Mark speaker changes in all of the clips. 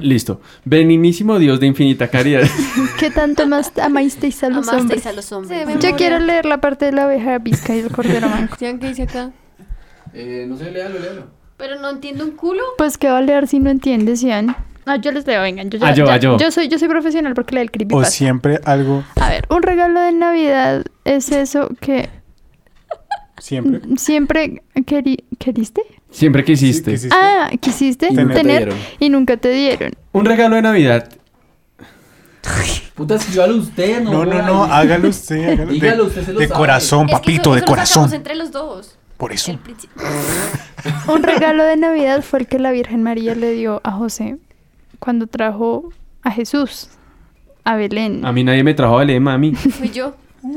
Speaker 1: Listo. Benignísimo Dios de infinita caridad.
Speaker 2: ¿Qué tanto más amasteis a los hombres?
Speaker 3: Amasteis a los hombres.
Speaker 4: Sí, me
Speaker 2: Yo
Speaker 4: morí.
Speaker 2: quiero leer la parte de la abeja de Vizca y el cordero manco.
Speaker 4: ¿Sigan qué dice acá?
Speaker 5: Eh, no sé, léalo, léalo.
Speaker 3: Pero no entiendo un culo.
Speaker 2: Pues qué va a leer si no entiendes, Ian. Ah, yo les leo, vengan. Yo, ya-
Speaker 1: Ah, yo,
Speaker 2: ya-
Speaker 1: ah, yo.
Speaker 2: soy, yo soy profesional porque leo el
Speaker 6: O
Speaker 2: creepypasta.
Speaker 6: siempre algo,
Speaker 2: A ver, un regalo de Navidad es eso que
Speaker 6: siempre.
Speaker 2: siempre queri- queriste.
Speaker 1: Siempre que hiciste.
Speaker 6: Sí, que hiciste.
Speaker 2: Ah, quisiste
Speaker 6: Y nunca te
Speaker 2: tener
Speaker 6: dieron.
Speaker 2: y nunca te dieron.
Speaker 1: Un regalo de Navidad.
Speaker 5: Puta, sígalo usted, no.
Speaker 6: No, no,
Speaker 5: joda.
Speaker 6: no, hágalo usted, hágalo.
Speaker 5: Dígalo,
Speaker 6: de,
Speaker 5: usted se lo
Speaker 6: de
Speaker 5: sabe.
Speaker 6: corazón,
Speaker 3: Es que
Speaker 6: papito,
Speaker 3: eso-
Speaker 6: de
Speaker 3: eso lo sacamos
Speaker 6: corazón.
Speaker 3: entre los dos.
Speaker 6: Por eso.
Speaker 3: El princi-
Speaker 2: Un regalo de Navidad fue el que la Virgen María le dio a José cuando trajo a Jesús a Belén.
Speaker 1: A mí nadie me trajo a Belén, mami.
Speaker 3: Fui yo.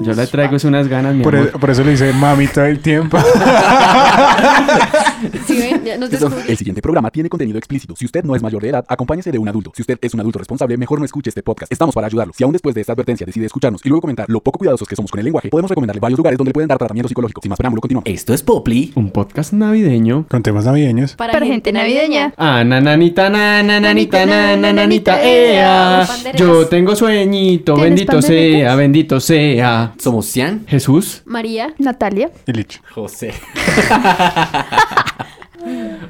Speaker 1: Yo le traigo es unas ganas, mi
Speaker 6: Por,
Speaker 1: amor.
Speaker 6: e- por eso le dice mami todo el tiempo.
Speaker 3: Sí, ven, ya nos descubrí.
Speaker 7: El siguiente programa tiene contenido explícito. Si usted no es mayor de edad, acompáñese de un adulto. Si usted es un adulto responsable, mejor no escuche este podcast. Estamos para ayudarlo. Si aún después de esta advertencia decide escucharnos y luego comentar lo poco cuidadosos que somos con el lenguaje, podemos recomendarle varios lugares donde le pueden dar tratamiento psicológico. Sin más preámbulo, continuamos.
Speaker 5: Esto es Popli.
Speaker 1: Un podcast navideño.
Speaker 6: Con temas navideños.
Speaker 3: Para,
Speaker 2: Para gente navideña.
Speaker 1: Ah, nananita, nananita, nananita, ea. Yo tengo sueñito,
Speaker 2: ¿Tienes
Speaker 1: bendito sea,
Speaker 2: panderetas?
Speaker 1: bendito sea.
Speaker 5: Somos Cian.
Speaker 1: Jesús,
Speaker 3: María.
Speaker 2: Natalia,
Speaker 6: Y listo.
Speaker 5: José.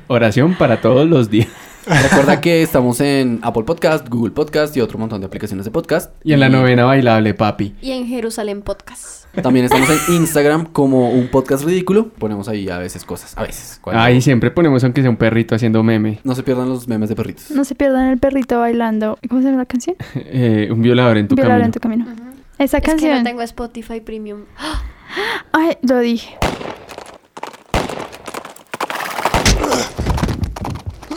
Speaker 1: oración para todos los días.
Speaker 5: Recuerda que estamos en Apple Podcast, Google Podcast y otro montón de aplicaciones de podcast.
Speaker 1: Y en la novena bailable, papi.
Speaker 3: Y en Jerusalén Podcast.
Speaker 5: También estamos en Instagram como un podcast ridículo. Ponemos ahí a veces cosas, a veces. Cuando-
Speaker 1: Ahí siempre ponemos aunque sea un perrito haciendo meme.
Speaker 5: No se pierdan los memes de perritos.
Speaker 2: no se pierdan el perrito bailando. ¿Cómo se llama la canción?
Speaker 1: Eh, un violador en tu
Speaker 2: Violar
Speaker 1: camino.
Speaker 2: en tu camino. Esa
Speaker 3: Es que
Speaker 2: canción.
Speaker 3: no tengo Spotify Premium. ¡Ah!
Speaker 2: Ay, lo dije.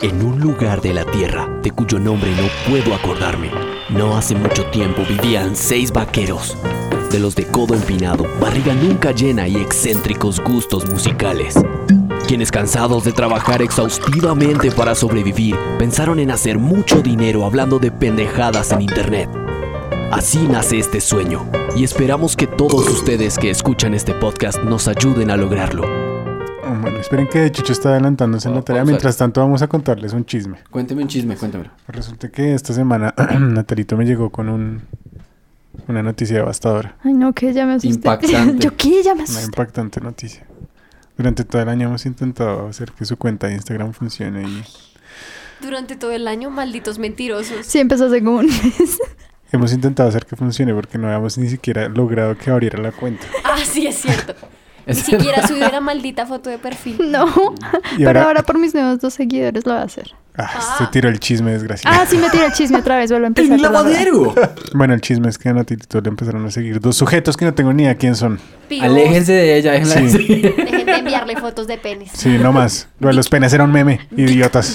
Speaker 8: En un lugar de la Tierra, de cuyo nombre no puedo acordarme, no hace mucho tiempo vivían seis vaqueros, de los de codo empinado, barriga nunca llena y excéntricos gustos musicales, quienes cansados de trabajar exhaustivamente para sobrevivir, pensaron en hacer mucho dinero hablando de pendejadas en Internet. Así nace este sueño, y esperamos que todos ustedes que escuchan este podcast nos ayuden a lograrlo.
Speaker 6: Oh, Bueno, esperen que Chucho está adelantándose en la
Speaker 5: Vamos
Speaker 6: tarea.
Speaker 5: a-
Speaker 6: Mientras tanto, vamos a contarles un chisme.
Speaker 5: Cuénteme un chisme, cuéntemelo.
Speaker 6: Resulta que esta semana Natalito me llegó con un, una noticia devastadora.
Speaker 2: Ay, no, que ya me asusté.
Speaker 5: Impactante.
Speaker 2: Yo qué, ya me
Speaker 6: Una
Speaker 2: asusté.
Speaker 6: impactante noticia. Durante todo el año hemos intentado hacer que su cuenta de Instagram funcione y
Speaker 3: Durante todo el año, malditos mentirosos.
Speaker 2: Sí, empezó hace como un mes.
Speaker 6: hemos intentado hacer que funcione porque no habíamos ni siquiera logrado que abriera la cuenta.
Speaker 3: Ah, sí, es cierto. Ni siquiera subió la maldita foto de perfil.
Speaker 2: No.
Speaker 6: Y
Speaker 2: Pero
Speaker 6: ahora-
Speaker 2: ahora... por mis nuevos dos seguidores lo va a hacer.
Speaker 6: Ah, se tiró el chisme desgraciado.
Speaker 2: Ah, sí, me tira el chisme otra vez. Vuelvo a empezar.
Speaker 5: ¡El
Speaker 2: perdón.
Speaker 5: lavadero!
Speaker 6: Bueno, el chisme es que a Natalito le empezaron a seguir dos sujetos que no tengo ni idea quién son.
Speaker 3: Pío,
Speaker 5: Aléjense de ella, déjenla
Speaker 6: Sí.
Speaker 5: así.
Speaker 3: Dejen de enviarle fotos de penes.
Speaker 6: Sí, no más. Lo de los penas era un meme, idiotas.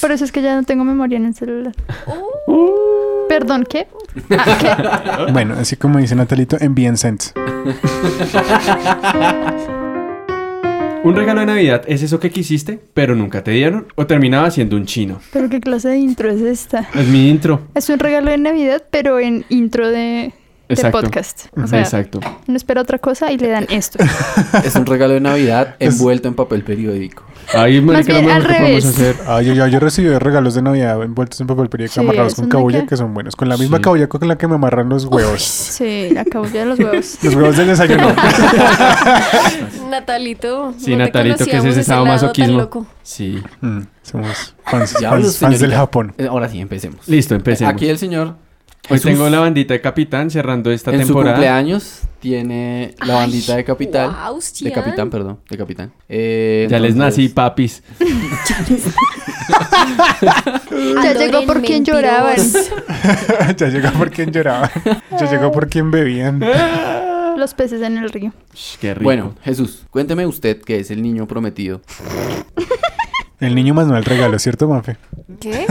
Speaker 2: Por eso es que ya no tengo memoria en el celular.
Speaker 3: Uh,
Speaker 2: Perdón, ¿qué?
Speaker 6: Bueno, así como dice Natalito, envíen cents.
Speaker 1: Un regalo de Navidad es eso que quisiste, pero nunca te dieron, o terminaba siendo un chino.
Speaker 2: ¿Pero qué clase de intro es esta?
Speaker 1: Es mi intro.
Speaker 2: Es un regalo de Navidad, pero en intro de, de
Speaker 1: Exacto.
Speaker 2: podcast. O sea,
Speaker 1: Exacto.
Speaker 2: uno espera otra cosa y le dan esto.
Speaker 5: Es un regalo de Navidad envuelto en papel periódico.
Speaker 1: Ahí, marica,
Speaker 2: bien,
Speaker 1: lo
Speaker 2: al
Speaker 1: mejor que podemos
Speaker 2: revés.
Speaker 1: hacer.
Speaker 6: Ah, yo, yo, yo recibí regalos de Navidad envueltos en papel periódico
Speaker 2: Sí,
Speaker 6: amarrados
Speaker 2: es
Speaker 6: con
Speaker 2: una
Speaker 6: cabulla
Speaker 2: que-
Speaker 6: que son buenos. Con la misma
Speaker 1: Sí.
Speaker 6: cabulla con la que me amarran los huevos.
Speaker 2: Sí, la cabulla de los huevos.
Speaker 6: Los huevos del desayuno.
Speaker 3: Natalito.
Speaker 1: Sí,
Speaker 3: no te
Speaker 1: Natalito, que es
Speaker 3: conocíamos
Speaker 1: ese estado
Speaker 3: lado tan
Speaker 1: masoquismo.
Speaker 3: loco.
Speaker 1: Sí.
Speaker 6: Mm, somos fans,
Speaker 5: Ya,
Speaker 6: fans-
Speaker 5: los
Speaker 6: fans del
Speaker 5: señorita.
Speaker 6: Japón.
Speaker 5: Eh, Ahora sí, empecemos.
Speaker 1: Listo, empecemos.
Speaker 5: Aquí el señor
Speaker 1: Hoy
Speaker 5: Jesús.
Speaker 1: tengo la bandita de Capitán cerrando esta
Speaker 5: en su
Speaker 1: temporada.
Speaker 5: cumpleaños tiene la bandita de Capital.
Speaker 3: Guau,
Speaker 5: De
Speaker 3: Cian.
Speaker 5: Capitán, perdón. De Capitán. Eh,
Speaker 1: ya les
Speaker 5: entonces-
Speaker 1: nací, papis.
Speaker 2: Ya llegó por quien
Speaker 3: Adoren
Speaker 2: lloraban.
Speaker 3: ah. mentirosos.
Speaker 6: ya llegó por quien lloraba. Ya llegó por quien bebían.
Speaker 2: Los peces en el río.
Speaker 1: Sh, Qué rico.
Speaker 5: Bueno, Jesús, cuénteme usted que es el niño prometido.
Speaker 6: El niño más no el regalo, ¿cierto, Mafe?
Speaker 3: ¿Qué?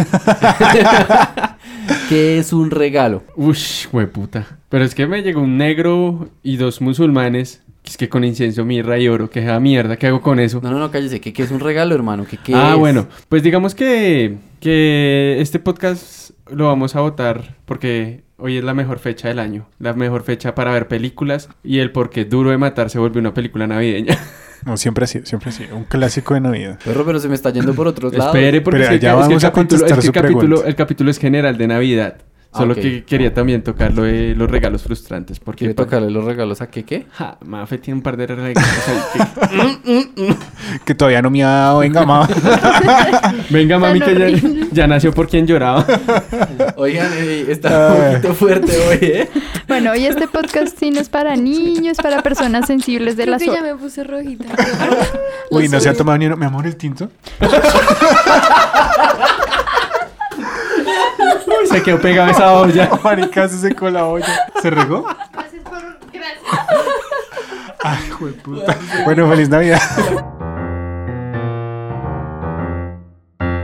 Speaker 5: ¿Qué es un regalo?
Speaker 1: Ush, puta. Pero es que me llegó un negro y dos musulmanes. que Es que con incienso, mirra y oro. Que esa mierda. ¿Qué hago con eso?
Speaker 5: No, no, no, cállese. ¿Qué, qué es un regalo, hermano? ¿Qué, qué
Speaker 1: ah,
Speaker 5: es?
Speaker 1: bueno. Pues digamos que, que este podcast lo vamos a votar porque hoy es la mejor fecha del año, la mejor fecha para ver películas y el por qué Duro de Matar se volvió una película navideña.
Speaker 6: No, siempre ha sido, siempre ha sido. Un clásico de Navidad.
Speaker 5: Perro, pero se me está yendo por otros lados.
Speaker 1: Espere, porque
Speaker 6: Pero
Speaker 1: es que,
Speaker 6: ya
Speaker 1: es que
Speaker 6: vamos a
Speaker 1: el, capítulo,
Speaker 6: contestar
Speaker 1: es que el
Speaker 6: su
Speaker 1: capítulo,
Speaker 6: pregunta.
Speaker 1: el capítulo es general de Navidad.
Speaker 5: Ah,
Speaker 1: Solo
Speaker 5: ok.
Speaker 1: que quería también tocar lo de los regalos frustrantes. Porque
Speaker 5: ¿Quiere tocarle los regalos a qué qué?
Speaker 1: Ja, Mafe tiene un par de regalos ahí que-
Speaker 6: Que todavía no me ha dado, venga, mamá.
Speaker 1: Venga,
Speaker 2: Tan
Speaker 1: mamita, ya,
Speaker 2: horrible.
Speaker 1: ya nació por quien lloraba.
Speaker 5: Oigan, ey, está un
Speaker 1: Ah.
Speaker 6: Ay.
Speaker 5: poquito fuerte hoy, ¿eh?
Speaker 2: Bueno, hoy este podcast sí no es para niños, para personas sensibles de
Speaker 3: Creo
Speaker 2: la
Speaker 3: que ya
Speaker 2: zona.
Speaker 3: me puse rojita. Lo
Speaker 6: Uy, no se ha
Speaker 3: siento.
Speaker 6: tomado ni uno. Mi amor, el tinto.
Speaker 1: Uy, se quedó pegado a esa olla.
Speaker 6: Oh, Marica, se secó la olla. ¿Se regó? Ay, hijo de puta. Bueno, feliz Navidad.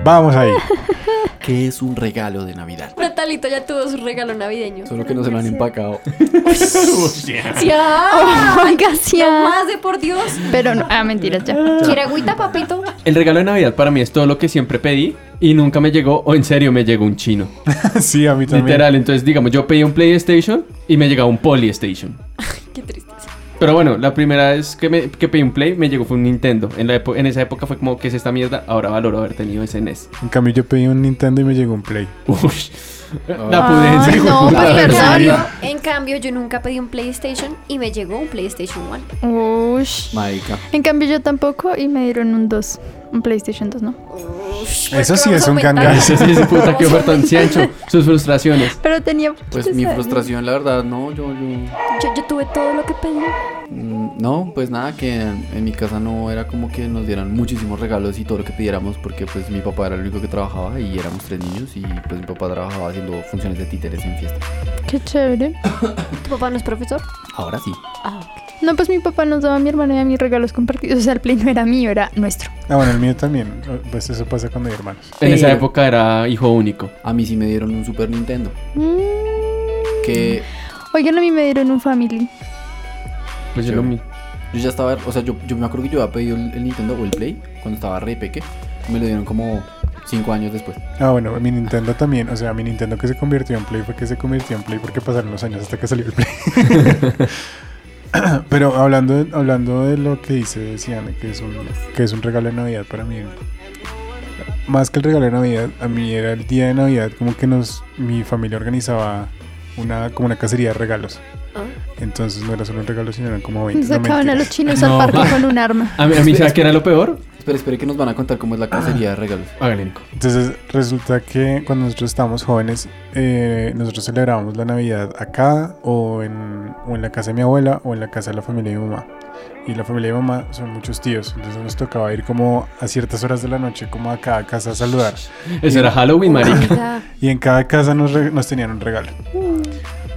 Speaker 6: Vamos ahí.
Speaker 5: ¿Qué es un regalo de Navidad?
Speaker 3: Natalito ya tuvo su regalo navideño.
Speaker 5: Solo que no se lo han empacado.
Speaker 3: ¡Ya!
Speaker 2: Ay, casi,
Speaker 3: ¡No
Speaker 2: ah.
Speaker 3: ah, más de por Dios!
Speaker 2: Pero no, ah, mentiras ya.
Speaker 3: ¿Quiere agüita, papito?
Speaker 1: El regalo de Navidad para mí es todo lo que siempre pedí y nunca me llegó, o en serio me llegó un chino.
Speaker 6: Sí, a mí también.
Speaker 1: Literal, entonces digamos, yo pedí un PlayStation y me llegaba un Polystation.
Speaker 3: ¡Qué tristeza!
Speaker 1: Pero bueno, la primera vez que, me, que pedí un Play me llegó fue un Nintendo. En, la epo- en esa época fue como, ¿qué es esta mierda? Ahora valoro haber tenido ese NES.
Speaker 6: En cambio, yo pedí un Nintendo y me llegó un Play.
Speaker 1: Uy, la
Speaker 2: Ay,
Speaker 1: pudencia. hijo de
Speaker 2: no,
Speaker 1: puta.
Speaker 2: pues,
Speaker 3: En
Speaker 2: perdón.
Speaker 3: cambio, en cambio, yo nunca pedí un PlayStation y me llegó un PlayStation 1.
Speaker 2: Ush.
Speaker 5: Marica.
Speaker 2: En cambio yo tampoco y me dieron un 2, un PlayStation 2, ¿no? pues,
Speaker 6: Eso sí es un
Speaker 1: Ay,
Speaker 6: gangazo.
Speaker 1: sí, sí, sí, puta, qué ofertón, sí, ancho, sus frustraciones.
Speaker 2: Pero tenía...
Speaker 5: Pues mi frustración, la verdad, no, yo, yo...
Speaker 3: Yo, yo tuve todo lo que pedí.
Speaker 5: Mm, No, pues nada, que en, en mi casa no era como que nos dieran muchísimos regalos y todo lo que pidiéramos porque pues mi papá era el único que trabajaba y éramos tres niños y pues mi papá trabajaba haciendo funciones de títeres en fiesta.
Speaker 2: Qué chévere.
Speaker 3: ¿Tu papá no es profesor?
Speaker 5: Ahora sí.
Speaker 3: Ah, ok.
Speaker 2: No, pues mi papá nos daba a mi hermano y a mí regalos compartidos. O sea, el play no era mío, era nuestro.
Speaker 6: Ah, bueno, el mío también. Pues eso pasa cuando hay hermanos.
Speaker 1: En esa
Speaker 5: Pero-
Speaker 1: época era hijo único.
Speaker 5: A mí sí me dieron un Super Nintendo.
Speaker 2: Mm.
Speaker 5: Que
Speaker 2: Oigan, a mí me dieron un family.
Speaker 1: Pues yo
Speaker 5: Sí.
Speaker 1: lo mi-
Speaker 3: Mm.
Speaker 5: yo ya estaba, o sea, yo, yo me acuerdo que yo había pedido el, el Nintendo o el Play cuando estaba re peque. Me lo dieron como cinco años después.
Speaker 6: Ah, bueno, mi Nintendo también. O sea, mi Nintendo que se convirtió en Play fue que se convirtió en Play porque pasaron los años hasta que salió el Play. Pero hablando de, hablando de lo que dice Ciana, que es, un, que es un regalo de Navidad para mí. Más que el regalo de Navidad, a mí era el día de Navidad como que nos mi familia organizaba una como una cacería de regalos.
Speaker 3: Ah.
Speaker 6: Entonces no era solo un regalo, sino eran como 20.
Speaker 2: Nos
Speaker 6: no,
Speaker 2: sacaban a
Speaker 6: mentiras.
Speaker 2: los chinos
Speaker 1: No.
Speaker 2: al parque con un arma.
Speaker 1: A mí, a mí ¿sabes qué era lo peor?
Speaker 5: Espera, espera que nos van a contar cómo es la cacería de regalos.
Speaker 1: Hágale, Nico.
Speaker 6: Entonces resulta que cuando nosotros estábamos jóvenes, eh, nosotros celebrábamos la Navidad acá o en, o en la casa de mi abuela o en la casa de la familia de mi mamá. Y la familia de mi mamá son muchos tíos, entonces nos tocaba ir como a ciertas horas de la noche como a cada casa a saludar.
Speaker 1: Eso era Halloween, marica.
Speaker 6: Y en cada casa nos, re- nos tenían un regalo.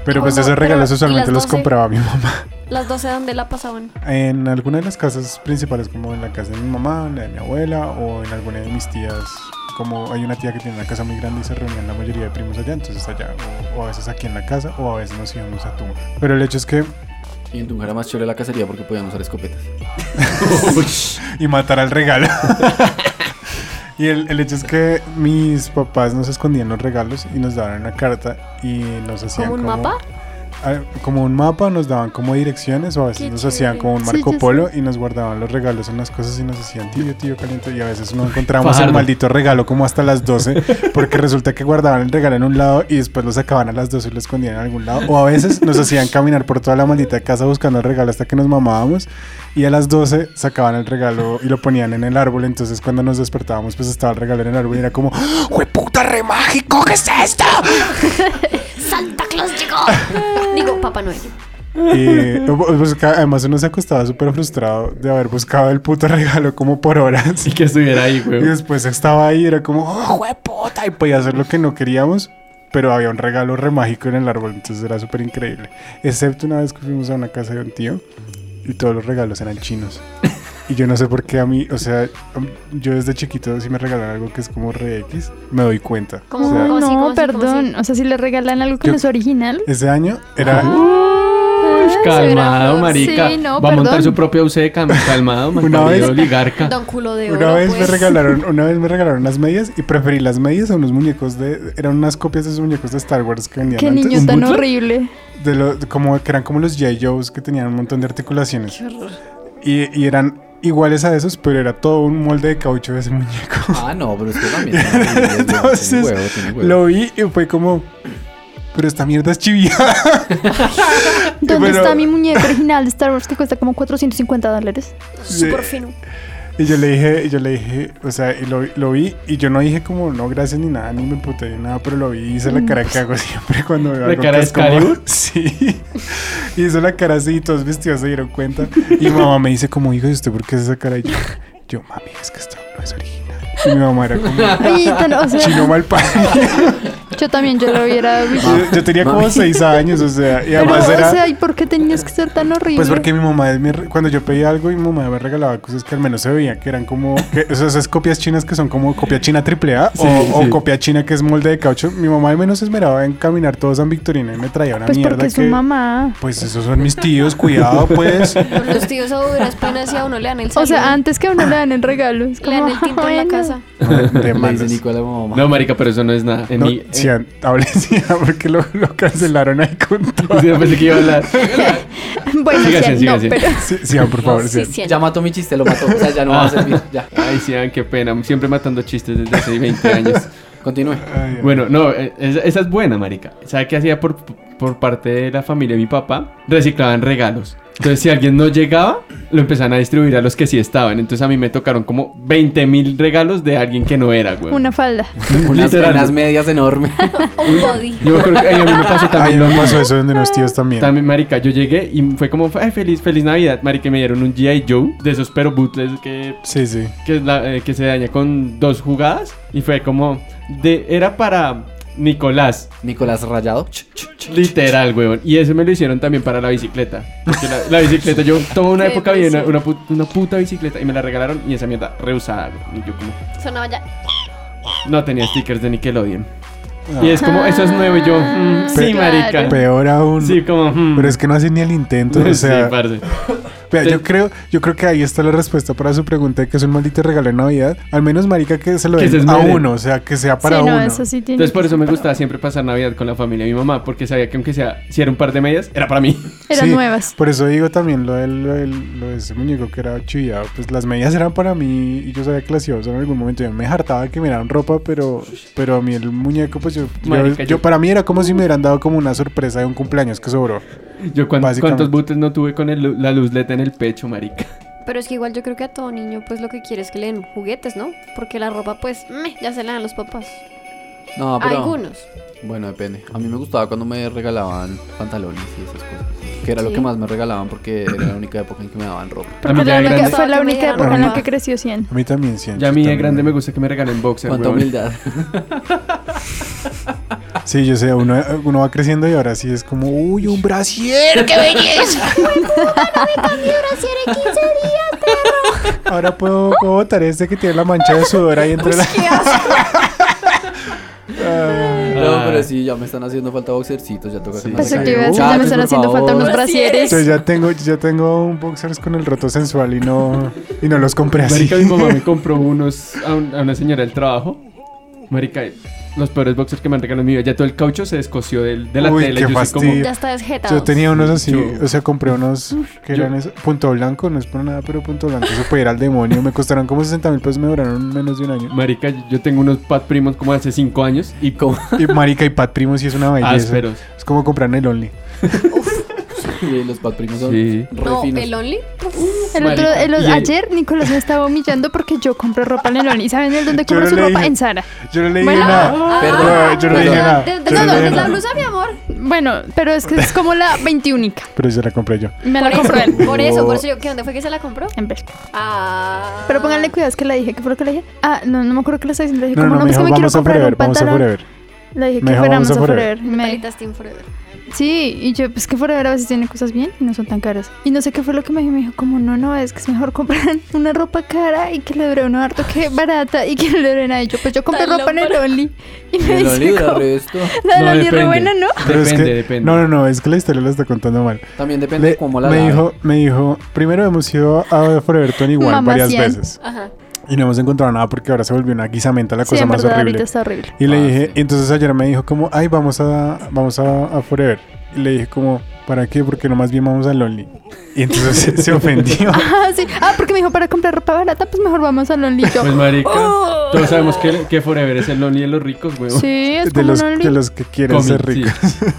Speaker 6: Pero pues
Speaker 3: Ojo,
Speaker 6: esos
Speaker 3: Mm. pero,
Speaker 6: regalos
Speaker 3: ¿y
Speaker 6: usualmente
Speaker 3: las
Speaker 6: los
Speaker 3: doce?
Speaker 6: compraba mi mamá.
Speaker 3: ¿Las 12 dónde la pasaban?
Speaker 6: En alguna de las casas principales, como en la casa de mi mamá, en la de mi abuela o en alguna de mis tías, como hay una tía que tiene una casa muy grande y se reunían la mayoría de primos allá, entonces allá, o, o a veces aquí en la casa, o a veces nos íbamos a Tunja. Pero el hecho es que,
Speaker 5: Y en tu era más chévere la cacería porque podían usar escopetas.
Speaker 6: y matar al regalo. y el, el hecho es que mis papás nos escondían los regalos y nos daban una carta y nos hacían
Speaker 3: ¿Como un mapa?
Speaker 6: Ah, Como un mapa, nos daban como direcciones o a veces
Speaker 3: Qué
Speaker 6: nos hacían
Speaker 3: chévere.
Speaker 6: como un
Speaker 2: Sí,
Speaker 6: Marco
Speaker 2: yo
Speaker 6: Polo y nos guardaban los regalos en las cosas y nos hacían tío, tío caliente y a veces no encontrábamos
Speaker 1: Fajardo.
Speaker 6: el maldito regalo como hasta las 12 porque resulta que guardaban el regalo en un lado y después lo sacaban a las 12 y lo escondían en algún lado o a veces nos hacían caminar por toda la maldita casa buscando el regalo hasta que nos mamábamos y a las 12 sacaban el regalo y lo ponían en el árbol entonces cuando nos despertábamos pues estaba el regalo en el árbol y era como
Speaker 8: ¡Hueputa re mágico! ¿Qué es esto?
Speaker 3: ¡Santa Claus llegó! Digo, Papá Noel.
Speaker 6: Y pues, ca- además uno se acostaba súper frustrado de haber buscado el puto regalo como por horas.
Speaker 1: Y que estuviera ahí,
Speaker 6: Y
Speaker 1: güey.
Speaker 6: después estaba ahí, era como, ¡oh, hueputa! Y podía hacer lo que no queríamos, pero había un regalo re mágico en el árbol, entonces era súper increíble. Excepto una vez que fuimos a una casa de un tío y todos los regalos eran chinos. Y yo no sé por qué a mí, o sea, am- yo desde chiquito si me regalan algo que es como re X, me doy cuenta.
Speaker 3: Como
Speaker 6: O sea,
Speaker 2: Ay,
Speaker 3: Oh, ¿Cómo así,
Speaker 2: no,
Speaker 3: cómo así, cómo
Speaker 2: perdón. O sea, si le regalan algo que
Speaker 6: Yo-
Speaker 2: no es original.
Speaker 6: ese año era...
Speaker 2: Ay,
Speaker 1: Calmado, marica.
Speaker 2: Ah, Sí, no,
Speaker 1: Va a montar
Speaker 2: perdón.
Speaker 1: su propia UCECA. Calmado,
Speaker 6: Una
Speaker 1: marica.
Speaker 6: vez-
Speaker 1: oligarca.
Speaker 3: Don culo de oro.
Speaker 6: Una vez, me
Speaker 3: pues.
Speaker 6: regalaron, una vez me regalaron unas medias y preferí las medias a unos muñecos de... Eran unas copias de esos muñecos de Star Wars que vendían
Speaker 2: Qué
Speaker 6: antes.
Speaker 2: niño tan horrible.
Speaker 6: de lo- de como, que eran como los J. Joe's que tenían un montón de articulaciones. Y, y eran iguales a esos, pero era todo un molde de caucho de ese muñeco.
Speaker 5: Ah, no, pero es que también. Entonces,
Speaker 6: Entonces,
Speaker 5: huevo, tiene huevo.
Speaker 6: Lo vi y fue como... Pero esta mierda es chivía.
Speaker 2: ¿Dónde
Speaker 6: Pero-
Speaker 2: está mi muñeca original de Star Wars que cuesta como 450 dólares?
Speaker 3: Súper fino.
Speaker 6: Y yo le dije, y yo le dije, o sea, y lo, lo vi y yo no dije como no gracias ni nada, ni me puté ni nada, pero lo vi y hice la cara que hago siempre cuando veo
Speaker 1: Mm. ¿La
Speaker 6: algo
Speaker 1: cara
Speaker 6: que
Speaker 1: de
Speaker 6: es como-
Speaker 1: Excalibur?
Speaker 6: Sí. Y hizo la cara así y todos vestidos se dieron cuenta. Y mi mamá me dice como, hijo, ¿y usted por qué es esa cara? Y yo, yo, mami, es que esto no es original. Y mi mamá era como,
Speaker 2: Ay, tan- o sea,
Speaker 6: chino mal parido.
Speaker 2: yo también yo lo hubiera visto.
Speaker 6: Yo, yo tenía como
Speaker 5: Mami.
Speaker 6: seis años, o sea, y
Speaker 2: Pero,
Speaker 6: además
Speaker 2: o sea,
Speaker 6: era...
Speaker 2: ¿y por qué tenías que ser tan horrible?
Speaker 6: Pues porque mi mamá, me re- cuando yo pedía algo, mi mamá me regalaba cosas que al menos se veía que eran como que, o sea, esas copias chinas que son como copia china triple A
Speaker 1: Sí,
Speaker 6: o, o
Speaker 1: sí.
Speaker 6: copia china que es molde de caucho. Mi mamá al menos se esmeraba en caminar todo San Victorino y me traía una
Speaker 2: Pues
Speaker 6: mierda
Speaker 2: porque es su
Speaker 6: que-
Speaker 2: mamá.
Speaker 6: Pues esos son mis tíos, cuidado pues.
Speaker 3: Con los tíos a duras penas y a uno le dan el
Speaker 2: O
Speaker 3: saludo.
Speaker 2: sea, antes que a uno le dan el regalo, es
Speaker 3: Le
Speaker 2: como,
Speaker 3: dan el tinto en la
Speaker 2: bueno.
Speaker 3: casa.
Speaker 6: De
Speaker 5: Le dice
Speaker 6: malas.
Speaker 5: Nico a la mamá.
Speaker 1: No, marica, pero eso no es nada. En
Speaker 6: No,
Speaker 1: mi- eh,
Speaker 6: sí, hablé sí, porque lo, lo cancelaron ahí con todo.
Speaker 1: yo pensé que iba a hablar.
Speaker 2: Bueno,
Speaker 1: Siga,
Speaker 2: Cian,
Speaker 1: siga,
Speaker 2: no,
Speaker 1: siga.
Speaker 2: pero
Speaker 6: Sí, Sian, por favor,
Speaker 3: No, sí,
Speaker 6: Sian.
Speaker 3: sí,
Speaker 5: Ya mató mi chiste, lo mató. O sea, ya no va a
Speaker 6: Ah.
Speaker 5: servir. Ya,
Speaker 1: Ay, sí, ah, qué pena. Siempre matando chistes desde hace 20 años.
Speaker 5: continúe.
Speaker 6: Ay, ay.
Speaker 1: Bueno, no, eh, esa, esa es buena, marica. ¿Sabe qué hacía por, por parte de la familia de mi papá? Reciclaban regalos. Entonces, si alguien no llegaba, lo empezaban a distribuir a los que sí estaban. Entonces, a mí me tocaron como 20 mil regalos de alguien que no era, güey.
Speaker 2: una falda.
Speaker 5: Unas,
Speaker 1: Literal.
Speaker 5: unas medias enormes.
Speaker 3: Un body.
Speaker 1: Yo me acuerdo que ay, a mí me pasó
Speaker 6: Ay,
Speaker 1: también lo
Speaker 6: me
Speaker 1: mismo.
Speaker 6: pasó eso donde los tíos también.
Speaker 1: También, marica, yo llegué y fue como, ay, feliz, feliz Navidad, marica, y me dieron un G.I. Joe de esos pero bootlegs que
Speaker 6: Sí, sí.
Speaker 1: que, es la- eh, que se daña con dos jugadas y fue como de era para Nicolás,
Speaker 5: Nicolás Rayado. Ch, ch, ch.
Speaker 1: literal, weón. Y eso me lo hicieron también para la bicicleta. Porque la, la bicicleta, yo toda una
Speaker 3: Qué
Speaker 1: época vi una,
Speaker 3: depresión.
Speaker 1: una, pu- una puta bicicleta y me la regalaron y esa mierda reusada, weón. Y yo como,
Speaker 3: Sonaba ya.
Speaker 1: no tenía stickers de Nickelodeon.
Speaker 6: Ah,
Speaker 1: Y es como, eso es nuevo y yo, mm, sí,
Speaker 3: Ah,
Speaker 6: Pe-
Speaker 1: marica.
Speaker 6: Peor aún.
Speaker 1: Sí, como, mm.
Speaker 6: Pero es que no hacen ni el intento, o
Speaker 1: Sí,
Speaker 6: sea...
Speaker 1: parce.
Speaker 6: Vea,
Speaker 1: Te-
Speaker 6: yo creo, yo creo que ahí está la respuesta para su pregunta de que es un maldito regalo de Navidad. Al menos marica que se lo
Speaker 1: Que se
Speaker 6: den a
Speaker 1: esmeren.
Speaker 6: uno, o sea, que sea para
Speaker 2: sí,
Speaker 6: uno.
Speaker 2: no, eso sí tiene.
Speaker 1: Entonces por
Speaker 2: que
Speaker 1: eso me
Speaker 2: ser
Speaker 1: gustaba siempre pasar Navidad con la familia de mi mamá, porque sabía que aunque sea, si era un par de medias, era para mí.
Speaker 2: para- Eran
Speaker 6: Sí,
Speaker 2: nuevas.
Speaker 6: Por eso digo también lo, del, lo, del- lo de ese muñeco que era chillado. Pues las medias eran para mí y yo sabía que las iba a usar en algún momento. Yo me hartaba que me dieran ropa, pero, pero a mí el muñeco, pues yo, yo-
Speaker 1: Marica,
Speaker 6: yo-
Speaker 1: yo-
Speaker 6: para mí era como si me hubieran dado como una sorpresa de un cumpleaños que sobró.
Speaker 1: Yo cuan-
Speaker 6: Básicamente.
Speaker 1: cuántos butes no tuve con el lu- la luz LED en el pecho, marica.
Speaker 3: Pero es que igual yo creo que a todo niño pues lo que quiere es que le den juguetes, ¿no? Porque la ropa pues meh, ya se la dan los papás.
Speaker 5: No, Ah, pero.
Speaker 3: Algunos.
Speaker 5: Bueno, depende. A mí me gustaba cuando me regalaban pantalones y esas cosas. Que era lo
Speaker 3: Sí.
Speaker 5: que más me regalaban porque era la única época en que me daban ropa.
Speaker 1: A mí ya
Speaker 2: Porque la
Speaker 1: de
Speaker 2: única-
Speaker 1: grande,
Speaker 2: fue la
Speaker 3: Que me
Speaker 2: única
Speaker 3: dieran
Speaker 2: época en la
Speaker 3: ropa.
Speaker 2: que creció Cien.
Speaker 6: A mí también, sí.
Speaker 1: ya a mí de grande me gusta que me regalen boxer,
Speaker 5: Cuánta
Speaker 1: weón.
Speaker 5: humildad.
Speaker 6: Sí, yo sé, uno, uno va creciendo y ahora sí es como, uy, un brasier, qué belleza. Ahora puedo, puedo botar este que tiene la mancha de sudor ahí entre la. Ah,
Speaker 5: No, pero sí, ya me están haciendo falta boxercitos. Ya toca
Speaker 1: Sí.
Speaker 5: que me
Speaker 2: Pues
Speaker 1: Eso
Speaker 2: yo
Speaker 1: te
Speaker 2: iba a
Speaker 5: regalen.
Speaker 2: decir, ya me
Speaker 5: Muchachos,
Speaker 2: están
Speaker 5: Ah, por
Speaker 2: haciendo falta
Speaker 5: favor.
Speaker 2: unos brasieres.
Speaker 6: yo ya tengo, yo ya tengo un boxers con el roto sensual y no, y no los compré así.
Speaker 1: Marica, mi mamá me compró unos a, un- a una señora del trabajo. Marica, los peores boxers que me han regalado en mi vida. Ya todo el caucho se descosió del- de la
Speaker 6: Uy,
Speaker 1: tela. y
Speaker 6: qué
Speaker 1: yo soy como,
Speaker 6: fastidio.
Speaker 3: Ya está desjetado.
Speaker 6: Yo tenía unos así,
Speaker 1: Yo-
Speaker 6: o sea, compré unos que
Speaker 1: Yo-
Speaker 6: eran eso, punto blanco, no es por nada, pero punto blanco se puede ir al demonio. Me costaron como 60 mil pesos, me duraron menos de un año.
Speaker 1: marica, yo tengo unos pat primos como hace 5 años y como
Speaker 6: Y marica y Pat Primo sí es una belleza.
Speaker 1: ásperos.
Speaker 6: Es como comprar en el Only.
Speaker 5: Sí, los patrimos son
Speaker 1: Sí.
Speaker 5: re
Speaker 3: No,
Speaker 5: finos.
Speaker 3: el Only.
Speaker 2: El otro,
Speaker 1: Marica,
Speaker 2: el-
Speaker 1: y el-
Speaker 2: ayer Nicolás me estaba humillando porque yo compré ropa en el Only. ¿Saben el dónde
Speaker 6: Yo
Speaker 2: compro
Speaker 6: no
Speaker 2: su
Speaker 6: le
Speaker 2: ropa?
Speaker 6: dije.
Speaker 2: En Sara.
Speaker 6: Yo no le dije
Speaker 2: Bueno. ah,
Speaker 6: nada.
Speaker 5: Perdón.
Speaker 6: No, yo no le dije
Speaker 5: Perdón.
Speaker 6: nada.
Speaker 3: Desde
Speaker 6: Yo no
Speaker 3: cuando
Speaker 6: le dije
Speaker 3: es la
Speaker 6: nada.
Speaker 3: blusa, mi amor.
Speaker 2: Bueno, pero es que es como la veintiúnica.
Speaker 6: Pero yo la compré yo.
Speaker 2: Me la
Speaker 3: por,
Speaker 2: compró
Speaker 3: eso,
Speaker 2: él.
Speaker 3: por eso, por eso yo, ¿qué? ¿Dónde fue que se la compró?
Speaker 2: En Bélgica.
Speaker 3: Ah.
Speaker 2: Pero pónganle cuidado, es que la dije. ¿Qué fue lo que le dije? Ah, no, no me acuerdo qué le estaba diciendo. Le dije,
Speaker 6: No,
Speaker 2: como
Speaker 6: no,
Speaker 2: no,
Speaker 6: me
Speaker 2: es que me
Speaker 6: dijo,
Speaker 2: quiero
Speaker 6: vamos a
Speaker 2: comprar
Speaker 6: forever,
Speaker 2: un
Speaker 6: vamos a
Speaker 2: pantalón.
Speaker 6: forever.
Speaker 2: Le dije
Speaker 6: Mejor
Speaker 2: que fuéramos
Speaker 6: vamos
Speaker 2: a
Speaker 6: a
Speaker 2: Forever. y me-
Speaker 3: Palitas Team Forever.
Speaker 2: Sí, y yo, pues que Forever a veces tiene cosas bien y no son tan caras. Y no sé qué fue lo que me dijo. Me dijo, como no, no, es que es mejor comprar una ropa cara y que le dure uno harto que barata y que no le dure nada. Y yo, pues yo compré
Speaker 3: Tan
Speaker 2: ropa en el
Speaker 3: loco.
Speaker 2: Only. Y me
Speaker 5: Me lo
Speaker 2: dice,
Speaker 5: libra,
Speaker 2: como,
Speaker 5: resto.
Speaker 2: la de
Speaker 1: No,
Speaker 2: Only re
Speaker 1: depende.
Speaker 2: buena, ¿no?
Speaker 6: Pero es
Speaker 1: Depende,
Speaker 6: que-
Speaker 1: depende.
Speaker 6: No, no, no, es que la historia la está contando mal.
Speaker 5: También depende
Speaker 6: Le-
Speaker 5: cómo la
Speaker 6: me,
Speaker 5: lave.
Speaker 6: dijo, me dijo, primero hemos ido a Forever 21
Speaker 2: Mamá
Speaker 6: varias
Speaker 2: cien.
Speaker 6: veces
Speaker 3: Ajá.
Speaker 6: y no hemos encontrado nada porque ahora se volvió una guisamenta la
Speaker 2: Sí,
Speaker 6: cosa
Speaker 2: en
Speaker 6: más
Speaker 2: verdad,
Speaker 6: horrible.
Speaker 2: ahorita está horrible.
Speaker 6: Y le
Speaker 5: Ah,
Speaker 6: dije,
Speaker 5: sí.
Speaker 6: y entonces ayer me dijo como, ay, vamos a, vamos a, a Forever. Y le dije como, ¿para qué? Porque nomás bien vamos a Lonely. Y entonces se, se ofendió.
Speaker 2: Ah, sí. Ah, porque me dijo, para comprar ropa barata, pues mejor vamos al Only. Y yo,
Speaker 1: Pues marica, todos sabemos que, que Forever es el lonely de los ricos, güey.
Speaker 2: sí, es
Speaker 6: De
Speaker 2: como
Speaker 6: los,
Speaker 2: un Only.
Speaker 6: de los que quieren
Speaker 1: Comic,
Speaker 6: ser ricos.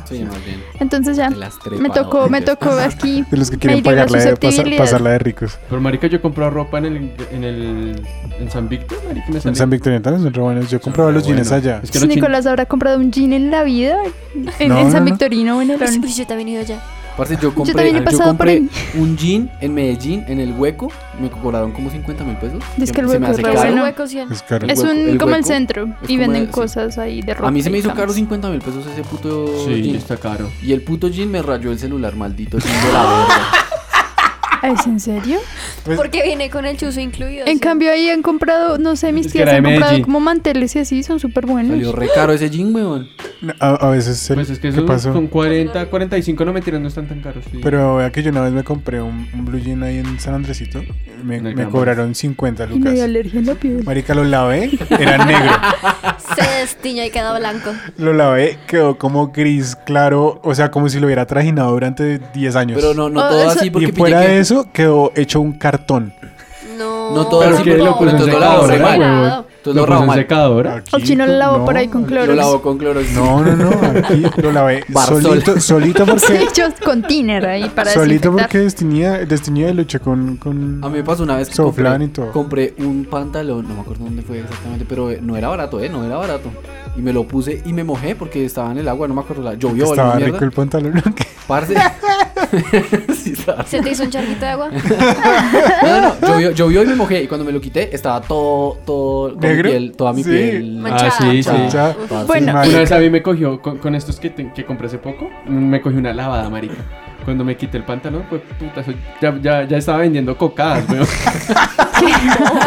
Speaker 5: Sí, más bien.
Speaker 2: Entonces ya,
Speaker 5: de las
Speaker 2: Ah, me tocó, me
Speaker 5: trepadoras.
Speaker 2: tocó aquí.
Speaker 6: De los que
Speaker 2: Me
Speaker 6: quieren
Speaker 2: dio la
Speaker 6: pagarla de, pasa-
Speaker 2: susceptibilidad.
Speaker 6: pasarla de ricos.
Speaker 1: Pero marica, yo compraba ropa en el en el en San Víctor, marica, me
Speaker 6: En
Speaker 1: salió-
Speaker 6: San Victoriano son re buenos. Yo compraba
Speaker 5: re
Speaker 6: los jeans
Speaker 5: buenos.
Speaker 6: allá.
Speaker 1: Es que
Speaker 2: Si
Speaker 1: los chin-
Speaker 2: Nicolás habrá comprado un jean en la vida, en,
Speaker 6: No,
Speaker 2: en
Speaker 6: no,
Speaker 2: San
Speaker 6: no.
Speaker 2: Victorino o en el
Speaker 3: Pues,
Speaker 2: Only.
Speaker 3: pues yo también he ido allá.
Speaker 5: Parce, yo compré,
Speaker 2: también he
Speaker 5: yo
Speaker 2: pasado por
Speaker 5: compré
Speaker 2: ahí.
Speaker 5: un jean en Medellín, en el hueco. Me cobraron como 50 mil pesos.
Speaker 2: Dice que el
Speaker 5: Se
Speaker 2: hueco
Speaker 5: me
Speaker 2: es
Speaker 5: hace
Speaker 2: re
Speaker 3: Pero
Speaker 5: caro.
Speaker 2: bueno.
Speaker 3: bueno. hueco, sí.
Speaker 6: Es caro.
Speaker 5: El
Speaker 2: Es
Speaker 5: hueco,
Speaker 2: un
Speaker 5: el
Speaker 2: como el
Speaker 5: hueco.
Speaker 2: centro
Speaker 5: Es
Speaker 2: y
Speaker 5: como
Speaker 2: venden
Speaker 5: el- sí.
Speaker 2: cosas ahí de ropa.
Speaker 5: A mí se me
Speaker 2: y
Speaker 5: hizo
Speaker 2: camas.
Speaker 5: caro 50 mil pesos ese puto
Speaker 1: Sí,
Speaker 5: jean.
Speaker 1: está caro.
Speaker 5: Y el puto jean me rayó el celular, maldito jean de la verga.
Speaker 2: Ay, ¿Es Ah, en serio?
Speaker 3: Porque viene con el chuzo incluido.
Speaker 2: En
Speaker 3: sí.
Speaker 2: cambio ahí han comprado, no sé, mis
Speaker 1: Es que
Speaker 2: tías
Speaker 1: era de
Speaker 2: han comprado
Speaker 1: Medellín.
Speaker 2: como manteles y así, son súper
Speaker 5: Salió
Speaker 2: buenos.
Speaker 5: re caro ese jean, weón.
Speaker 6: A, a veces el-
Speaker 1: Pues es que
Speaker 6: ¿qué
Speaker 1: esos
Speaker 6: pasó?
Speaker 1: con 40, 45, no mentiras, no están tan caros. sí.
Speaker 6: Pero vea que yo una vez me compré un, un blue jean ahí en San Andresito. Me,
Speaker 1: En el
Speaker 6: me
Speaker 1: campo.
Speaker 6: cobraron 50
Speaker 2: Y me dio
Speaker 6: lucas.
Speaker 2: alergia en la piel.
Speaker 6: Marica, lo lavé, era negro.
Speaker 3: Se destiñó y queda blanco.
Speaker 6: Lo lavé, quedó como gris, claro. O sea, como si lo hubiera trajinado durante 10 años.
Speaker 5: Pero no, no
Speaker 2: Oh,
Speaker 5: todo
Speaker 2: eso-
Speaker 5: así porque
Speaker 6: y fuera
Speaker 5: pillé que-
Speaker 6: de eso, quedó hecho un cartón.
Speaker 3: No.
Speaker 5: No todo
Speaker 1: Pero
Speaker 5: así
Speaker 1: que
Speaker 5: porque
Speaker 1: lo puso en
Speaker 5: entonces
Speaker 1: secador,
Speaker 5: lo
Speaker 1: ¿eh,
Speaker 5: lavó mal.
Speaker 1: huevón?
Speaker 5: Entonces lo
Speaker 1: puse
Speaker 5: lavó
Speaker 1: en
Speaker 5: mal.
Speaker 1: secadora.
Speaker 6: Aquí,
Speaker 2: O chino lo lavó
Speaker 6: no,
Speaker 2: por ahí con
Speaker 5: Lo
Speaker 2: cloro.
Speaker 5: lavó con cloro.
Speaker 6: No, no, no. Aquí lo lavé
Speaker 5: Barzol.
Speaker 6: solito, solito
Speaker 2: Sí,
Speaker 6: porque.
Speaker 2: yo con tiner ahí para
Speaker 6: solito
Speaker 2: desinfectar.
Speaker 6: porque destinía, destinía y luché con. con...
Speaker 5: A mí me pasó una vez que
Speaker 6: Soflán
Speaker 5: compré,
Speaker 6: y todo.
Speaker 5: compré un pantalón, no me acuerdo dónde fue exactamente, pero eh, no era barato, eh, no era barato. Y me lo puse y me mojé porque estaba en el agua, no me acuerdo, la llovió, la
Speaker 6: Estaba
Speaker 5: mierda.
Speaker 6: rico el pantalón.
Speaker 5: Parce. Sí, estaba-
Speaker 3: ¿Se te hizo un charquito de agua?
Speaker 5: No, no, no, llovió, llovió y me mojé y cuando me lo quité estaba todo todo con mi
Speaker 6: ¿Negro?
Speaker 5: piel, toda mi
Speaker 6: Sí.
Speaker 5: piel. Ah,
Speaker 1: Ah,
Speaker 3: Manchada.
Speaker 1: sí, sí.
Speaker 5: manchada,
Speaker 6: Ya.
Speaker 5: toda así.
Speaker 2: Bueno,
Speaker 1: Una
Speaker 6: Marica.
Speaker 1: vez a mí me cogió con, con estos que, te- que compré hace poco, me cogió una lavada, marica. Cuando me quité el pantalón, pues puta, eso- ya, ya, ya estaba vendiendo cocadas, weón.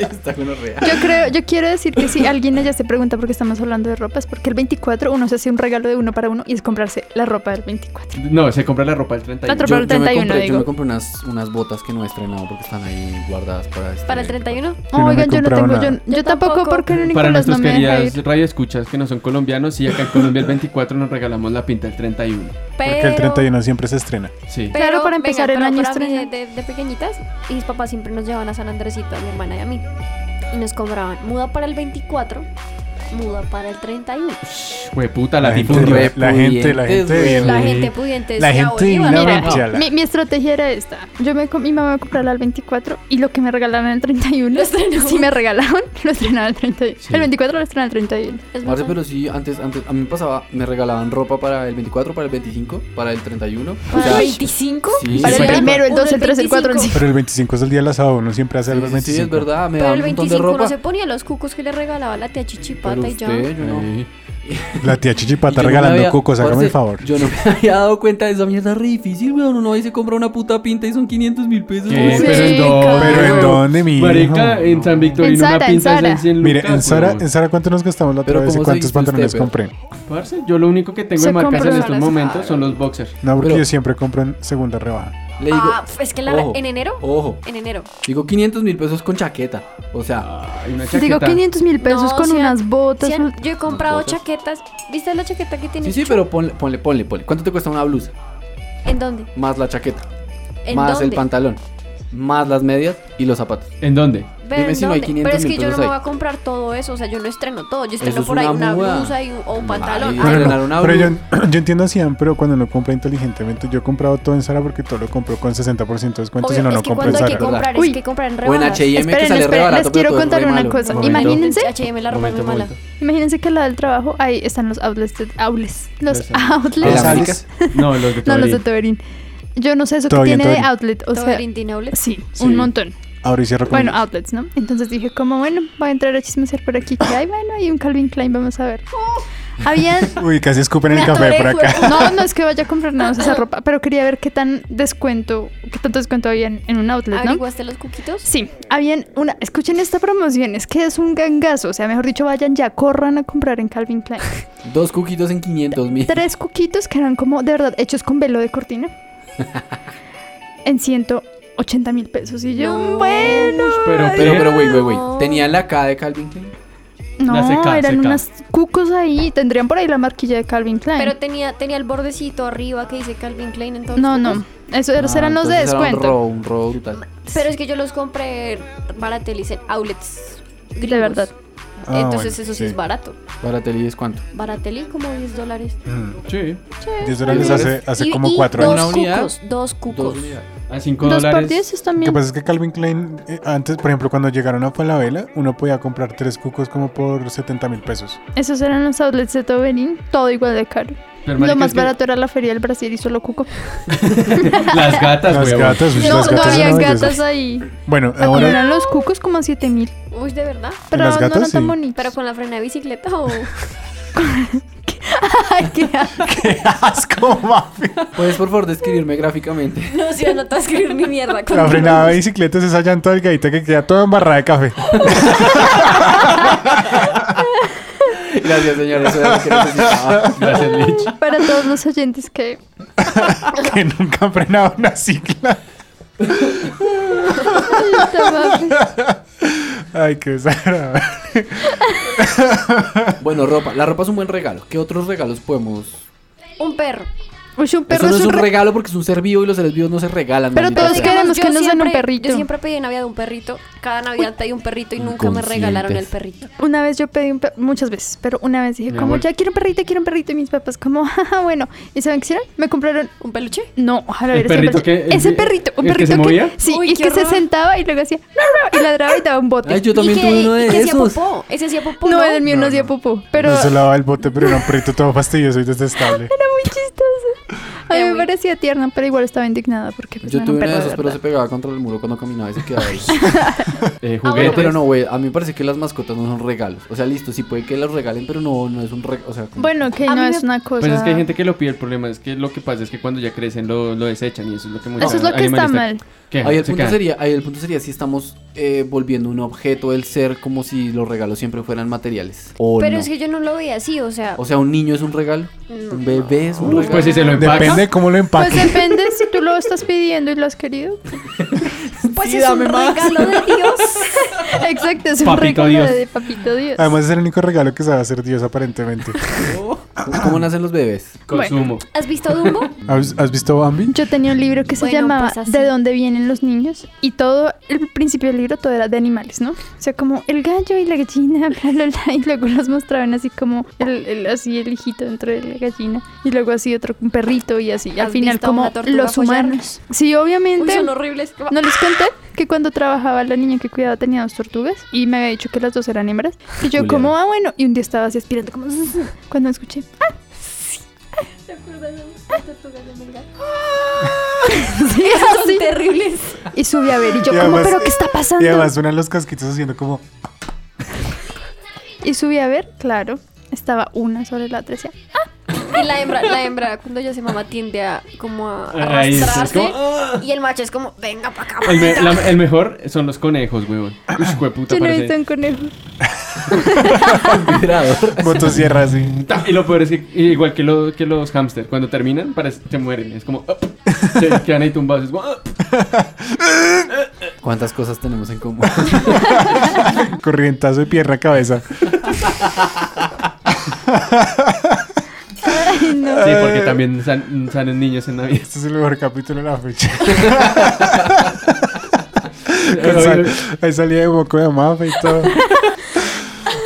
Speaker 5: Está con real.
Speaker 2: Yo creo, yo quiero decir que si alguien allá se pregunta por qué estamos hablando de ropa, es porque el 24 uno se hace un regalo de uno para uno y es comprarse la ropa del 24.
Speaker 1: No, se compra la ropa del 31.
Speaker 2: La
Speaker 5: Yo,
Speaker 2: Pero el
Speaker 5: yo me
Speaker 2: 31
Speaker 5: compré, yo
Speaker 2: digo.
Speaker 5: me compré unas, unas botas que no he estrenado porque están ahí guardadas para este-
Speaker 3: ¿Para el 31?
Speaker 6: Yo no me he
Speaker 2: Oigan, yo no
Speaker 6: comprado
Speaker 2: tengo,
Speaker 6: nada.
Speaker 2: yo, yo
Speaker 3: Yo
Speaker 2: tampoco
Speaker 3: tampoco.
Speaker 2: porque
Speaker 1: Para
Speaker 2: Nicolás no
Speaker 1: nuestros
Speaker 2: me deja ir.
Speaker 1: queridas radioescuchas que no son colombianos, y acá en Colombia el 24 nos regalamos la pinta el 31.
Speaker 3: Pero...
Speaker 6: Porque el 31 siempre se estrena.
Speaker 1: Sí.
Speaker 3: Pero,
Speaker 2: Claro, para empezar el
Speaker 3: pero
Speaker 2: año
Speaker 3: para mí
Speaker 2: estrena.
Speaker 3: de, de pequeñitas, y mis papás siempre nos llevaban a San Andresito, a mi hermana y a mí. Y nos compraban muda para el 24, muda para el 31.
Speaker 1: Fue puta la
Speaker 6: gente,
Speaker 1: difundió.
Speaker 5: re-
Speaker 6: la gente, la
Speaker 5: Repudientes,
Speaker 6: gente
Speaker 5: güey.
Speaker 6: bien.
Speaker 3: La gente pudiente
Speaker 6: La
Speaker 3: decía,
Speaker 6: gente
Speaker 3: Bolívar,
Speaker 6: ignorante.
Speaker 3: mira,
Speaker 2: Mira,
Speaker 6: Pinchala.
Speaker 2: mi, mi estrategia era esta. Yo me, com- mi mamá me compraba el 24 y lo que me regalaron el 31,
Speaker 3: Lo estrenó.
Speaker 2: si me regalaron, lo estrenaba el 31.
Speaker 1: Sí.
Speaker 2: El 24 lo estrenaba el 31.
Speaker 3: es
Speaker 5: Parce,
Speaker 3: verdad.
Speaker 5: pero sí, antes, antes, a mí me pasaba, me regalaban ropa para el 24, para el 25, para el 31.
Speaker 3: ¿Para el
Speaker 5: O sea,
Speaker 3: 25?
Speaker 5: Sí,
Speaker 2: Para
Speaker 5: sí,
Speaker 2: el
Speaker 5: sí.
Speaker 2: primero, el 2, el 3, el 4, el
Speaker 3: 25.
Speaker 2: 5.
Speaker 6: Pero el 25 es el día del asado, uno siempre hace algo el
Speaker 5: sí, sí,
Speaker 6: 25.
Speaker 5: es verdad, me
Speaker 3: Pero
Speaker 5: daban
Speaker 3: el
Speaker 5: un montón de
Speaker 3: 25
Speaker 5: ropa.
Speaker 3: no se ponía los cucucos que le regalaba la tía Chichipata
Speaker 5: pero
Speaker 3: y ya.
Speaker 5: usted, yo no.
Speaker 1: Sí.
Speaker 6: La tía Chichipata
Speaker 5: Y yo no me
Speaker 6: regalando
Speaker 5: había-
Speaker 6: cocos, hágame
Speaker 5: parce,
Speaker 6: el favor.
Speaker 5: Yo no me había dado cuenta de esa mierda re difícil, weón. Uno ahí se compra una puta pinta y son 500 mil pesos.
Speaker 1: ¿Qué?
Speaker 5: weón.
Speaker 2: Sí,
Speaker 1: eh, pero en dónde,
Speaker 6: Pero en
Speaker 1: weón?
Speaker 6: dónde, mi
Speaker 1: Marica,
Speaker 6: hijo?
Speaker 1: en San Victorino
Speaker 2: En Sara,
Speaker 1: una
Speaker 2: en
Speaker 1: pinta
Speaker 2: Sara.
Speaker 1: es en 100 lucas.
Speaker 6: Mire, en Sara,
Speaker 1: weón.
Speaker 6: en Sara, ¿cuánto nos gastamos la
Speaker 5: Pero
Speaker 6: otra vez y
Speaker 5: ¿cómo se
Speaker 6: cuántos
Speaker 5: viste
Speaker 6: pantalones
Speaker 5: usted,
Speaker 6: compré?
Speaker 1: Parce, yo lo único que tengo
Speaker 2: Se
Speaker 1: en marcas en
Speaker 2: compra una
Speaker 1: estos
Speaker 3: las
Speaker 1: momentos
Speaker 3: caras.
Speaker 1: son los boxers.
Speaker 6: No, porque
Speaker 5: Pero-
Speaker 6: yo siempre compro en segunda rebaja.
Speaker 5: Le digo,
Speaker 3: ah, es que la-
Speaker 5: ojo,
Speaker 3: en enero,
Speaker 5: ojo,
Speaker 3: en enero.
Speaker 5: digo 500 mil pesos con chaqueta. O sea,
Speaker 1: Hay una
Speaker 2: Digo,
Speaker 1: chaqueta.
Speaker 2: 500 mil pesos
Speaker 3: No,
Speaker 2: con
Speaker 3: sí,
Speaker 2: unas botas.
Speaker 3: Sí,
Speaker 2: un-
Speaker 3: yo he comprado
Speaker 5: botas.
Speaker 3: chaquetas. ¿Viste la chaqueta que tiene?
Speaker 5: sí, sí, pero ponle, ponle, ponle, ponle. ¿Cuánto te cuesta una blusa?
Speaker 3: ¿En dónde?
Speaker 5: Más la chaqueta,
Speaker 3: ¿En
Speaker 5: más
Speaker 3: dónde?
Speaker 5: el pantalón, más las medias y los zapatos.
Speaker 1: ¿En dónde?
Speaker 3: Pero,
Speaker 5: Dime
Speaker 3: ¿en
Speaker 5: si no hay
Speaker 3: dónde?
Speaker 5: 500
Speaker 3: Pero es que
Speaker 5: mil
Speaker 3: yo no
Speaker 5: pesos
Speaker 3: me
Speaker 5: ahí.
Speaker 3: voy a comprar todo eso, o sea, yo no estreno todo, yo estreno
Speaker 5: Eso es
Speaker 3: por ahí
Speaker 5: una
Speaker 3: una
Speaker 5: muda.
Speaker 3: blusa y un, o un pantalón.
Speaker 5: Ay,
Speaker 3: Ah,
Speaker 5: Pero
Speaker 6: Bueno,
Speaker 5: estrenar
Speaker 6: no,
Speaker 5: una
Speaker 6: pero yo,
Speaker 5: blusa.
Speaker 6: yo entiendo siempre, pero cuando uno compra inteligentemente, yo he comprado todo en Sara porque todo lo compro con 60% de descuento,
Speaker 3: obvio,
Speaker 6: si no,
Speaker 3: es
Speaker 6: no
Speaker 3: que
Speaker 6: compro
Speaker 3: cuando hay
Speaker 6: en
Speaker 3: que
Speaker 6: Sara.
Speaker 5: ¿verdad?
Speaker 3: comprar,
Speaker 2: Uy.
Speaker 3: es que comprar en
Speaker 5: O en
Speaker 3: rebajas.
Speaker 5: H&M que
Speaker 2: Esperen,
Speaker 5: sale re
Speaker 2: esperen, les
Speaker 5: barato, pero
Speaker 2: quiero
Speaker 5: todo es re
Speaker 2: contar una
Speaker 5: malo.
Speaker 2: cosa.
Speaker 5: Momento.
Speaker 2: Imaginen-
Speaker 3: En H&M la ropa es muy
Speaker 1: Momento,
Speaker 3: mala.
Speaker 1: momento.
Speaker 2: Imagínense que al lado del trabajo ahí están los outlets. de- outlets los
Speaker 1: Los
Speaker 5: ¿De
Speaker 2: outlets.
Speaker 5: las
Speaker 6: Ah,
Speaker 2: No,
Speaker 5: maricas?
Speaker 1: No, los de
Speaker 2: los de
Speaker 1: Toberín.
Speaker 2: Toberín. Yo no sé eso que
Speaker 6: Todo bien,
Speaker 2: tiene de
Speaker 6: todo bien.
Speaker 2: outlet. O
Speaker 3: Todo
Speaker 2: sea,
Speaker 3: el Intinable.
Speaker 2: sí,
Speaker 1: Sí.
Speaker 2: un montón.
Speaker 6: Abro y cierro con
Speaker 2: Bueno, outlets, ¿no? Entonces dije, como bueno, voy a entrar a chismosear por aquí. Que hay, bueno, hay un Calvin Klein, vamos a ver. Habían.
Speaker 6: Uy, casi escupen el
Speaker 3: Me
Speaker 6: café
Speaker 3: atoré,
Speaker 6: por acá.
Speaker 3: güey.
Speaker 2: No, no es que vaya a comprar nada más esa ropa, pero quería ver qué tan descuento, qué tanto descuento había en, en un outlet, ¿no?
Speaker 3: ¿Averiguaste los cuquitos?
Speaker 2: Sí, habían una. Escuchen esta promoción, es que es un gangazo. O sea, mejor dicho, vayan ya, corran a comprar en Calvin Klein.
Speaker 5: Dos cuquitos en 500 mil.
Speaker 2: Tres cuquitos que eran como, de verdad, hechos con velo de cortina. en 180 mil pesos. Y yo,
Speaker 3: No.
Speaker 2: bueno.
Speaker 1: Pero,
Speaker 5: Pero, pero, güey, güey,
Speaker 3: No.
Speaker 5: güey. ¿Tenían la K de Calvin Klein?
Speaker 2: No,
Speaker 1: La seca,
Speaker 2: eran
Speaker 1: seca.
Speaker 2: unas cucos ahí. Tendrían por ahí la marquilla de Calvin Klein.
Speaker 3: Pero tenía, tenía el bordecito arriba que dice Calvin Klein entonces.
Speaker 2: no, no. Eso esos
Speaker 5: Ah,
Speaker 2: eran los de
Speaker 5: entonces era
Speaker 2: descuento.
Speaker 5: Un robo, un robo brutal.
Speaker 3: Pero es que yo los compré baratelis en outlets. gringos.
Speaker 2: De verdad.
Speaker 6: Ah,
Speaker 3: Entonces
Speaker 6: bueno,
Speaker 3: eso sí,
Speaker 6: sí.
Speaker 3: es barato.
Speaker 5: Para Teli es cuánto.
Speaker 3: Baratelí como 10 dólares.
Speaker 6: Mm.
Speaker 1: Sí.
Speaker 6: 10 dólares hace, hace
Speaker 3: Y-
Speaker 6: como
Speaker 3: y
Speaker 6: 4
Speaker 3: dos
Speaker 6: años.
Speaker 5: ¿Una unidad?
Speaker 3: Cucos, dos cucos.
Speaker 5: Dos unidades.
Speaker 1: A 5
Speaker 2: Dos por
Speaker 1: dólares.
Speaker 2: diez es
Speaker 6: Lo que
Speaker 2: también.
Speaker 6: pasa es que Calvin Klein, eh, antes, por ejemplo, cuando llegaron a Falabella, uno podía comprar tres cucos como por 70 mil pesos.
Speaker 2: Esos eran los outlets de todo Benín. Todo igual de caro.
Speaker 1: Pero, marica,
Speaker 2: Lo más
Speaker 1: es que
Speaker 2: barato era la feria del Brasil y solo cuco.
Speaker 1: Las gatas,
Speaker 6: Las
Speaker 1: güey.
Speaker 6: gatas, pues,
Speaker 2: No,
Speaker 6: las
Speaker 2: no
Speaker 6: gatas
Speaker 2: había
Speaker 6: eran
Speaker 2: gatas
Speaker 6: bellezas.
Speaker 2: ahí.
Speaker 6: Bueno,
Speaker 2: Como
Speaker 6: ahora
Speaker 2: eran los cucos como a 7 mil.
Speaker 3: Uy, de verdad.
Speaker 2: Pero
Speaker 6: las
Speaker 2: no eran
Speaker 6: gatas,
Speaker 2: tan
Speaker 6: sí.
Speaker 2: bonitos.
Speaker 3: Pero con la frena de bicicleta o.
Speaker 2: Ay, qué asco.
Speaker 6: asco, mami.
Speaker 5: ¿Puedes, por favor, describirme gráficamente?
Speaker 3: No, si no te vas a escribir ni mierda.
Speaker 6: La frenada de bicicleta es esa llanta delgadita que queda toda embarrada de café.
Speaker 5: Gracias, señor. Eso era lo que necesitaba.
Speaker 1: Gracias, Lich. Eh,
Speaker 2: Para todos los oyentes que.
Speaker 6: que nunca han frenado una cicla. Ay, qué desagradable.
Speaker 5: Bueno, ropa. La ropa es un buen regalo. ¿Qué otros regalos podemos...?
Speaker 3: Un perro.
Speaker 2: Uy, un perro
Speaker 5: Eso no
Speaker 2: es un re-
Speaker 5: regalo porque es un ser vivo y los seres vivos no se regalan.
Speaker 2: Pero
Speaker 5: maldita
Speaker 2: todos
Speaker 5: sea.
Speaker 2: Pues queremos
Speaker 3: Digamos,
Speaker 2: que
Speaker 3: yo
Speaker 2: nos den un
Speaker 3: siempre-
Speaker 2: perrito.
Speaker 3: Yo siempre pedí en Navidad un perrito. Cada Navidad pedí un perrito y nunca me regalaron el perrito.
Speaker 2: Una vez yo pedí un perro, muchas veces, pero una vez dije,
Speaker 1: Mi
Speaker 2: como
Speaker 1: amor.
Speaker 2: ya quiero un perrito, quiero un perrito. Y mis papás, como, jaja, bueno. ¿Y saben qué hicieron? Me compraron
Speaker 3: ¿Un peluche?
Speaker 2: No, ojalá
Speaker 1: ¿El
Speaker 2: hubiera sido
Speaker 1: perrito
Speaker 2: peluche.
Speaker 1: que- el
Speaker 2: Ese
Speaker 1: que-
Speaker 2: perrito, un
Speaker 1: el
Speaker 2: perrito
Speaker 1: que se movía?
Speaker 2: Sí,
Speaker 3: Uy,
Speaker 2: y
Speaker 3: qué
Speaker 2: que se
Speaker 3: horror.
Speaker 2: sentaba y luego hacía "Rau, rau", y ladraba y daba un bote.
Speaker 5: Ay, yo también
Speaker 3: y que,
Speaker 5: tuve uno
Speaker 3: y
Speaker 5: de
Speaker 3: que hacía
Speaker 5: esos.
Speaker 3: popó. Ese hacía popó.
Speaker 2: no,
Speaker 3: No,
Speaker 2: el mío no,
Speaker 6: No,
Speaker 2: hacía
Speaker 6: no.
Speaker 2: popó, pero
Speaker 6: No se
Speaker 2: era
Speaker 6: lavaba el bote, pero era un perrito todo fastidioso y detestable.
Speaker 2: muy chistoso. A mí
Speaker 3: Era
Speaker 2: me
Speaker 3: muy-
Speaker 2: parecía tierna, pero igual estaba indignada porque pues,
Speaker 5: Yo
Speaker 2: no era
Speaker 5: tuve
Speaker 2: un
Speaker 5: uno de
Speaker 2: perro de
Speaker 5: esos, pero se
Speaker 2: verdad.
Speaker 5: pegaba contra el muro cuando caminaba y se quedaba ahí.
Speaker 1: Eh,
Speaker 3: Ah,
Speaker 5: Pero,
Speaker 1: juguete.
Speaker 5: pero no, güey, a mí me parece que las mascotas no son regalos. O sea, listo, sí puede que las regalen, pero no, no es un regalo. O sea, como-
Speaker 2: Bueno, que
Speaker 3: A
Speaker 2: no
Speaker 3: mí
Speaker 2: es
Speaker 3: me-
Speaker 2: una cosa.
Speaker 1: Pues es que hay gente que lo pide. El problema es que lo que pasa es que cuando ya crecen lo, lo desechan y eso es lo que muchos
Speaker 2: Eso es lo que está
Speaker 1: animales
Speaker 2: mal.
Speaker 1: quejan,
Speaker 5: ahí el,
Speaker 1: se
Speaker 5: punto
Speaker 1: quejan.
Speaker 5: sería, ahí el punto sería si estamos eh, volviendo un objeto del ser como si los regalos siempre fueran materiales.
Speaker 6: Oh,
Speaker 5: O
Speaker 3: Pero
Speaker 5: no.
Speaker 3: es que yo no lo veía así, o sea.
Speaker 5: O sea, un niño es un regalo, un bebé es un
Speaker 1: Uf,
Speaker 5: regalo.
Speaker 1: Pues si se lo empaca.
Speaker 6: Depende de cómo lo
Speaker 2: Pues
Speaker 6: empaque.
Speaker 2: depende si tú lo estás pidiendo y lo has querido.
Speaker 3: pues
Speaker 5: sí,
Speaker 3: es un
Speaker 5: dame más.
Speaker 3: regalo de Dios.
Speaker 2: Exacto, es un
Speaker 1: Papito
Speaker 2: regalo
Speaker 1: Dios.
Speaker 2: de papito Dios.
Speaker 6: Además es el único regalo que sabe hacer Dios aparentemente.
Speaker 5: ¿Cómo- ¿Cómo nacen los bebés?
Speaker 1: Consumo.
Speaker 3: ¿Has visto Dumbo?
Speaker 6: ¿Has, has visto Bambi?
Speaker 2: Yo tenía un libro que se
Speaker 3: Bueno,
Speaker 2: llamaba
Speaker 3: pues así.
Speaker 2: ¿De dónde vienen los niños? Y todo, el principio del libro todo era de animales, ¿no? O sea, como el gallo y la gallina, bla, bla, bla. Y luego los mostraban así como el, el- así el hijito dentro de la gallina. Y luego así otro, un perrito y así. Y al
Speaker 3: ¿Has
Speaker 2: final
Speaker 3: visto a
Speaker 2: como
Speaker 3: una tortuga
Speaker 2: los
Speaker 3: follar?
Speaker 2: humanos. Sí,
Speaker 3: Uy,
Speaker 2: obviamente.
Speaker 3: son horribles.
Speaker 2: No les conté que cuando trabajaba la niña que cuidaba tenía dos tortugas y me había dicho que las dos eran hembras. Y yo
Speaker 5: Juliana.
Speaker 2: como, ah, bueno. Y un día estaba así aspirando como... "Zzz", Cuando escuché, ah,
Speaker 3: ¿Te acuerdas de las tortugas de Melgar?
Speaker 2: sí,
Speaker 3: Son
Speaker 2: así.
Speaker 3: terribles.
Speaker 2: "Ah", Y subí a ver y yo
Speaker 6: Y
Speaker 2: como,
Speaker 6: además-
Speaker 2: pero ¿qué está pasando?
Speaker 6: Y además suenan los casquitos haciendo como...
Speaker 2: Y subí a ver, claro, estaba una sobre la otra. decía,
Speaker 3: Y la hembra, la hembra, cuando ella se mama, tiende a como a
Speaker 1: Ah, Ahí está, es
Speaker 3: arrastrarse.
Speaker 1: como, "Ah".
Speaker 3: Y el macho es como, venga para acá.
Speaker 1: El, me-
Speaker 3: mamita".
Speaker 1: la- el mejor son los conejos, weón. Ush, jueputa,
Speaker 2: yo no he
Speaker 1: parece-
Speaker 2: visto un conejo.
Speaker 5: Vibrador.
Speaker 6: Motosierra así.
Speaker 1: Ta- Y lo peor es que, igual que, lo- que los hamsters, cuando terminan, parece, se mueren. Es como, "Up". se quedan ahí tumbados. es como, oh. "Up".
Speaker 5: ¿Cuántas cosas tenemos en común?
Speaker 6: Corrientazo de pierna a cabeza.
Speaker 2: Ay, no.
Speaker 1: Sí, porque también sal- salen niños en Navidad.
Speaker 6: Este es el mejor capítulo de la fecha. Con
Speaker 1: Ay,
Speaker 6: sal- Ahí salía de moco de mafe y todo.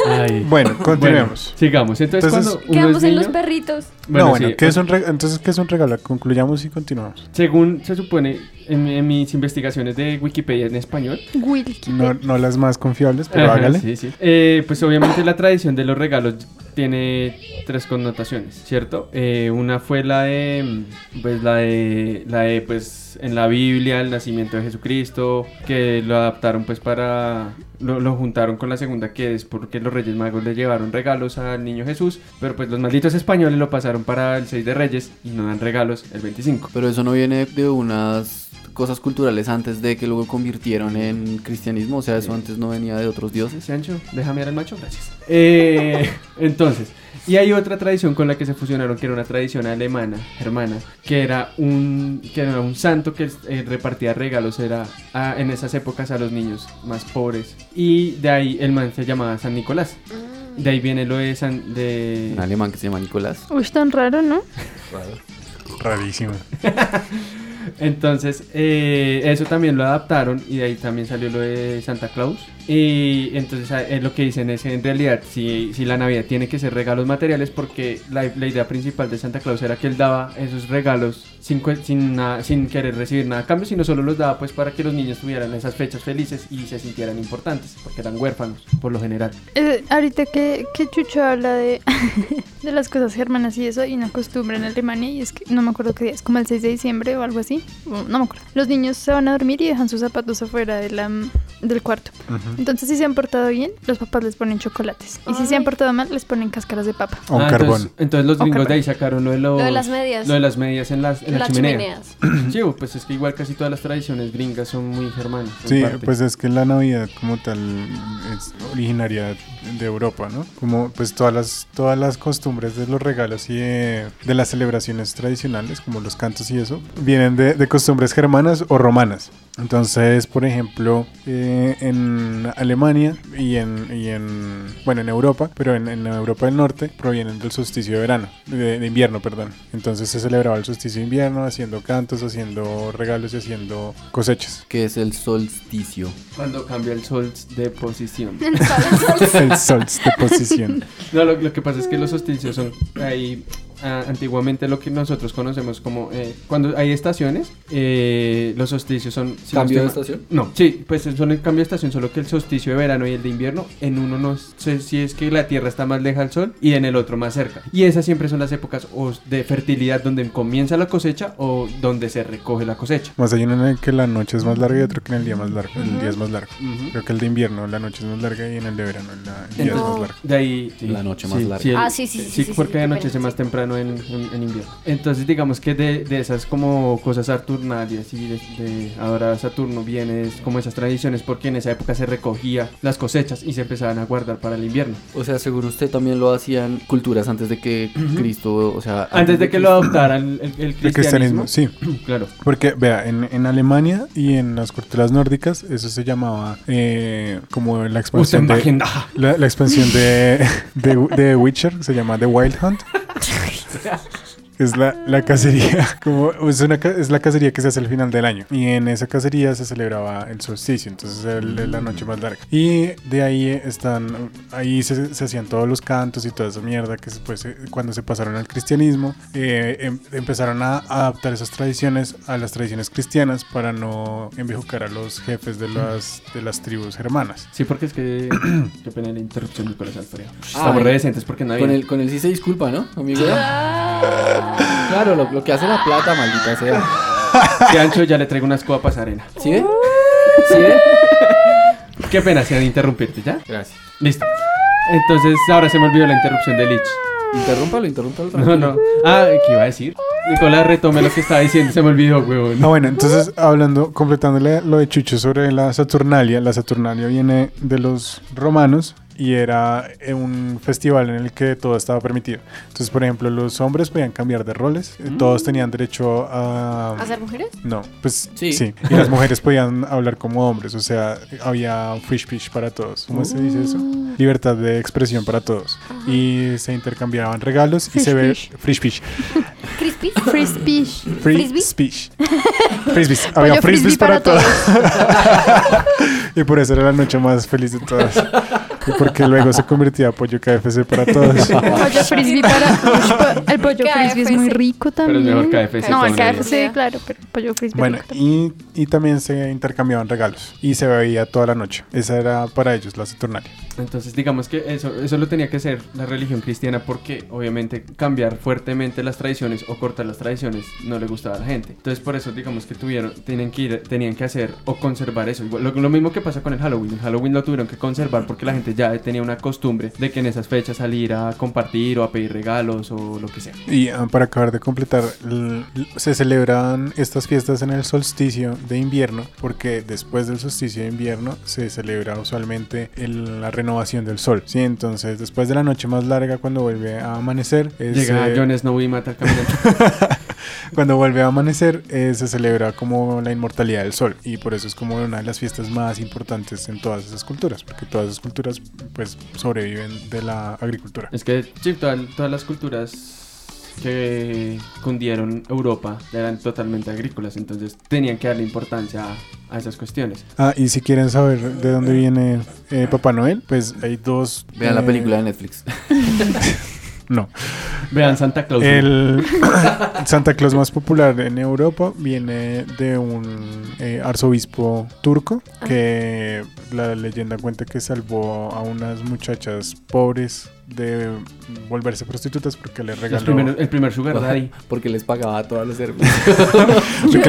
Speaker 1: ay.
Speaker 6: Bueno, continuemos.
Speaker 1: Bueno, sigamos. Entonces,
Speaker 6: Entonces-
Speaker 1: cuando uno
Speaker 3: Quedamos
Speaker 1: es
Speaker 3: en
Speaker 1: niño-
Speaker 3: los perritos.
Speaker 1: Bueno,
Speaker 6: no, bueno,
Speaker 1: sí,
Speaker 6: ¿qué es un re- entonces, ¿qué es un regalo? Concluyamos y continuamos.
Speaker 1: Según se supone en, en mis investigaciones de Wikipedia en español,
Speaker 2: Wilkie.
Speaker 6: No, no las más confiables, pero
Speaker 1: Ajá,
Speaker 6: hágale.
Speaker 1: Sí, sí. Eh, pues obviamente la tradición de los regalos tiene tres connotaciones, ¿cierto? Eh, una fue la de, pues la de, la de, pues en la Biblia, el nacimiento de Jesucristo, que lo adaptaron pues para, lo, lo juntaron con la segunda que es porque los Reyes Magos le llevaron regalos al niño Jesús, pero pues los malditos españoles lo pasaron para el 6 de Reyes y no dan regalos el 25.
Speaker 5: Pero eso no viene de unas cosas culturales antes de que luego convirtieron en cristianismo, o sea, eso antes no venía de otros dioses.
Speaker 1: Sancho, déjame ir al macho, gracias. Eh, entonces, y hay otra tradición con la que se fusionaron, que era una tradición alemana, germana, que era un, que era un santo que eh, repartía regalos era a- en esas épocas a los niños más pobres. Y de ahí el man se llamaba San Nicolás. De ahí viene lo de San... De...
Speaker 5: Un alemán que se llama Nicolás.
Speaker 2: Uy, tan raro, ¿no?
Speaker 6: Rarísimo.
Speaker 1: Entonces, eh, eso también lo adaptaron y de ahí también salió lo de Santa Claus. Y entonces a- eh, lo que dicen es, en realidad, si, si la Navidad tiene que ser regalos materiales, porque la, la idea principal de Santa Claus era que él daba esos regalos sin, cue- sin, nada- sin querer recibir nada a cambio, sino solo los daba pues para que los niños tuvieran esas fechas felices y se sintieran importantes, porque eran huérfanos, por lo general.
Speaker 2: Eh, ahorita que, que Chucho habla de, de las cosas germanas y eso, hay una costumbre en Alemania y es que no me acuerdo qué día, es como el 6 de diciembre o algo así, o no me acuerdo. Los niños se van a dormir y dejan sus zapatos afuera de la, del cuarto. Entonces, si se han portado bien, los papás les ponen chocolates. Y si se han
Speaker 3: Ay.
Speaker 2: portado mal, les ponen cáscaras de papa.
Speaker 6: O un
Speaker 1: Ah,
Speaker 6: carbón.
Speaker 1: Entonces, entonces los
Speaker 2: O
Speaker 1: gringos de
Speaker 2: carbón.
Speaker 1: ahí sacaron lo de, los-
Speaker 3: Lo de las medias.
Speaker 1: lo de las medias en, las, en la
Speaker 3: Las
Speaker 1: chimenea.
Speaker 3: chimeneas.
Speaker 1: Sí, pues es que igual casi todas las tradiciones gringas son muy germanas. en
Speaker 6: Sí,
Speaker 1: parte.
Speaker 6: pues es que la Navidad como tal es originaria de Europa, ¿no? Como pues todas las, todas las costumbres de los regalos y de, de las celebraciones tradicionales, como los cantos y eso, vienen de, de costumbres germanas o romanas. Entonces, por ejemplo, eh, en Alemania y en, y en, bueno, en Europa, pero en, en Europa del Norte provienen del solsticio de verano, de, de invierno, perdón. Entonces se celebraba el solsticio de invierno haciendo cantos, haciendo regalos y haciendo cosechas.
Speaker 5: que es el solsticio.
Speaker 1: Cuando cambia el sol de posición.
Speaker 6: El sol de posición.
Speaker 1: No, lo, lo que pasa es que los solsticios son ahí ah, antiguamente lo que nosotros conocemos como eh, cuando hay estaciones, eh, los solsticios son si no
Speaker 5: ¿Cambio de
Speaker 1: estoy mal-
Speaker 5: estación?
Speaker 1: No, sí, pues son el cambio de estación, solo que el solsticio de verano y el de invierno, en uno no sé si es que la Tierra está más lejos al sol y en el otro más cerca. Y esas siempre son las épocas o de fertilidad donde comienza la cosecha o donde se recoge la cosecha.
Speaker 6: Más hay uno en el que la noche es más larga y otro que en el día más largo. El día es más largo.
Speaker 1: Ujú.
Speaker 6: Creo que el de invierno la noche es más larga y en el de verano la- el día es más
Speaker 3: Entonces-
Speaker 6: largo.
Speaker 1: De ahí sí,
Speaker 5: La noche más
Speaker 1: sí,
Speaker 5: larga.
Speaker 1: el-
Speaker 3: Ah, sí, sí, sí, sí, sí,
Speaker 1: porque
Speaker 3: sí, qué
Speaker 1: anochece
Speaker 3: pena,
Speaker 1: más
Speaker 3: sí.
Speaker 1: temprano en, en- en invierno. Entonces, digamos que de, de esas como cosas saturnalias y de, de ahora Saturno viene es como esas tradiciones, porque en esa época se recogía las cosechas y se empezaban a guardar para el invierno.
Speaker 5: O sea, según usted también lo hacían culturas antes de que Cristo, o sea,
Speaker 1: Antes de que lo adoptaran el, el
Speaker 6: El
Speaker 1: cristianismo.
Speaker 6: cristianismo, sí.
Speaker 1: Claro.
Speaker 6: Porque, vea, en, en Alemania y en las culturas nórdicas, eso se llamaba eh, como la
Speaker 5: Pues
Speaker 6: expansión
Speaker 1: Usted
Speaker 6: de.
Speaker 1: imagina.
Speaker 6: La, la expansión de, de, de Witcher se llama The Wild Hunt. Es la, la cacería, como es, una, ca- es la cacería que se hace al final del año. Y en esa cacería se celebraba el solsticio, entonces el- el- la noche más larga. Y de ahí están, ahí se, se hacían todos los cantos y toda esa mierda que después, eh, cuando se pasaron al cristianismo, eh, em- empezaron a adaptar esas tradiciones a las tradiciones cristianas para no envejucar a los jefes de las, de las tribus germanas.
Speaker 1: Sí, porque es que. qué pena la interrupción, Nicolás Alfredo.
Speaker 5: Ay.
Speaker 1: Estamos re decentes porque no había.
Speaker 5: Con el, con el sí se disculpa, ¿no, amigo? claro, lo, lo que hace la plata, maldita sea.
Speaker 1: Que ancho ya le traigo una escoba pasarena.
Speaker 5: ¿Sí ve? ¿Sí ve?
Speaker 1: Qué pena sea de interrumpirte, ¿ya?
Speaker 5: Gracias.
Speaker 1: Listo. Entonces, ahora se me olvidó la interrupción de Lich.
Speaker 5: Interrúmpalo, interrúmpalo.
Speaker 1: No,
Speaker 5: tranquilo.
Speaker 1: no. Ah, ¿qué iba a decir? Nicolás, retome lo que estaba diciendo. Se me olvidó, huevón.
Speaker 6: Ah, bueno, entonces hablando, completándole lo de Chucho sobre la Saturnalia, la Saturnalia viene de los romanos y era eh, un festival en el que todo estaba permitido. Entonces, por ejemplo, los hombres podían cambiar de roles, eh, todos tenían derecho a...
Speaker 3: ¿A ser mujeres?
Speaker 6: No, pues
Speaker 5: Sí.
Speaker 6: sí. Y las mujeres podían hablar como hombres, o sea, había free speech para todos. ¿Cómo se dice eso? Libertad de expresión para todos. Y se intercambiaban regalos y
Speaker 2: Free
Speaker 6: se ve
Speaker 2: speech.
Speaker 6: free speech.
Speaker 3: ¿Crispy?
Speaker 2: Free speech.
Speaker 6: Free
Speaker 3: ¿Frisbee?
Speaker 6: speech. Frisbees. Había
Speaker 2: Pollo
Speaker 6: frisbees
Speaker 2: frisbee
Speaker 6: para,
Speaker 2: para
Speaker 6: todos. y por eso era la noche más feliz de todas. y porque luego se convertía a pollo KFC para todos.
Speaker 2: El pollo frisbee para. Uy, po- El pollo frisbee es muy
Speaker 3: KFC.
Speaker 2: rico
Speaker 1: Pero
Speaker 2: también.
Speaker 1: es mejor KFC.
Speaker 2: No, el
Speaker 1: con el-
Speaker 2: KFC, claro, pero el pollo frisbee.
Speaker 6: Bueno,
Speaker 2: rico también.
Speaker 6: y, y también se intercambiaban regalos y se bebía toda la noche. Esa era para ellos la Saturnalia.
Speaker 1: Entonces, digamos que eso, eso lo tenía que hacer la religión cristiana porque, obviamente, cambiar fuertemente las tradiciones o cortar las tradiciones no le gustaba a la gente. Entonces, por eso, digamos que tuvieron, tienen que ir, tenían que hacer o conservar eso. Igual, Lo, lo mismo que pasa con el Halloween. El Halloween lo tuvieron que conservar porque la gente ya tenía una costumbre de que en esas fechas salir a compartir o a pedir regalos o lo que sea.
Speaker 6: Y ah, para acabar de completar, l- l- se celebran estas fiestas en el solsticio de invierno, porque después del solsticio de invierno se celebra usualmente el- la renovación del sol. Sí, entonces después de la noche más larga, cuando vuelve a amanecer, es,
Speaker 1: Llega
Speaker 6: eh,
Speaker 1: Jon Snow y mata al caminante.
Speaker 6: cuando vuelve a amanecer, eh, se celebra como la inmortalidad del sol. Y por eso es como una de las fiestas más importantes en todas esas culturas, porque todas esas culturas pues sobreviven de la agricultura.
Speaker 1: Es que sí, toda- todas las culturas que cundieron Europa eran totalmente agrícolas, entonces tenían que darle importancia a, a esas cuestiones.
Speaker 6: Ah, y si quieren saber de dónde viene eh, Papá Noel, pues hay dos.
Speaker 5: Vean la
Speaker 6: eh,
Speaker 5: película de Netflix.
Speaker 6: No.
Speaker 1: Vean Santa Claus.
Speaker 6: El Santa Claus más popular en Europa viene de un eh, arzobispo turco que la leyenda cuenta que salvó a unas muchachas pobres de volverse prostitutas porque les
Speaker 1: Los
Speaker 6: regaló.
Speaker 1: primeros- el primer sugar daddy.
Speaker 5: Porque les pagaba todos los servicios.
Speaker 6: Porque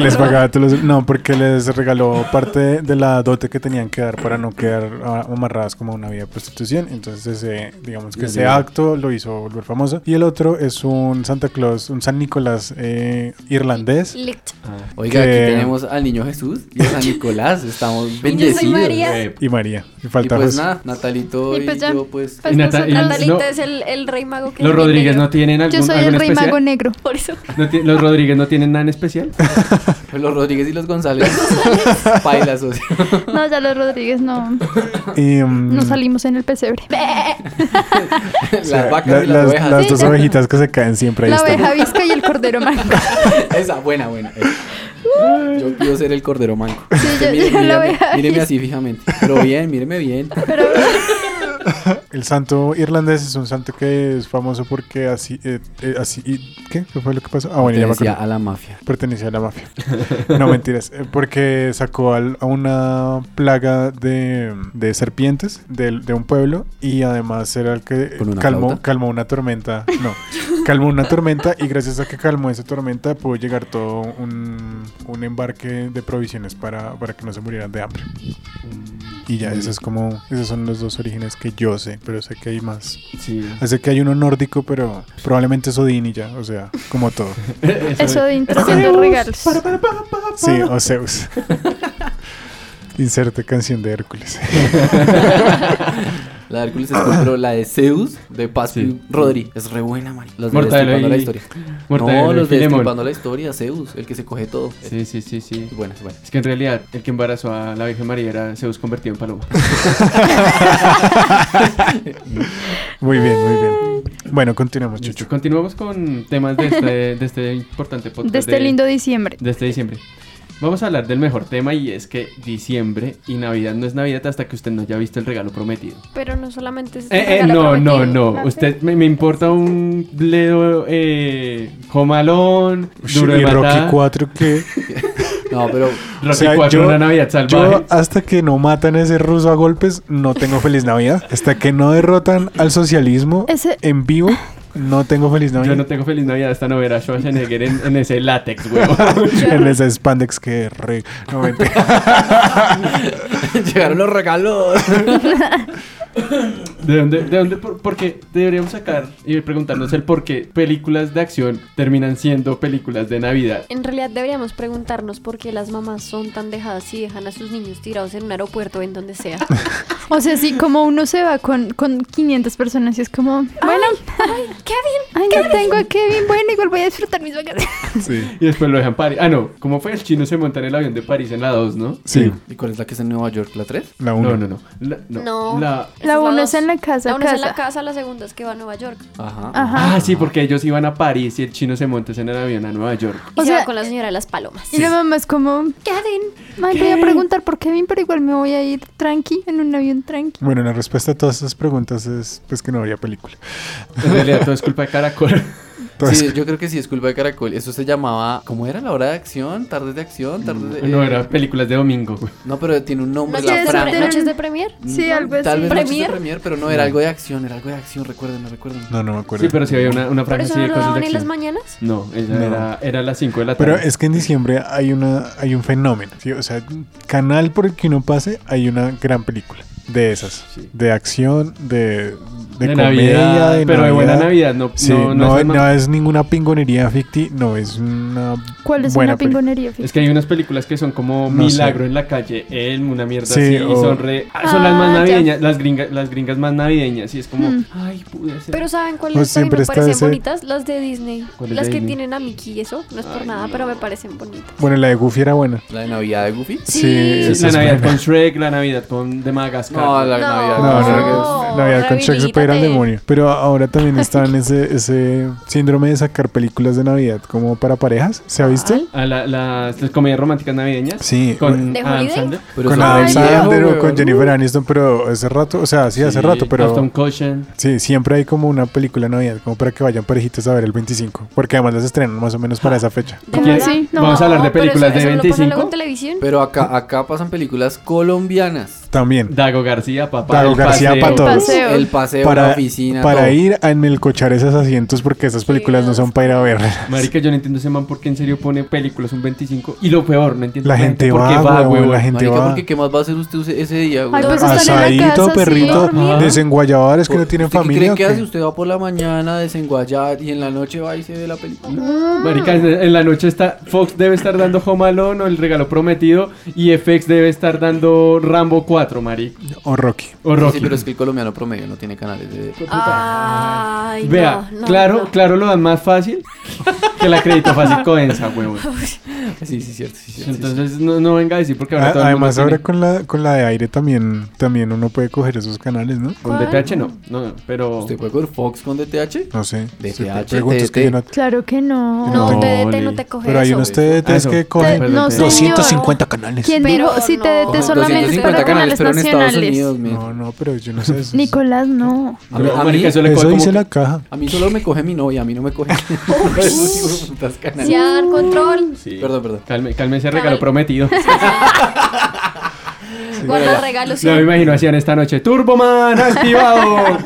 Speaker 6: les pagaba todos los- No, porque les regaló parte de la dote que tenían que dar para no quedar ah, amarradas como a una vida de prostitución. Entonces, ese, digamos que
Speaker 5: Ya,
Speaker 6: ese
Speaker 5: ya.
Speaker 6: acto lo hizo volver famoso. Y el otro es un Santa Claus, un San Nicolás eh, irlandés.
Speaker 3: Licht.
Speaker 5: Oiga,
Speaker 6: Que-
Speaker 5: aquí tenemos al niño Jesús y a San Nicolás. Estamos
Speaker 3: soy
Speaker 5: bendecidos.
Speaker 3: María.
Speaker 1: Eh,
Speaker 6: Y María. Y
Speaker 5: Y
Speaker 6: falta
Speaker 5: pues
Speaker 6: José.
Speaker 5: nada, Natalito
Speaker 2: Y
Speaker 5: y,
Speaker 2: pues ya.
Speaker 5: yo pues...
Speaker 2: Pues
Speaker 1: Y Nata-
Speaker 2: nosotros-
Speaker 1: y-
Speaker 3: Natalita
Speaker 1: no,
Speaker 3: es el, el rey mago que
Speaker 1: los
Speaker 3: es
Speaker 1: Rodríguez no
Speaker 3: negro.
Speaker 1: tienen algún,
Speaker 2: Yo soy el
Speaker 1: algún
Speaker 2: rey
Speaker 1: especial.
Speaker 2: mago negro.
Speaker 3: Por eso.
Speaker 1: ¿No ti- los Rodríguez no tienen nada en especial.
Speaker 5: Los Rodríguez y los González. Paila, socio.
Speaker 2: No, ya los Rodríguez no,
Speaker 6: Y, mm,
Speaker 2: no salimos en el pesebre.
Speaker 5: Las
Speaker 6: o sea,
Speaker 5: vacas
Speaker 6: la-
Speaker 5: y las, ovejas.
Speaker 6: dos ovejitas que se caen siempre ahí
Speaker 2: La
Speaker 6: están.
Speaker 2: oveja visca y el cordero manco.
Speaker 5: Esa, buena, buena. esa. Yo quiero ser el cordero manco.
Speaker 2: Sí, yo-
Speaker 5: míreme,
Speaker 2: yo lo
Speaker 5: míreme,
Speaker 2: veo ahí.
Speaker 5: míreme así fijamente. Pero bien, míreme bien.
Speaker 6: El santo irlandés es un santo que es famoso porque así... eh, eh, así y- ¿Qué? ¿Qué fue lo que pasó? Ah, bueno, ya me
Speaker 5: Pertenecía
Speaker 6: acuerdo.
Speaker 5: a la mafia.
Speaker 6: Pertenecía a la mafia. No mentiras, eh, porque sacó al- a una plaga de, de serpientes del- de, un pueblo y además era el que
Speaker 5: ¿Con una
Speaker 6: calmó,
Speaker 5: flauta?
Speaker 6: calmó una tormenta. No, calmó una tormenta y gracias a que calmó esa tormenta pudo llegar todo un, un embarque de provisiones para, para que no se murieran de hambre. Y ya, eso es como, esos son los dos orígenes que yo sé, pero sé que hay más.
Speaker 1: Sí.
Speaker 6: Sé que hay uno nórdico, pero probablemente es Odín y ya, o sea, como todo.
Speaker 2: Eso de introducción de regalos.
Speaker 6: Sí, o Zeus. Inserte canción de Hércules.
Speaker 5: La de Hércules es cool, pero la de Zeus, de Pascu
Speaker 1: Sí.
Speaker 5: Rodri. Es re buena, man. Los de
Speaker 1: Mortadelo
Speaker 5: Destripando
Speaker 1: y-
Speaker 5: la historia.
Speaker 1: Mortadelo
Speaker 5: no,
Speaker 1: y
Speaker 5: los de
Speaker 1: Filemón.
Speaker 5: Destripando la historia, Zeus, el que se coge todo.
Speaker 1: Sí, sí, sí, sí.
Speaker 5: Es buena, es buena.
Speaker 1: Es que en realidad el que embarazó a la Virgen María era Zeus convertido en paloma.
Speaker 6: Muy bien, muy bien. Bueno, continuamos, Chucho.
Speaker 1: Listo, Continuamos con temas de este, de este importante podcast.
Speaker 2: De este
Speaker 1: de-
Speaker 2: lindo diciembre.
Speaker 1: de este diciembre. Vamos a hablar del mejor tema y es que diciembre y Navidad no es Navidad hasta que usted no haya visto el regalo prometido.
Speaker 3: Pero no solamente es.
Speaker 1: Eh, eh, no, no, no. Usted me, me importa un Ledo eh, Jomalón, Duro
Speaker 6: y
Speaker 1: de
Speaker 6: Rocky
Speaker 1: Matar,
Speaker 6: 4 que
Speaker 5: No, pero
Speaker 1: Rocky
Speaker 6: o sea,
Speaker 1: 4,
Speaker 6: yo-
Speaker 1: una Navidad salvaje.
Speaker 6: yo hasta que no matan a ese ruso a golpes no tengo feliz Navidad. Hasta que no derrotan al socialismo
Speaker 2: Ese-
Speaker 6: en vivo no tengo feliz
Speaker 1: Yo,
Speaker 6: Navidad.
Speaker 1: no tengo feliz Navidad hasta no ver a Schwarzenegger en, en ese látex, huevo.
Speaker 6: en ese spandex que re... No, mentira.
Speaker 5: llegaron los regalos.
Speaker 1: ¿De dónde? ¿De dónde? Por, porque deberíamos sacar y preguntarnos el por qué películas de acción terminan siendo películas de Navidad.
Speaker 3: En realidad deberíamos preguntarnos por qué las mamás son tan dejadas y dejan a sus niños tirados en un aeropuerto o en donde sea.
Speaker 2: O sea, sí, como uno se va con, con 500 personas y es como, bueno,
Speaker 3: Kevin.
Speaker 2: ay, no tengo a Kevin, bueno, igual voy a disfrutar mis vacaciones.
Speaker 6: Sí.
Speaker 1: Y después lo dejan París. Ah, no. ¿Cómo fue? El chino se monta en el avión de París en la 2, ¿no?
Speaker 6: Sí,
Speaker 5: ¿Y cuál es la que es en Nueva York? ¿La 3?
Speaker 6: la
Speaker 1: No,
Speaker 6: 1.
Speaker 1: no, no. La, no.
Speaker 3: No.
Speaker 1: La-
Speaker 2: La uno es en la casa,
Speaker 3: La una es en la
Speaker 2: casa.
Speaker 3: casa, la segunda es que va a Nueva York.
Speaker 5: Ajá.
Speaker 2: Ajá.
Speaker 1: Ah, sí, porque ellos iban a París y el chino se monta en el avión a Nueva York.
Speaker 3: Y
Speaker 2: O
Speaker 3: se
Speaker 2: sea-
Speaker 3: va con la señora de las palomas.
Speaker 2: Y la mamá es como,
Speaker 3: Kevin.
Speaker 2: ay, voy a preguntar por Kevin, pero igual me voy a ir tranqui en un avión tan tranquilo.
Speaker 6: Bueno, la respuesta a todas esas preguntas es pues que no habría película.
Speaker 1: En realidad todo es culpa de Caracol.
Speaker 6: Entonces,
Speaker 5: Sí, yo creo que sí, es culpa de Caracol. Eso se llamaba. ¿Cómo era la hora de acción? ¿Tardes de acción? ¿Tardes de.?
Speaker 1: No,
Speaker 5: eh,
Speaker 1: era películas de domingo. güey.
Speaker 5: No, pero tiene un nombre.
Speaker 3: Noches
Speaker 5: Pues la
Speaker 3: de,
Speaker 2: Fran.
Speaker 3: Premier- noches de Premier.
Speaker 2: Sí, algo así.
Speaker 5: Mm, Tal vez Noches de
Speaker 3: ¿Premier?
Speaker 5: Premier, pero no era algo de acción, era algo de acción, recuérdenme, recuérdenme.
Speaker 6: No, no me acuerdo.
Speaker 1: Sí, pero sí había una, una
Speaker 3: Por
Speaker 1: frase
Speaker 3: eso
Speaker 1: así
Speaker 3: no
Speaker 1: de
Speaker 3: lo
Speaker 1: cosas de
Speaker 3: daban en las
Speaker 1: acción.
Speaker 3: mañanas.
Speaker 1: No, ella
Speaker 6: No.
Speaker 1: era, era a las 5 de la tarde.
Speaker 6: Pero es que en diciembre hay una hay un fenómeno, ¿sí? o sea, canal por el que uno pase hay una gran película de esas,
Speaker 1: Sí.
Speaker 6: de acción, de, de, comedia,
Speaker 1: Navidad,
Speaker 6: de
Speaker 1: pero de buena Navidad,
Speaker 6: Navidad.
Speaker 1: no,
Speaker 6: Sí,
Speaker 1: no,
Speaker 6: no,
Speaker 1: no es
Speaker 6: no
Speaker 1: normal.
Speaker 6: es ninguna pingonería ficti, no es una
Speaker 2: ¿Cuál es
Speaker 6: buena
Speaker 2: una
Speaker 6: película.
Speaker 2: pingonería? Fifi?
Speaker 1: Es que hay unas películas que son como
Speaker 6: No sé.
Speaker 1: Milagro en la calle, Elm, una mierda
Speaker 6: Sí,
Speaker 1: así, y
Speaker 6: o-
Speaker 1: son re- ah, son las
Speaker 2: Ah,
Speaker 1: más
Speaker 2: ya.
Speaker 1: navideñas, las gringas, las gringas más navideñas, y es como,
Speaker 2: Mm.
Speaker 1: ay, pude hacer.
Speaker 3: Pero ¿saben cuáles
Speaker 6: Pues
Speaker 3: son y
Speaker 6: siempre
Speaker 3: me
Speaker 6: está
Speaker 3: parecen
Speaker 6: ese-
Speaker 3: bonitas? Las de Disney.
Speaker 1: ¿Cuál es
Speaker 3: Las
Speaker 1: de
Speaker 3: que
Speaker 1: Disney?
Speaker 3: tienen a Mickey y eso. No es por nada, pero me parecen bonitas.
Speaker 6: Bueno, la de Goofy era buena.
Speaker 5: ¿La de Navidad de Goofy?
Speaker 6: Sí,
Speaker 3: Sí.
Speaker 1: Sí,
Speaker 6: esa
Speaker 1: la
Speaker 6: es
Speaker 1: Navidad
Speaker 6: buena.
Speaker 1: con Shrek, la Navidad con de Madagascar.
Speaker 5: No, la
Speaker 3: No.
Speaker 5: Navidad
Speaker 6: No,
Speaker 5: de Goofy.
Speaker 6: no,
Speaker 3: No,
Speaker 6: no, Navidad con Shakespeare era el
Speaker 3: rehabilítate.
Speaker 6: demonio. Pero ahora también está en ese, ese síndrome de sacar películas de Navidad como para parejas. ¿Se ha visto?
Speaker 1: A la- las, las comedias románticas navideñas.
Speaker 6: Sí. mm,
Speaker 1: Con
Speaker 3: ¿De
Speaker 1: Adam
Speaker 3: Holiday?
Speaker 1: Sandler.
Speaker 5: Pero
Speaker 6: con
Speaker 5: eso
Speaker 6: Adam
Speaker 5: es viejo,
Speaker 6: Sandler o
Speaker 5: weón.
Speaker 6: con Jennifer Aniston, pero hace rato, o sea, sí, hace rato, pero
Speaker 1: Aston Kutcher.
Speaker 6: sí, siempre hay como una película de Navidad, como para que vayan parejitos a ver el 25, porque además las estrenan más o menos para esa fecha.
Speaker 2: ¿Cómo
Speaker 1: ¿Quién-
Speaker 2: así? No.
Speaker 1: Vamos a hablar de
Speaker 3: pero eso-
Speaker 1: películas
Speaker 3: eso
Speaker 1: de
Speaker 3: no lo pasan luego en
Speaker 1: 25.
Speaker 3: televisión.
Speaker 5: Pero acá, acá pasan películas colombianas.
Speaker 6: También,
Speaker 1: Dago García, papá.
Speaker 6: Dago
Speaker 1: El
Speaker 6: García
Speaker 1: Paseo.
Speaker 6: pa' todos.
Speaker 2: Paseo.
Speaker 5: El paseo, la
Speaker 6: Para,
Speaker 5: oficina.
Speaker 6: para
Speaker 5: todo.
Speaker 6: ir a enmelcochar esos asientos, porque esas películas no son para ir a ver.
Speaker 1: Marica, yo no entiendo ese man por qué en serio pone películas un 25. Y lo peor, no entiendo
Speaker 6: La gente
Speaker 1: por qué
Speaker 6: va,
Speaker 1: va,
Speaker 6: huevón,
Speaker 1: huevón.
Speaker 6: la gente
Speaker 5: Marica,
Speaker 6: va.
Speaker 5: porque ¿qué más va a hacer usted use- ese día, güey?
Speaker 2: Ay, pues están en la
Speaker 6: Asadito,
Speaker 2: casa,
Speaker 6: perrito,
Speaker 2: sí, dormido.
Speaker 6: desenguayabares que no tienen
Speaker 5: ¿Usted qué
Speaker 6: familia.
Speaker 5: cree que
Speaker 6: ¿o qué?
Speaker 5: hace? Usted va por la mañana a desenguayar y en la noche va y se ve la película.
Speaker 1: Marica, en- en la noche está Fox debe estar dando Home Alone o El Regalo Prometido y FX debe estar dando Rambo 4, marica.
Speaker 6: O Rocky.
Speaker 1: O
Speaker 5: Sí,
Speaker 1: Rocky.
Speaker 5: pero es que el colombiano promedio no tiene canales de...
Speaker 3: Ay, no,
Speaker 1: Vea,
Speaker 3: no,
Speaker 1: claro,
Speaker 3: no.
Speaker 1: claro lo dan más fácil que la crédito fácil Coensa, huevón.
Speaker 5: Sí, sí, cierto. Sí, cierto, sí,
Speaker 1: Entonces no, no venga a decir porque ahora
Speaker 6: A-
Speaker 1: todo el mundo
Speaker 6: Ah, Además, ahora
Speaker 1: tiene-
Speaker 6: con la, con la de aire también, también uno puede coger esos canales, ¿no?
Speaker 1: con DTH no, no, no, pero
Speaker 5: ¿Usted puede con Fox con DTH?
Speaker 6: No sé.
Speaker 5: De
Speaker 6: Sí,
Speaker 5: TH,
Speaker 6: preguntas que
Speaker 5: TT.
Speaker 6: yo no-
Speaker 2: Claro que no.
Speaker 3: No,
Speaker 1: No,
Speaker 3: TDT
Speaker 1: Oli.
Speaker 3: no te coge
Speaker 6: Pero hay
Speaker 3: eso.
Speaker 6: unos
Speaker 1: Ah,
Speaker 6: TDTs
Speaker 1: eso.
Speaker 6: que
Speaker 2: Te-
Speaker 6: cogen
Speaker 2: no,
Speaker 1: Perdón.
Speaker 2: señor.
Speaker 6: 250 canales.
Speaker 2: ¿Quién
Speaker 3: Pero
Speaker 2: dijo si
Speaker 3: no.
Speaker 2: te
Speaker 5: Cogen
Speaker 2: solamente
Speaker 5: 250
Speaker 2: para canales
Speaker 5: pero en Estados
Speaker 2: nacionales?
Speaker 5: Unidos, mijo.
Speaker 6: No, no, pero yo no sé. Eso,
Speaker 2: Nicolás, no.
Speaker 5: A mí-
Speaker 1: Pero,
Speaker 5: a mí-
Speaker 1: marica, eso le
Speaker 6: eso
Speaker 1: coge como
Speaker 6: dice
Speaker 1: que-
Speaker 6: la caja.
Speaker 5: A mí solo me coge mi novia, a mí no me coge. Esos putas canales.
Speaker 3: Sean control,
Speaker 1: Sí.
Speaker 5: Perdón, perdón.
Speaker 1: Calme, calme ese regalo
Speaker 3: Calma.
Speaker 1: prometido.
Speaker 3: guarda regalos.
Speaker 1: No me imagino hacían esta noche Turboman activado.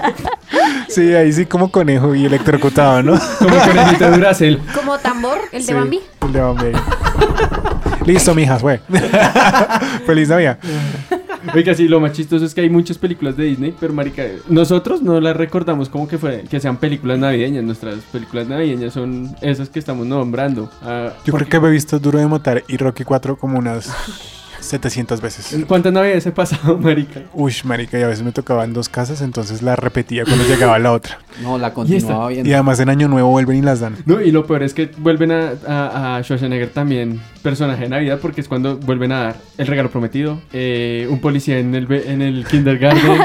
Speaker 6: Sí, ahí sí como conejo y electrocutado, ¿no?
Speaker 1: Como que necesito Duracell.
Speaker 3: Como tambor, el
Speaker 6: Sí,
Speaker 3: de Bambi.
Speaker 6: el de Bambi ahí. Listo, mijas, güey. Feliz Navidad.
Speaker 1: Oiga, sí, lo más chistoso es que hay muchas películas de Disney, pero marica, nosotros no las recordamos como que fue, que sean películas navideñas. Nuestras películas navideñas son esas que estamos nombrando. Ah,
Speaker 6: Yo creo que me he visto Duro de Matar y Rocky 4 como unas 700 veces.
Speaker 1: ¿Cuántas navidades he pasado, marica?
Speaker 6: Uy, marica, y a veces me tocaba en dos casas, entonces la repetía cuando llegaba a la otra.
Speaker 5: No, la
Speaker 1: esta?
Speaker 5: continuaba
Speaker 6: Y
Speaker 5: viendo.
Speaker 6: además en Año Nuevo vuelven y las dan.
Speaker 1: No, y lo peor es que vuelven a, a, a Schwarzenegger también personaje de Navidad porque es cuando vuelven a dar el regalo prometido, eh, un policía en el, be- en el kindergarten.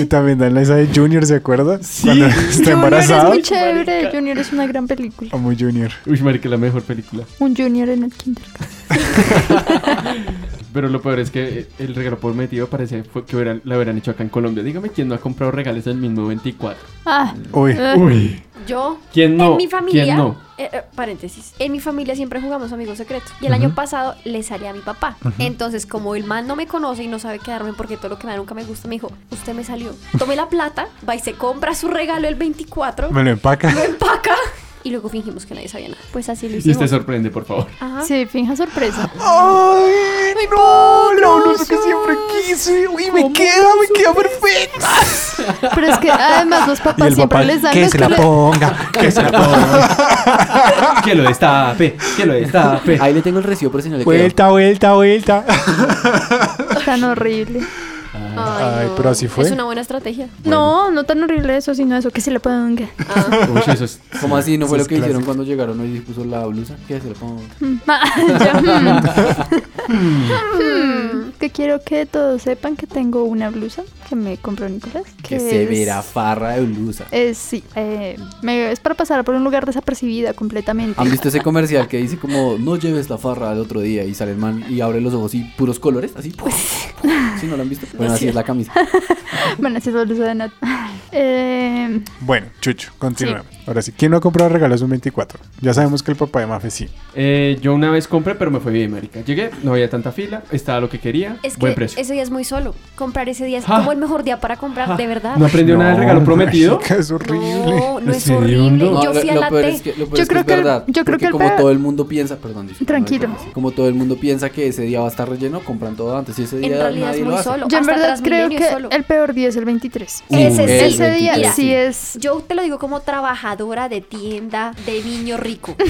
Speaker 6: Y también dan esa de Junior, ¿se acuerda?
Speaker 1: Sí.
Speaker 6: Cuando está embarazada.
Speaker 2: Junior es muy chévere. Junior es una gran película.
Speaker 6: O muy Junior.
Speaker 1: Uy, marica, la mejor película.
Speaker 2: Un Junior en el kindergarten.
Speaker 1: Pero lo peor es que eh, el regalo prometido parece fue que hubieran, la hubieran hecho acá en Colombia. Dígame quién no ha comprado regalos el mismo 24.
Speaker 2: Ah,
Speaker 6: Uy,
Speaker 1: Uy.
Speaker 3: Yo.
Speaker 1: ¿Quién no?
Speaker 3: En mi familia.
Speaker 1: ¿Quién no?
Speaker 3: eh, eh, paréntesis. En mi familia siempre jugamos amigos secretos. Y el año pasado le salía a mi papá. Entonces, como el man no me conoce y no sabe qué darme porque todo lo que me da nunca me gusta, me dijo: Usted me salió. Tome la plata, va y se compra su regalo el 24,
Speaker 6: me lo empaca.
Speaker 3: lo empaca. Y luego fingimos que nadie sabía nada. Pues así lo
Speaker 1: Y usted
Speaker 3: hicimos.
Speaker 1: sorprende, por favor.
Speaker 3: Ajá.
Speaker 2: sí, finja sorpresa.
Speaker 6: ¡Ay, no! La blusa que siempre quise. ¡Uy, me queda, me queda perfecta!
Speaker 2: Pero es que además los
Speaker 6: Y
Speaker 2: papás
Speaker 6: el
Speaker 2: siempre
Speaker 6: papá,
Speaker 2: les dan
Speaker 6: que
Speaker 2: los
Speaker 6: se la
Speaker 2: le-
Speaker 6: ponga.
Speaker 1: Que se la ponga. Que lo destape. Que lo destape.
Speaker 5: Ahí le tengo el recibo, pero si no le quedó.
Speaker 6: Vuelta, vuelta, vuelta.
Speaker 2: tan horrible.
Speaker 6: Ay,
Speaker 3: no.
Speaker 6: pero así fue.
Speaker 3: Es una buena estrategia.
Speaker 2: No, no tan horrible eso, sino eso, que se la ponga.
Speaker 1: Uy, eso es-
Speaker 5: ¿Cómo así? ¿No fue
Speaker 6: Eso
Speaker 5: lo
Speaker 6: es
Speaker 5: que hicieron
Speaker 6: clásico.
Speaker 5: cuando llegaron hoy y puso la blusa? ¿Qué se la pongo?
Speaker 2: Ah, ya,
Speaker 6: Hmm.
Speaker 2: mm. Mm, que quiero que todos sepan que tengo una blusa que me compró Nicolás.
Speaker 5: Que
Speaker 2: es-
Speaker 5: se verá farra de blusa.
Speaker 2: Es, sí, eh, me- es para pasar por un lugar desapercibida completamente.
Speaker 5: ¿Han visto ese comercial que dice como no lleves la
Speaker 2: Pues.
Speaker 5: farra al otro día y sale el man y abre los ojos y puros colores? Así. ¿Sí no lo han visto? Bueno, así así es la camisa.
Speaker 2: Bueno, si es blusa de Nat. Eh,
Speaker 6: Bueno, Chucho, continúa. Ahora sí, ¿quién no ha comprado regalos un 24? Ya sabemos que el papá de Mafe sí.
Speaker 1: Eh, yo una vez compré, pero me fue bien, marica. Llegué, no había tanta fila, estaba lo que quería,
Speaker 3: Es que
Speaker 1: buen precio.
Speaker 3: ese día es muy solo. Comprar ese día es
Speaker 1: Ah.
Speaker 3: como el mejor día para comprar,
Speaker 1: Ah,
Speaker 3: de verdad.
Speaker 1: No aprendió nada del regalo
Speaker 6: No,
Speaker 1: prometido.
Speaker 6: marica, es horrible.
Speaker 3: No, no es
Speaker 1: ¿En serio?
Speaker 3: horrible.
Speaker 1: No,
Speaker 3: Yo
Speaker 5: lo-
Speaker 3: fui a
Speaker 5: lo
Speaker 3: la
Speaker 5: peor
Speaker 3: T.
Speaker 5: es que- lo peor
Speaker 2: Yo
Speaker 5: es que
Speaker 2: creo
Speaker 5: es
Speaker 2: que el-
Speaker 5: verdad,
Speaker 2: yo creo
Speaker 5: porque
Speaker 2: que el
Speaker 5: como
Speaker 2: peor-
Speaker 5: todo el mundo piensa, perdón, disculpa, no me
Speaker 2: Tranquilo.
Speaker 5: interrumpí. como todo el mundo piensa que ese día va a estar relleno, compran todo antes y ese día
Speaker 3: En realidad
Speaker 5: nadie
Speaker 3: es
Speaker 5: lo
Speaker 3: muy
Speaker 5: hace.
Speaker 3: solo.
Speaker 2: yo en
Speaker 3: Hasta
Speaker 2: verdad creo
Speaker 3: Transmilenio es
Speaker 2: que
Speaker 3: solo.
Speaker 2: el peor día es el 23.
Speaker 3: Ese
Speaker 5: Uh,
Speaker 3: sí.
Speaker 5: el
Speaker 2: Ese día
Speaker 5: 23,
Speaker 2: sí es...
Speaker 3: Yo te lo digo como trabajadora de tienda de niño rico.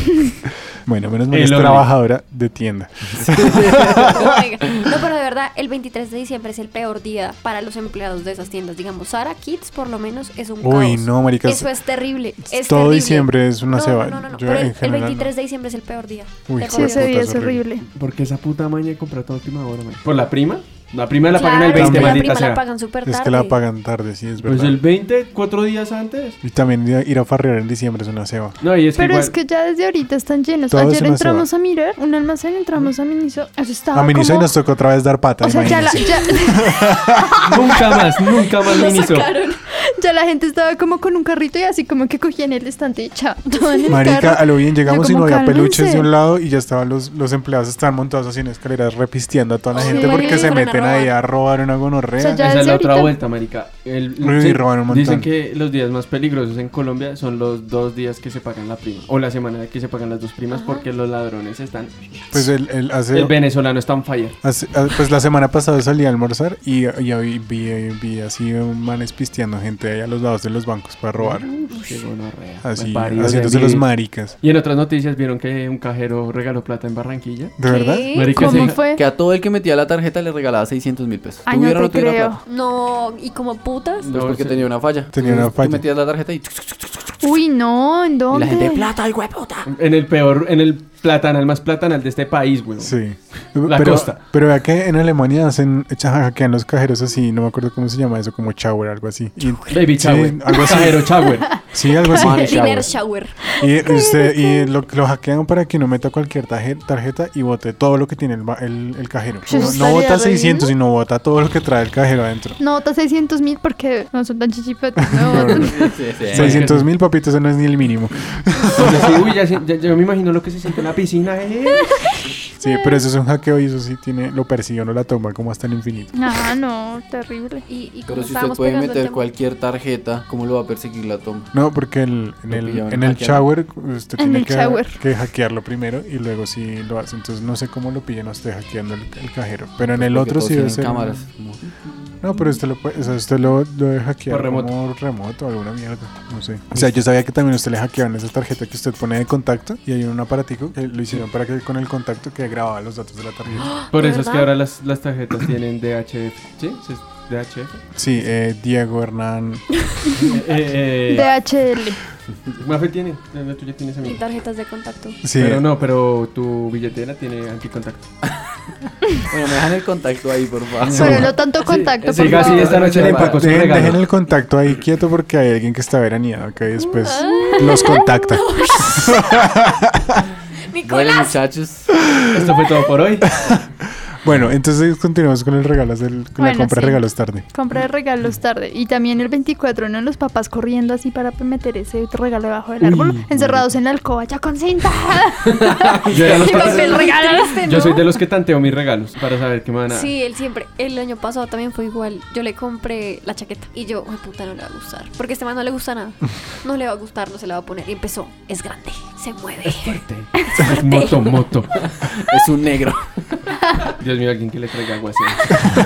Speaker 6: Bueno, menos mal
Speaker 1: El
Speaker 6: es
Speaker 1: hombre.
Speaker 6: trabajadora de tienda.
Speaker 3: Oiga. no, pero de verdad, el 23 de diciembre es el peor día para los empleados de esas tiendas. Digamos, Sara Kids por lo menos es un
Speaker 6: Uy,
Speaker 3: caos.
Speaker 6: no, marica.
Speaker 3: Eso es terrible. Es
Speaker 6: todo
Speaker 3: terrible.
Speaker 6: diciembre es una
Speaker 3: no,
Speaker 6: ceba.
Speaker 3: No, no, no, no,
Speaker 6: Yo
Speaker 3: pero el,
Speaker 6: en
Speaker 3: el
Speaker 6: general no.
Speaker 3: 23 de diciembre es el peor día.
Speaker 6: Uy,
Speaker 3: Te
Speaker 2: Sí,
Speaker 3: juro.
Speaker 2: ese día es
Speaker 6: Puta, es horrible.
Speaker 2: horrible.
Speaker 1: Porque esa puta maña de comprar todo a última hora, marica. ¿Por la prima? La prima la pagan
Speaker 3: Claro,
Speaker 1: el 20,
Speaker 3: es que la
Speaker 1: maldita
Speaker 3: prima la
Speaker 1: sea.
Speaker 3: pagan súper tarde.
Speaker 6: Es que la pagan tarde, sí, es verdad.
Speaker 1: Pues el 20, cuatro días antes.
Speaker 6: Y también ir a- ir a farrear en diciembre es una ceba.
Speaker 1: No, y es que
Speaker 2: Pero
Speaker 1: igual-
Speaker 2: es que ya desde ahorita están llenos.
Speaker 6: Todo es
Speaker 2: Ayer
Speaker 6: una
Speaker 2: entramos a mirar un almacén, entramos a Miniso. Eso estaba
Speaker 6: A Miniso y
Speaker 2: como-
Speaker 6: nos tocó otra vez dar pata.
Speaker 2: O sea, ya la,
Speaker 6: imagínense.
Speaker 2: ya,
Speaker 1: nunca más, nunca más me inició.
Speaker 2: ya la gente estaba como con un carrito y así como que cogían el estante y chao, todo en el
Speaker 6: Marica,
Speaker 2: carro.
Speaker 6: a lo bien llegamos
Speaker 2: Yo
Speaker 6: y no
Speaker 2: como,
Speaker 6: había peluches de
Speaker 2: "Cálmense".
Speaker 6: un lado y ya estaban los, los empleados estaban montados así en escaleras repisteando a toda la
Speaker 3: Sí,
Speaker 6: gente porque
Speaker 3: fueron
Speaker 6: se
Speaker 3: a
Speaker 6: meten
Speaker 3: robar.
Speaker 6: ahí a robar una gonorrea.
Speaker 2: O sea,
Speaker 1: Esa
Speaker 2: ya-
Speaker 1: es
Speaker 2: desde
Speaker 1: la otra
Speaker 2: ahorita.
Speaker 1: vuelta, marica. El-
Speaker 6: Uy, roban un montón.
Speaker 1: Dicen que los días más peligrosos en Colombia son los dos días que se pagan la prima. O la semana que se pagan las dos primas porque los ladrones están...
Speaker 6: Pues el, el hace,
Speaker 1: El venezolano está on fire.
Speaker 6: hace- a- pues la semana pasada salí a almorzar y, y ahí vi, vi así manes pisteando gente ahí a los lados de los bancos para robar.
Speaker 2: Mm.
Speaker 1: Qué gonorrea.
Speaker 6: Así,
Speaker 1: Me parió de
Speaker 6: haciéndose los
Speaker 1: envidia.
Speaker 6: maricas.
Speaker 1: Y en otras noticias vieron que un cajero regaló plata en Barranquilla.
Speaker 6: ¿De verdad?
Speaker 3: ¿Qué?
Speaker 1: Marica,
Speaker 2: ¿Cómo
Speaker 1: sí.
Speaker 2: fue?
Speaker 5: Que a todo el que metía la tarjeta le regalaba 600 mil pesos.
Speaker 2: Ay, no
Speaker 5: ¿Tuviera o
Speaker 2: te
Speaker 5: tuviera
Speaker 2: creo.
Speaker 5: plata?
Speaker 3: No, y como putas.
Speaker 5: Pues
Speaker 1: No,
Speaker 5: porque
Speaker 1: sí.
Speaker 5: tenía una falla.
Speaker 6: Tenía una
Speaker 5: Entonces,
Speaker 6: falla.
Speaker 5: Tú metías la tarjeta y,
Speaker 2: Uy, no, ¿en
Speaker 5: y
Speaker 2: dónde?
Speaker 5: la gente, plata, el hueputa.
Speaker 1: En el peor, en el platanal más platanal de este país, güey.
Speaker 6: Sí.
Speaker 1: La
Speaker 6: pero,
Speaker 1: costa.
Speaker 6: pero vea que en Alemania hacen ja- hackean los cajeros así, no me acuerdo cómo se llama eso, como shower, algo así. Y-
Speaker 1: Baby
Speaker 6: Sí,
Speaker 1: Chagüer.
Speaker 6: algo así.
Speaker 1: Cajero Chagüer.
Speaker 6: Pues sí, algo así.
Speaker 5: Man,
Speaker 3: Dinner shower.
Speaker 5: shower.
Speaker 6: Y, usted, y lo, lo hackean para que no meta cualquier taje- tarjeta y bote todo lo que tiene el, ba- el, el cajero.
Speaker 2: Eso
Speaker 6: No,
Speaker 2: estaría
Speaker 6: no bota
Speaker 2: re
Speaker 6: 600, sino bota todo lo que trae el cajero adentro.
Speaker 2: No, está 600 mil porque no son tan chichipatos. No,
Speaker 5: Sí, sí, sí.
Speaker 6: 600 mil papitos, eso no es ni el mínimo.
Speaker 1: Entonces, sí, uy, ya se- ya- yo me imagino lo que se siente en la piscina. eh.
Speaker 6: Sí,
Speaker 2: Eh.
Speaker 6: pero eso es un hackeo y eso sí tiene, lo persigue, no la toma como hasta el infinito.
Speaker 2: no, no, terrible.
Speaker 3: Y, y como
Speaker 5: Pero si usted
Speaker 3: estábamos
Speaker 5: puede
Speaker 3: pegando el
Speaker 5: meter
Speaker 3: tema-
Speaker 5: cualquier tarjeta, ¿cómo lo va a perseguir la toma?
Speaker 6: No, porque el- en
Speaker 5: Lo
Speaker 6: el,
Speaker 5: pillaron
Speaker 6: en el
Speaker 5: hackeando.
Speaker 6: shower usted
Speaker 2: En
Speaker 6: tiene
Speaker 2: el
Speaker 6: que,
Speaker 2: shower.
Speaker 6: que hackearlo primero y luego sí lo hace. Entonces no sé cómo lo pillan a usted hackeando el, el cajero. Pero en el
Speaker 5: Porque
Speaker 6: otro
Speaker 5: todos
Speaker 6: sí debe
Speaker 5: tienen
Speaker 6: ser.
Speaker 5: cámaras. como-
Speaker 6: No, pero usted lo puede, o sea, usted lo, lo debe hackear
Speaker 1: Por remoto.
Speaker 6: como remoto o alguna mierda, no sé. O sea, yo sabía que también usted le hackeaban esa tarjeta que usted pone de contacto y hay un aparatico que lo hicieron para que con el contacto que grababa los datos de la tarjeta.
Speaker 1: Por
Speaker 3: ¿De
Speaker 1: eso es que
Speaker 3: verdad?
Speaker 1: ahora las, las tarjetas tienen DHF. ¿Sí? ¿Sí es ¿DHF?
Speaker 6: Sí, eh, Diego Hernán.
Speaker 1: Eh, eh,
Speaker 2: DHL.
Speaker 1: Mafe tiene. La la tuya tiene esa
Speaker 3: Y
Speaker 1: misma.
Speaker 3: tarjetas de contacto.
Speaker 6: Sí,
Speaker 1: Pero no, pero tu billetera tiene anticontacto.
Speaker 5: Bueno, me dejan el contacto ahí, por favor.
Speaker 2: Pero no tanto contacto,
Speaker 1: Sí,
Speaker 2: por
Speaker 1: casi
Speaker 2: favor.
Speaker 1: esta noche le
Speaker 5: Dejen-
Speaker 1: empacó su
Speaker 6: Dejen, dejen
Speaker 1: regalo.
Speaker 6: el contacto ahí quieto porque hay alguien que está veraneado acá y después los contacta.
Speaker 5: Bueno,
Speaker 3: Nicolás.
Speaker 5: muchachos.
Speaker 1: Esto fue todo por hoy.
Speaker 6: Bueno, entonces continuamos con el regalos del, con la
Speaker 2: Bueno,
Speaker 6: compra de
Speaker 2: sí.
Speaker 6: regalos tarde.
Speaker 2: Compré regalos tarde. Y también el 24, ¿no? Los papás corriendo así para meter ese regalo debajo del árbol. encerrados en la alcoba, ya con cinta.
Speaker 1: Yo, era los
Speaker 2: Y
Speaker 1: que-
Speaker 2: papel regalo. este,
Speaker 1: yo soy de los que tanteo mis regalos para saber qué me van a dar.
Speaker 3: Sí, él siempre. El año pasado también fue igual. Yo le compré la chaqueta y yo, ay puta, no le va a gustar. Porque a este man no le gusta nada. No le va a gustar, no se la va a poner. Y empezó, es grande, se mueve.
Speaker 1: Es moto, moto.
Speaker 5: Es un negro.
Speaker 1: Dios mío, alguien que le traiga agua así.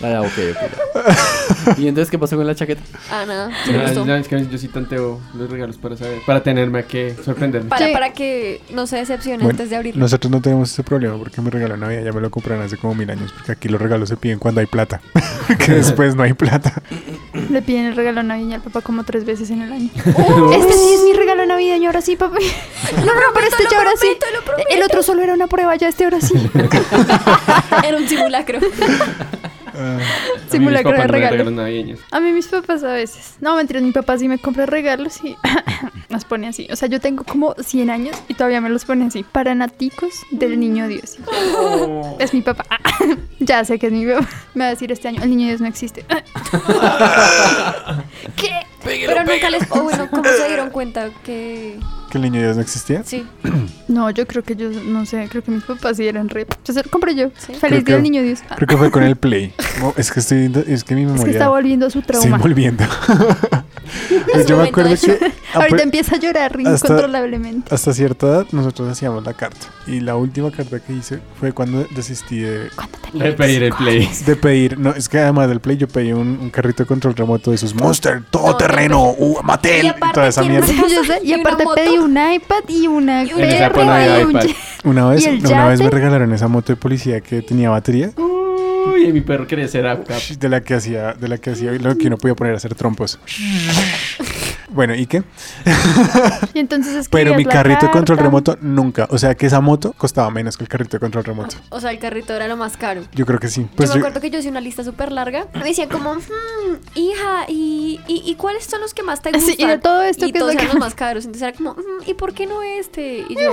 Speaker 5: Vale, Ah, ok, ok. ¿Y entonces qué pasó con la chaqueta?
Speaker 3: Ah, nada, se le
Speaker 1: Ya,
Speaker 3: gustó.
Speaker 1: ya, es que yo sí tanteo los regalos para saber, para tenerme a que sorprenderme.
Speaker 3: Para,
Speaker 2: Sí.
Speaker 3: para que no se decepcione
Speaker 6: Bueno,
Speaker 3: antes de abrirlo.
Speaker 6: Nosotros no tenemos ese problema porque mi regalo de Navidad ya me lo compraron hace como mil años porque aquí los regalos se piden cuando hay plata, que después no hay plata.
Speaker 2: Le piden el regalo navideño al papá como tres veces en el año.
Speaker 1: Oh.
Speaker 3: ¡Uh!
Speaker 2: este sí es mi regalo navideño, ahora sí, papá. No, no, pero este ya ahora sí. El otro solo era una prueba, ya este ahora sí.
Speaker 3: Era un simulacro.
Speaker 6: Ah,
Speaker 1: A mí mis
Speaker 2: Simulacro de
Speaker 1: papás no me dan
Speaker 2: regalo.
Speaker 1: regalos navideños.
Speaker 2: A mí mis papás a veces. No, mentiras, mi papá sí me compra regalos y nos pone así. O sea, yo tengo como 100 años Oh. y todavía me los pone así. Para naticos del niño Dios. Es mi papá. Ya sé que es mi papá. Me va a decir este año, el niño Dios no existe.
Speaker 3: ¿Qué? Pero nunca les. Oh, bueno, ¿cómo se dieron cuenta que.?
Speaker 6: ¿Que el niño Dios no existía?
Speaker 3: Sí.
Speaker 2: No, yo creo que yo, no sé, creo que mis papás sí eran re... Yo se lo compré yo.
Speaker 3: Sí.
Speaker 2: Feliz
Speaker 6: Creo
Speaker 2: día
Speaker 6: que-
Speaker 2: del niño Dios. Ah,
Speaker 6: Creo que fue con el play. No, es que estoy. Es que mi memoria.
Speaker 2: es que está volviendo a su
Speaker 6: estoy
Speaker 2: trauma.
Speaker 6: volviendo. Pues yo me acuerdo
Speaker 3: momento
Speaker 6: que.
Speaker 2: Ahorita
Speaker 6: apre-
Speaker 2: empieza a llorar
Speaker 6: hasta-
Speaker 2: incontrolablemente.
Speaker 6: Hasta cierta edad nosotros hacíamos la carta. Y la última carta que hice fue cuando desistí de,
Speaker 1: Le pediré el play.
Speaker 6: de pedir. No, es que además del play yo pedí un, un carrito de control remoto de esos Monster, todo terreno, uh, Mattel,
Speaker 3: Y
Speaker 6: y
Speaker 3: aparte
Speaker 6: toda esa
Speaker 3: tiene
Speaker 6: mierda.
Speaker 2: Yo
Speaker 3: una casa
Speaker 2: sé, y
Speaker 3: una
Speaker 2: aparte
Speaker 3: moto.
Speaker 2: pedí un iPad y una
Speaker 3: Y un
Speaker 1: En esa
Speaker 3: perro
Speaker 1: época no había
Speaker 2: y un
Speaker 1: iPad.
Speaker 2: jet.
Speaker 6: Una vez,
Speaker 2: ¿Y el
Speaker 6: una vez me
Speaker 2: yate?
Speaker 6: regalaron esa moto de policía que tenía batería.
Speaker 1: Uy, y mi perro quería ser acá.
Speaker 6: Ush, De la que hacía, de la que hacía, lo que no podía poner a hacer trompos. Bueno, ¿y qué?
Speaker 2: Y entonces escribías
Speaker 6: Pero mi
Speaker 2: la
Speaker 6: carrito de control
Speaker 2: carta.
Speaker 6: remoto nunca. O sea que esa moto costaba menos que el carrito de control remoto.
Speaker 2: Ah.
Speaker 3: O sea, el carrito era lo más caro.
Speaker 6: Yo creo que sí. Pues
Speaker 3: yo
Speaker 6: yo-
Speaker 3: me acuerdo que yo hice una lista súper larga. Me decían como, "Hmm, hija, ¿y, y, y cuáles son los que más te
Speaker 2: Sí,
Speaker 3: gustan?
Speaker 2: y de todo esto,
Speaker 3: y
Speaker 2: ¿qué es
Speaker 3: todos
Speaker 2: lo que
Speaker 3: eran los
Speaker 2: más?
Speaker 3: más caros. Entonces era como, "Hmm, ¿y por qué no este? Y yo,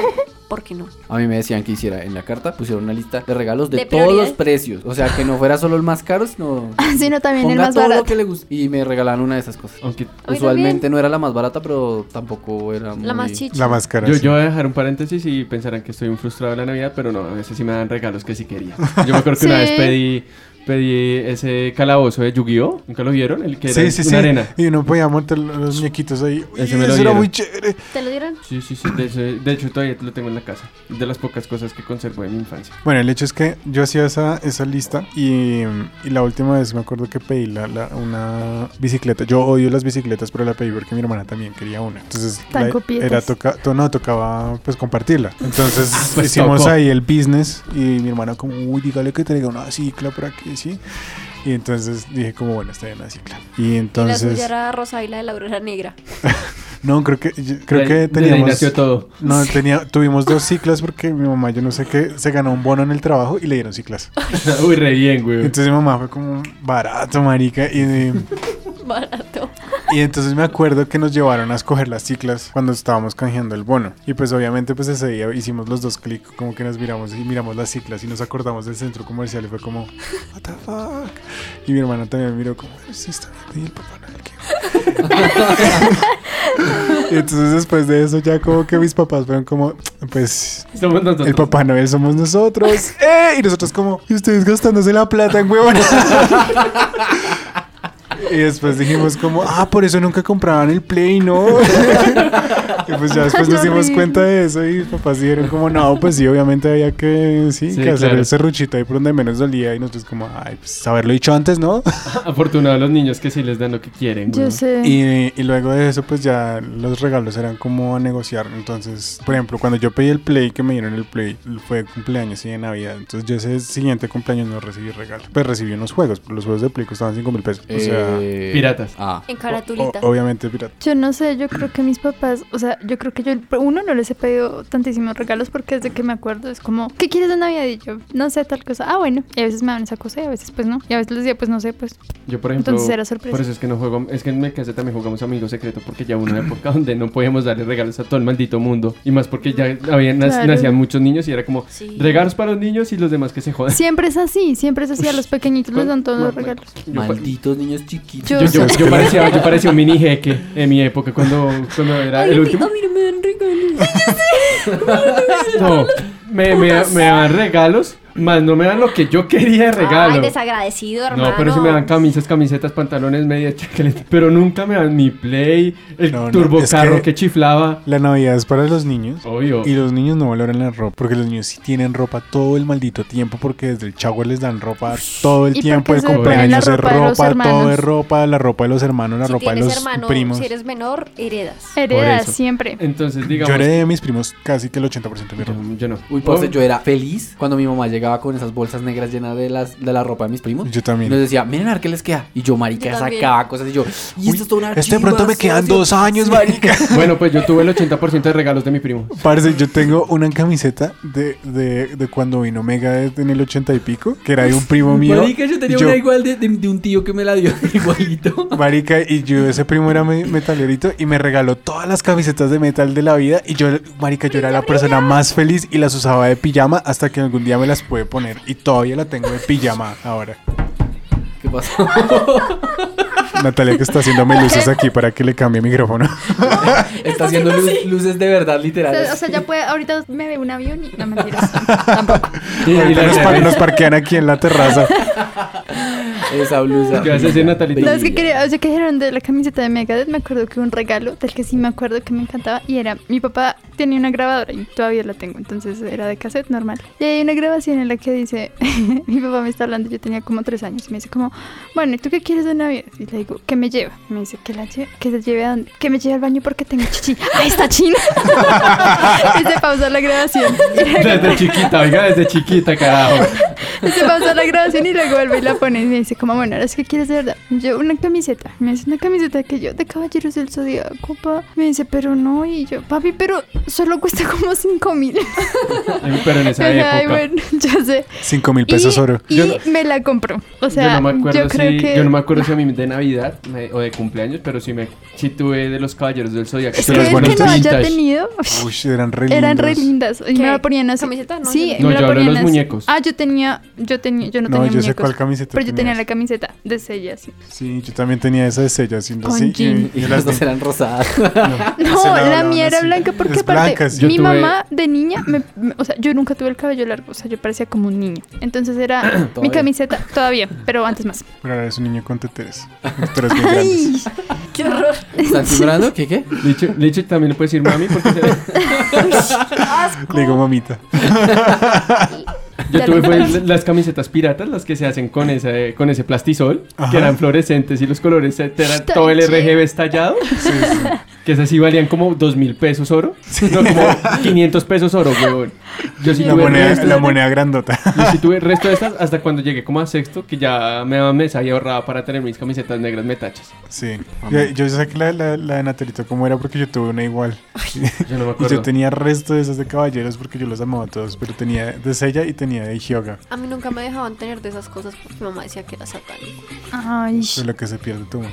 Speaker 3: ¿por qué no?
Speaker 5: A mí me decían que hiciera en la carta, pusieron una lista de regalos de,
Speaker 3: ¿De
Speaker 5: todos los
Speaker 3: prioridades?
Speaker 5: precios. O sea, que no fuera solo el más caro, sino
Speaker 2: Sino también Ah, el
Speaker 5: ponga
Speaker 2: más
Speaker 5: todo lo
Speaker 2: barato.
Speaker 5: que le guste. Y me regalaron una de esas cosas.
Speaker 1: Aunque
Speaker 3: A mí
Speaker 5: Usualmente no era la más barata, pero tampoco era muy...
Speaker 3: La más chicha.
Speaker 6: la máscara.
Speaker 1: yo,
Speaker 6: sí.
Speaker 1: yo voy a dejar un paréntesis y pensarán que estoy un frustrado de la Navidad, pero no, a veces sí me dan regalos que sí quería. Yo me acuerdo que una vez
Speaker 2: Sí.
Speaker 1: pedí, pedí ese calabozo de Yu-Gi-Oh! ¿Nunca lo vieron? El que era
Speaker 6: Sí, sí,
Speaker 1: una
Speaker 6: sí.
Speaker 1: arena.
Speaker 6: Y uno podía montar los muñequitos ahí. Uy,
Speaker 1: Ese me lo
Speaker 6: eso era
Speaker 1: dieron.
Speaker 6: muy chévere.
Speaker 3: ¿Te lo dieron?
Speaker 1: Sí, sí, sí. De, ese- de hecho, todavía lo tengo en la casa. Es de las pocas cosas que conservo de mi infancia.
Speaker 6: Bueno, el hecho es que yo hacía esa, esa lista y, y la última vez me acuerdo que pedí la, la- una bicicleta. Yo odio las bicicletas, pero la pedí porque mi hermana también quería una. Entonces,
Speaker 2: Tan
Speaker 6: la-
Speaker 2: copietas.
Speaker 6: era toca, to- no, tocaba pues compartirla. Entonces,
Speaker 1: Pues
Speaker 6: hicimos
Speaker 1: tocó.
Speaker 6: ahí el business y mi hermana como, uy, dígale que traiga una cicla por aquí, sí. Y entonces dije como, bueno, está bien la cicla. Y
Speaker 3: Y la suya
Speaker 6: entonces,
Speaker 3: era rosa y la de la aurora negra.
Speaker 6: no, creo que, yo- creo
Speaker 1: De-
Speaker 6: que
Speaker 1: de ahí
Speaker 6: teníamos...
Speaker 1: nació todo.
Speaker 6: No, tenía, tuvimos dos ciclas porque mi mamá, yo no sé qué, se ganó un bono en el trabajo y le dieron ciclas.
Speaker 1: Uy, re bien, güey.
Speaker 6: Entonces mi mamá fue como barato, marica. Y,
Speaker 3: Barato.
Speaker 6: y entonces me acuerdo que nos llevaron a escoger las ciclas cuando estábamos canjeando el bono. Y pues obviamente pues ese día hicimos los dos clics, como que nos miramos y miramos las ciclas y nos acordamos del centro comercial y fue como, what the fuck. Y mi hermana también me miró como, sí está bien, y el papá no le quiere". Y entonces después de eso ya como que mis papás fueron como, pues
Speaker 1: Somos nosotros.
Speaker 6: el Papá Noel somos nosotros. ¡Eh! Y nosotros como, y ustedes gastándose la plata en huevonas. y después dijimos como, ah, por eso nunca compraban el Play, ¿no? y pues ya después nos dimos
Speaker 2: Horrible.
Speaker 6: cuenta de eso y papás dijeron como, no, pues sí, obviamente había que, sí,
Speaker 1: Sí,
Speaker 6: que hacer
Speaker 1: claro.
Speaker 6: el serruchito ahí por donde menos dolía. Y nosotros como, ay, pues haberlo dicho antes, ¿no?
Speaker 1: Afortunado los niños que sí les dan lo que quieren, güey.
Speaker 2: Yo sé.
Speaker 6: Y, y luego de eso, pues ya los regalos eran como a negociar. Entonces, por ejemplo, cuando yo pedí el Play, que me dieron el Play, fue cumpleaños y de Navidad. Entonces, yo ese siguiente cumpleaños no recibí regalo. Pues recibí unos juegos, pero los juegos de Play costaban 5 mil pesos. O sea,
Speaker 5: Eh,
Speaker 1: Piratas.
Speaker 5: Ah.
Speaker 3: En
Speaker 6: o-
Speaker 3: caratulita.
Speaker 6: obviamente, pirata.
Speaker 2: Yo no sé, yo creo que mis papás, o sea, yo creo que yo, uno, no les he pedido tantísimos regalos porque desde que me acuerdo es como, ¿qué quieres de Navidad? Y yo, no sé, tal cosa. Ah, bueno. Y a veces me dan esa cosa y a veces pues no. Y a veces les digo, pues no sé, pues.
Speaker 1: Yo, por ejemplo.
Speaker 2: Entonces era sorpresa.
Speaker 1: Por eso es que no juego. Es que en mi casa también jugamos Amigo Secreto porque ya hubo una época donde no podíamos darle regalos a todo el maldito mundo. Y más porque ya habían, nac-
Speaker 2: Claro.
Speaker 1: nacían muchos niños y era como
Speaker 3: Sí.
Speaker 1: regalos para los niños y los demás que se jodan.
Speaker 2: Siempre es así, siempre es así. A los pequeñitos
Speaker 1: pues,
Speaker 2: les dan todos los regalos.
Speaker 1: Yo pa-
Speaker 5: Malditos niños chiquitos.
Speaker 2: Yo-
Speaker 1: Yo, yo- yo parecía, yo parecía un mini jeque en mi época cuando, cuando era
Speaker 3: Ay,
Speaker 1: el
Speaker 3: mi-
Speaker 1: último.
Speaker 3: A mí no me dan regalos.
Speaker 1: No, me, me, me dan regalos, más no me dan lo que yo quería de regalo.
Speaker 3: Ay, desagradecido, hermano.
Speaker 1: No, pero si me dan camisas, camisetas, pantalones, medias, chaqueletas. Pero nunca me dan mi play, el
Speaker 6: No, no, es
Speaker 1: turbocarro
Speaker 6: que-
Speaker 1: que... chiflaba.
Speaker 6: La Navidad es para los niños.
Speaker 1: Obvio.
Speaker 6: Y los niños no valoran la ropa, porque los niños sí tienen ropa todo el maldito tiempo, porque desde el chagua les dan ropa todo el
Speaker 2: ¿Y por
Speaker 6: tiempo,
Speaker 2: qué
Speaker 6: el
Speaker 2: se ponen la
Speaker 6: cumpleaños es
Speaker 2: ropa de los
Speaker 6: ropa, todo
Speaker 2: hermanos?
Speaker 6: es ropa, la ropa de los hermanos, la
Speaker 3: si
Speaker 6: ropa de
Speaker 3: tienes
Speaker 6: los
Speaker 3: hermano,
Speaker 6: primos.
Speaker 3: si eres menor, heredas.
Speaker 2: Heredas
Speaker 1: eso.
Speaker 2: siempre.
Speaker 1: Entonces,
Speaker 6: Yo
Speaker 1: digamos.
Speaker 6: heredé de mis primos casi que el 80% de mi ropa.
Speaker 1: Yo, yo no.
Speaker 5: Uy, parce,
Speaker 1: Oh,
Speaker 5: yo era feliz cuando mi mamá llegaba con esas bolsas negras llenas de las de la ropa de mis primos.
Speaker 6: Yo también.
Speaker 5: Y nos decía, miren a ver qué les queda. Y yo, marica,
Speaker 3: Yo también.
Speaker 5: sacaba cosas y yo, y esto es toda una
Speaker 6: este de pronto me
Speaker 5: chiva,
Speaker 6: quedan
Speaker 5: socio".
Speaker 6: dos años, marica.
Speaker 1: Bueno, pues yo tuve el 80% de regalos de mi primo.
Speaker 6: Parce, yo tengo una camiseta de, de, de cuando vino Megadeth en el 80 y pico, que era de un primo mío.
Speaker 5: Marica, yo tenía
Speaker 6: Yo-
Speaker 5: una igual de, de- de un tío que me la dio igualito.
Speaker 6: Marica, y yo, ese primo era me- metalerito y me regaló todas las camisetas de metal de la vida. Y yo, Marica, yo era la persona más feliz y las usaba de pijama hasta que algún día me las pude poner y todavía la tengo de pijama ahora.
Speaker 5: ¿Qué pasó?
Speaker 6: Natalia que está haciéndome luces aquí para que le cambie el micrófono.
Speaker 5: Está haciendo
Speaker 2: haciendo
Speaker 5: lu-
Speaker 2: así.
Speaker 5: luces de verdad,
Speaker 2: O
Speaker 5: literal.
Speaker 2: sea, o sea, ya puede, ahorita me ve un avión y no mentiras. Tampoco.
Speaker 1: Y- y
Speaker 6: Ahorita
Speaker 1: la-
Speaker 6: nos, par- nos parquean aquí en la terraza.
Speaker 5: Esa blusa.
Speaker 1: ¿Qué vas a decir,
Speaker 5: brilla,
Speaker 1: Natalita?
Speaker 2: No, es que
Speaker 5: brilla.
Speaker 2: quería, o sea, que dijeron de la camiseta de Megadeth, me acuerdo que un regalo del que sí me acuerdo que me encantaba y era, mi papá tenía una grabadora y todavía la tengo, entonces era de cassette normal. Y hay una grabación en la que dice, mi papá me está hablando, yo tenía como tres años, y me dice como, bueno, ¿y tú qué quieres de Navidad? Y le digo, ¿qué me lleva? Y me dice, que, la lle- que se lleve a donde- que me lleve al baño porque tengo chichi. ¡Ahí está China! y se pausó la grabación.
Speaker 1: Desde chiquita, oiga, desde chiquita, carajo.
Speaker 2: Y se pausa la grabación y luego vuelve y la pone y me dice como, bueno, ahora es que quieres de verdad. Yo, una camiseta. Me dice, una camiseta que yo, de Caballeros del Zodíaco, pa. Me dice, pero no. Y yo, papi, pero solo cuesta como 5 mil.
Speaker 1: Ay, Pero en esa época.
Speaker 2: Ay, bueno, yo sé.
Speaker 6: Cinco mil
Speaker 2: Y,
Speaker 6: pesos oro.
Speaker 2: y
Speaker 1: Yo no-
Speaker 2: me la compró. O sea,
Speaker 1: yo
Speaker 2: yo,
Speaker 1: no me acuerdo,
Speaker 2: creo
Speaker 1: si,
Speaker 2: que...
Speaker 1: yo no me acuerdo si a mí de Navidad me- o de cumpleaños, pero sí, me, sí tuve de los Caballeros del Zodiaco.
Speaker 2: Es que,
Speaker 6: Pero los
Speaker 2: el
Speaker 6: buenos
Speaker 2: que no haya
Speaker 1: vintage.
Speaker 2: tenido...
Speaker 6: Uy, eran re
Speaker 2: Eran re lindas.
Speaker 6: lindos.
Speaker 2: Y
Speaker 3: ¿Qué?
Speaker 2: me la ponían así.
Speaker 3: ¿Camiseta? No,
Speaker 2: sí,
Speaker 3: yo
Speaker 1: no.
Speaker 2: me
Speaker 1: No,
Speaker 2: la
Speaker 1: yo hablo de
Speaker 2: ponían
Speaker 1: los
Speaker 2: así.
Speaker 1: muñecos.
Speaker 2: Ah, yo tenía, yo tenía, yo no,
Speaker 6: No,
Speaker 2: tenía
Speaker 6: yo
Speaker 2: muñecos.
Speaker 6: sé cuál camiseta.
Speaker 2: Pero yo tenía la
Speaker 6: tenías.
Speaker 2: camiseta de sella así.
Speaker 6: Sí, yo también tenía esa de sello haciendo
Speaker 2: Con
Speaker 6: así.
Speaker 2: jean.
Speaker 5: Y
Speaker 6: Y, y
Speaker 5: las
Speaker 6: las
Speaker 5: dos
Speaker 6: de-
Speaker 5: eran rosadas.
Speaker 6: Se
Speaker 2: No,
Speaker 6: la
Speaker 2: la
Speaker 6: doblaban
Speaker 2: mía era
Speaker 6: así.
Speaker 2: blanca porque
Speaker 6: Es
Speaker 2: aparte
Speaker 6: blanca, sí.
Speaker 1: Yo
Speaker 2: mi
Speaker 1: tuve-
Speaker 2: mamá de niña, me- me- o sea, yo nunca tuve el cabello largo, o sea, yo parecía como un niño. Entonces era mi
Speaker 5: Todavía.
Speaker 2: camiseta todavía, pero antes más.
Speaker 6: Pero ahora es un niño con teteres. Pero es muy grande.
Speaker 3: ¡Qué horror!
Speaker 5: ¿Están timbrando? ¿Qué qué?
Speaker 1: Licho, Licho también le puede decir mami porque se-
Speaker 6: Le digo mamita.
Speaker 1: yo tuve fue las camisetas piratas, las que se hacen con ese, con ese plastisol,
Speaker 6: Ajá.
Speaker 1: que eran fluorescentes y los colores, era
Speaker 2: Está
Speaker 1: todo el
Speaker 2: chévere.
Speaker 1: RGB estallado,
Speaker 6: Sí, sí.
Speaker 1: que esas sí valían como dos mil pesos oro, no, como 500 pesos oro, huevón. Yo sí
Speaker 6: La
Speaker 1: tuve
Speaker 6: moneda,
Speaker 1: resto-
Speaker 6: la moneda grandota.
Speaker 1: Yo sí tuve el resto de estas hasta cuando llegué como a sexto, que ya me daba mesa y ahorraba para tener mis camisetas negras metachas.
Speaker 6: Sí. Yo, yo sé que la, la, la de Natalito cómo era porque yo tuve una igual.
Speaker 1: Yo no me
Speaker 6: Y
Speaker 1: acuerdo.
Speaker 6: yo tenía resto de esas de caballeros porque yo los amaba a todos. Pero tenía de Sella y tenía de Hyoga.
Speaker 3: A mí nunca me dejaban tener de esas cosas porque mi mamá decía que era satánico.
Speaker 2: Ay,
Speaker 6: Eso es lo que se pierde tú.
Speaker 3: De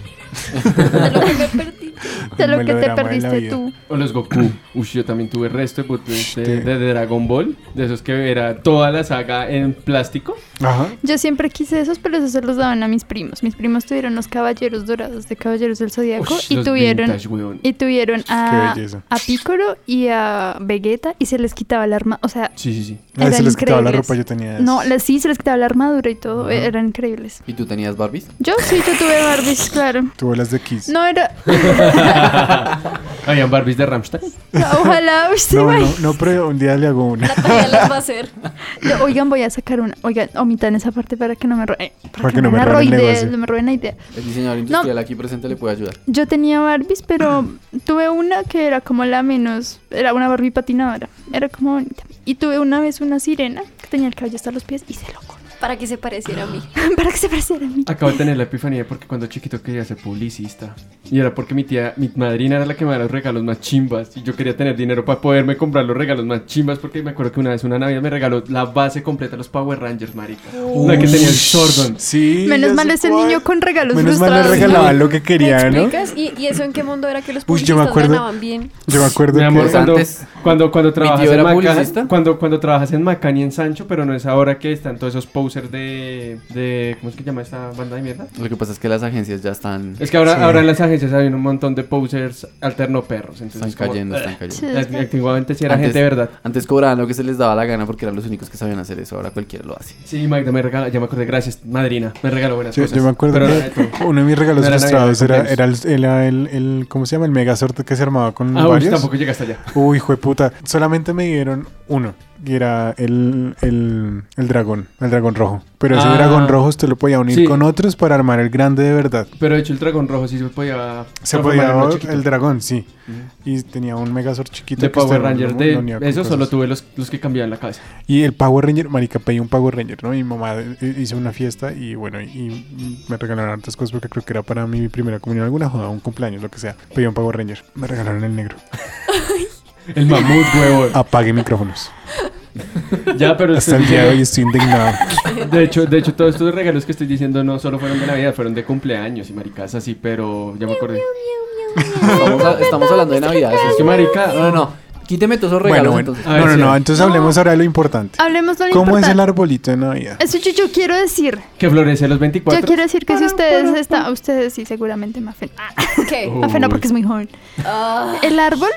Speaker 3: lo que me perdí.
Speaker 2: de
Speaker 6: El
Speaker 2: lo que te
Speaker 6: melodrama de la
Speaker 2: perdiste
Speaker 6: vida.
Speaker 2: tú.
Speaker 1: O los Goku. Uy, yo también tuve resto de, botones de,
Speaker 6: Sí.
Speaker 1: de- de Dragon Ball. De esos que era toda la saga en plástico.
Speaker 6: Ajá.
Speaker 2: Yo siempre quise esos, pero esos se los daban a mis primos. Mis primos tuvieron los caballeros dorados de Caballeros del Zodíaco
Speaker 1: Ush,
Speaker 2: y
Speaker 1: los
Speaker 2: tuvieron
Speaker 1: vintage, weón.
Speaker 2: y tuvieron a,
Speaker 6: Qué belleza.
Speaker 2: a Piccolo y a Vegeta y se les quitaba el arma, o sea,
Speaker 1: Sí, sí, sí.
Speaker 6: A veces
Speaker 2: Eran
Speaker 6: les quitaba la
Speaker 2: increíbles.
Speaker 6: ropa, yo tenía esas.
Speaker 2: no, les- sí se les quitaba la armadura y todo, eran increíbles.
Speaker 5: ¿Y tú tenías Barbies?
Speaker 2: Yo sí, yo tuve Barbies, claro.
Speaker 6: Tuve las de Kiss.
Speaker 2: No era.
Speaker 1: Habían Barbies de Ramstein.
Speaker 2: Ojalá. uy, sí,
Speaker 6: no,
Speaker 2: güey.
Speaker 6: no, no, pero un día le hago una.
Speaker 3: Natalia las va a hacer.
Speaker 2: Yo, Oigan, voy a sacar una. Oigan, omitan esa parte para que no me roben.
Speaker 6: Para que no me roben el negocio.
Speaker 2: No me roben la idea.
Speaker 5: El diseñador industrial aquí presente le puede ayudar.
Speaker 2: Yo tenía Barbies, pero tuve una que era como la menos. Era una Barbie patinadora. Era como bonita. Y tuve una vez una sirena que tenía el cabello hasta los pies y se lo cortó
Speaker 3: Para que se pareciera a mí.
Speaker 2: para que se pareciera a mí.
Speaker 1: Acabo de tener la epifanía porque cuando chiquito quería ser publicista. Y era porque mi tía, mi madrina era la que me daba los regalos más chimbas. Y yo quería tener dinero para poderme comprar los regalos más chimbas. Porque me acuerdo que una vez una Navidad me regaló la base completa de los Power Rangers, marica. La que tenía el Sordon.
Speaker 6: Sí.
Speaker 2: Menos
Speaker 6: ya
Speaker 2: mal
Speaker 6: sé
Speaker 2: es el
Speaker 6: cuál.
Speaker 2: niño con regalos
Speaker 6: Menos mal le
Speaker 2: frustrados.
Speaker 6: regalaban lo que
Speaker 3: ¿Me
Speaker 6: quería, ¿no?
Speaker 3: explicas? ¿Y, y eso en qué mundo era que los
Speaker 6: Uy, yo me
Speaker 3: publicistas
Speaker 6: acuerdo.
Speaker 3: ganaban bien?
Speaker 6: Yo me acuerdo
Speaker 1: Mi amor,
Speaker 5: Pues
Speaker 6: que...
Speaker 1: cuando,
Speaker 5: antes,
Speaker 1: cuando, cuando
Speaker 5: tío
Speaker 1: trabajas
Speaker 5: era
Speaker 1: en Macán,
Speaker 5: publicista.
Speaker 1: cuando, cuando trabajas en Macán y en Sancho, pero no es ahora que están todos esos posers de, de ¿cómo es que llama esta banda de mierda?
Speaker 5: Lo que pasa es que las agencias ya están,
Speaker 1: Es que ahora,
Speaker 6: Sí.
Speaker 1: ahora en las agencias hay un montón de posers alterno perros, entonces
Speaker 5: están
Speaker 1: es como,
Speaker 5: cayendo, están
Speaker 2: Sí,
Speaker 5: cayendo.
Speaker 2: es
Speaker 1: eh,
Speaker 2: verdad.
Speaker 1: antiguamente sí era
Speaker 5: Antes-
Speaker 1: gente de verdad.
Speaker 5: Antes cobraban lo que se les daba la gana porque eran los únicos que sabían hacer eso. Ahora cualquiera lo hace.
Speaker 1: Sí, Magda me regala, ya me acordé, gracias, madrina, me regaló buenas
Speaker 6: Yo,
Speaker 1: cosas.
Speaker 6: yo me acuerdo
Speaker 1: pero
Speaker 6: que
Speaker 1: nada de todo.
Speaker 6: uno de mis regalos
Speaker 1: No era
Speaker 6: frustrados era,
Speaker 1: Navidad,
Speaker 6: era, el, era el, el- ¿cómo se llama? El mega sorteo que se armaba con
Speaker 1: Ah, uy,
Speaker 6: varios.
Speaker 1: tampoco llegaste allá.
Speaker 6: Uy, hijo de puta. Solamente me dieron uno. Y era el, el, el dragón, el dragón rojo. Pero ese
Speaker 1: Ah.
Speaker 6: dragón rojo usted lo podía unir
Speaker 1: Sí.
Speaker 6: con otros para armar el grande de verdad.
Speaker 1: Pero de hecho el dragón rojo sí se podía
Speaker 6: Se
Speaker 1: transformar
Speaker 6: podía
Speaker 1: en uno chiquito.
Speaker 6: el dragón, sí. Y tenía un Megazord chiquito.
Speaker 1: de
Speaker 6: que usted
Speaker 1: Power
Speaker 6: lo-
Speaker 1: Ranger,
Speaker 6: lo-
Speaker 1: de
Speaker 6: lo unía con
Speaker 1: eso solo
Speaker 6: cosas.
Speaker 1: tuve los, los que cambiaban la cabeza.
Speaker 6: Y el Power Ranger, marica, pedí un Power Ranger, ¿no? Mi mamá eh, hizo una fiesta y bueno, y- y me regalaron hartas cosas porque creo que era para mi primera comunión, alguna joda, un cumpleaños, lo que sea. Pedí un Power Ranger, me regalaron el negro.
Speaker 1: El mamut, huevón.
Speaker 6: Apague micrófonos.
Speaker 1: Ya, pero
Speaker 6: Hasta el
Speaker 1: estoy
Speaker 6: día
Speaker 1: diciendo-
Speaker 6: de hoy estoy indignado.
Speaker 1: De hecho, de hecho, todos estos regalos que estoy diciendo no solo fueron de Navidad, fueron de cumpleaños y maricas así, pero ya me acordé.
Speaker 5: Estamos, estamos hablando de Navidad. eso
Speaker 1: Es
Speaker 5: es-
Speaker 1: que marica,
Speaker 5: No, no, no. Quíteme todos esos
Speaker 6: Bueno,
Speaker 5: regalos
Speaker 6: bueno.
Speaker 5: entonces.
Speaker 1: A ver,
Speaker 6: No, no,
Speaker 1: sí.
Speaker 6: no. Entonces
Speaker 2: No.
Speaker 6: hablemos ahora de lo importante.
Speaker 2: Hablemos de lo
Speaker 6: ¿Cómo es el
Speaker 2: importante.
Speaker 6: arbolito de Navidad?
Speaker 2: Eso yo, yo quiero decir.
Speaker 1: Que florece a los
Speaker 2: Yo
Speaker 1: 24.
Speaker 2: quiero decir que si ustedes están. Ustedes sí, seguramente Mafen. Ah,
Speaker 3: ¿Qué?
Speaker 1: Uy.
Speaker 2: Mafen no, porque es muy joven.
Speaker 6: Oh.
Speaker 3: Ah,
Speaker 2: El árbol.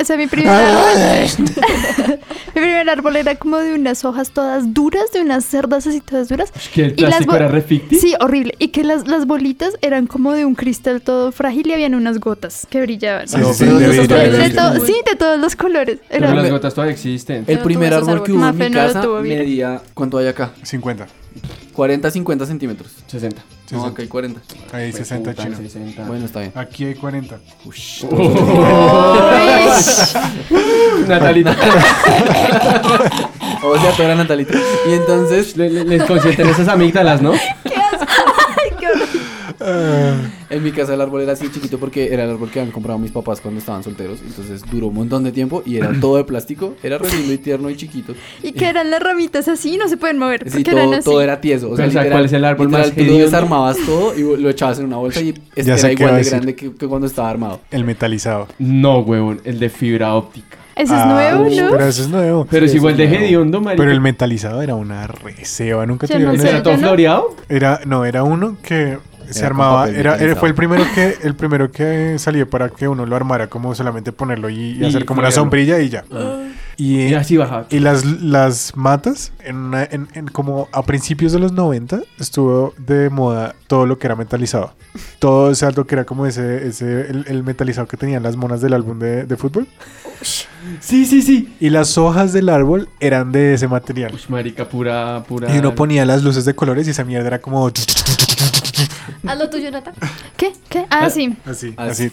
Speaker 2: O sea, mi primer
Speaker 6: Ah,
Speaker 2: árbol. mi primer árbol era como de unas hojas todas duras, de unas cerdas así todas duras.
Speaker 1: Ush, Que el
Speaker 2: Y las
Speaker 1: plástico
Speaker 2: bo-
Speaker 1: era re ficti.
Speaker 2: Sí, horrible. Y que las, las bolitas eran como de un cristal todo frágil y habían unas gotas que brillaban.
Speaker 6: Sí, sí, sí,
Speaker 5: pero
Speaker 6: de
Speaker 5: los
Speaker 2: De-
Speaker 6: vidrio,
Speaker 5: otros
Speaker 6: de
Speaker 2: de
Speaker 5: eran
Speaker 6: vidrio.
Speaker 2: to- sí, de todos los colores.
Speaker 1: Pero
Speaker 2: Era-
Speaker 1: las gotas todavía existen.
Speaker 5: El
Speaker 3: no
Speaker 5: primer
Speaker 3: tuve esos
Speaker 5: árbol que hubo en
Speaker 2: árboles.
Speaker 5: mi
Speaker 2: Mafe no lo
Speaker 5: casa
Speaker 2: tuvo, mira.
Speaker 5: medía... ¿Cuánto hay acá?
Speaker 6: 50.
Speaker 5: 40, 50 centímetros.
Speaker 1: 60.
Speaker 5: No,
Speaker 6: 60.
Speaker 5: acá hay 40.
Speaker 6: Ahí 60
Speaker 1: Puta,
Speaker 6: chino.
Speaker 1: 60.
Speaker 5: Bueno, está bien.
Speaker 6: Aquí hay 40.
Speaker 5: Ush.
Speaker 1: Pues, Natalita,
Speaker 5: O sea, tú eras Natalita. Y entonces,
Speaker 1: le- le- les consienten esas amígdalas, ¿no?
Speaker 5: en mi casa el árbol era así chiquito porque era el árbol que habían comprado mis papás cuando estaban solteros. Entonces duró un montón de tiempo y era todo de plástico. Era re lindo y tierno y chiquito.
Speaker 2: y que eran las ramitas así, no se pueden mover.
Speaker 5: Sí,
Speaker 2: porque
Speaker 5: todo,
Speaker 2: eran así.
Speaker 5: todo era tieso. O sea,
Speaker 1: Pero, o sea,
Speaker 5: literal,
Speaker 1: ¿cuál es el árbol
Speaker 5: literal,
Speaker 1: más
Speaker 5: tú lo
Speaker 1: hediondo?
Speaker 5: desarmabas todo y lo echabas en una bolsa y este
Speaker 6: Ya sé
Speaker 5: era
Speaker 6: qué va
Speaker 5: igual
Speaker 6: a
Speaker 5: de
Speaker 6: decir.
Speaker 5: grande que, que cuando estaba armado.
Speaker 6: El metalizado.
Speaker 1: No, huevón, el de fibra óptica.
Speaker 2: Eso es
Speaker 6: Ah,
Speaker 2: nuevo,
Speaker 6: uy,
Speaker 2: ¿no?
Speaker 6: Pero eso es nuevo.
Speaker 1: Pero
Speaker 5: Sí,
Speaker 1: es igual
Speaker 5: sí,
Speaker 1: de
Speaker 5: claro.
Speaker 1: hediondo, marica.
Speaker 6: Pero el metalizado era una receba. Nunca
Speaker 2: Yo
Speaker 6: tuvieron
Speaker 2: no
Speaker 1: ¿Era
Speaker 2: sé.
Speaker 6: esa.
Speaker 1: todo
Speaker 2: ¿no?
Speaker 1: floreado?
Speaker 6: Era, no, era uno que se
Speaker 5: Era con
Speaker 6: armaba.
Speaker 5: papel
Speaker 6: Era, era-
Speaker 5: metalizado.
Speaker 6: fue el primero que el primero que salió para que uno lo armara, como solamente ponerlo y, y
Speaker 1: Y
Speaker 6: hacer como una
Speaker 1: florearlo.
Speaker 6: sombrilla y ya.
Speaker 2: Ah.
Speaker 6: Y,
Speaker 1: Y así bajaba.
Speaker 6: Y las, las matas, en una- en- en como a principios de los 90, estuvo de moda todo lo que era metalizado. Todo, o sea, lo que era como ese, ese el, el metalizado que tenían las monas del álbum de, de fútbol.
Speaker 1: Sí, sí, sí.
Speaker 6: Y las hojas del árbol eran de ese material.
Speaker 1: Uy, marica, pura, pura.
Speaker 6: Y uno ponía las luces de colores y esa mierda era como
Speaker 3: Haz lo tuyo, Nata.
Speaker 2: ¿Qué? ¿Qué? Ah, sí.
Speaker 6: así,
Speaker 5: Así.
Speaker 6: así.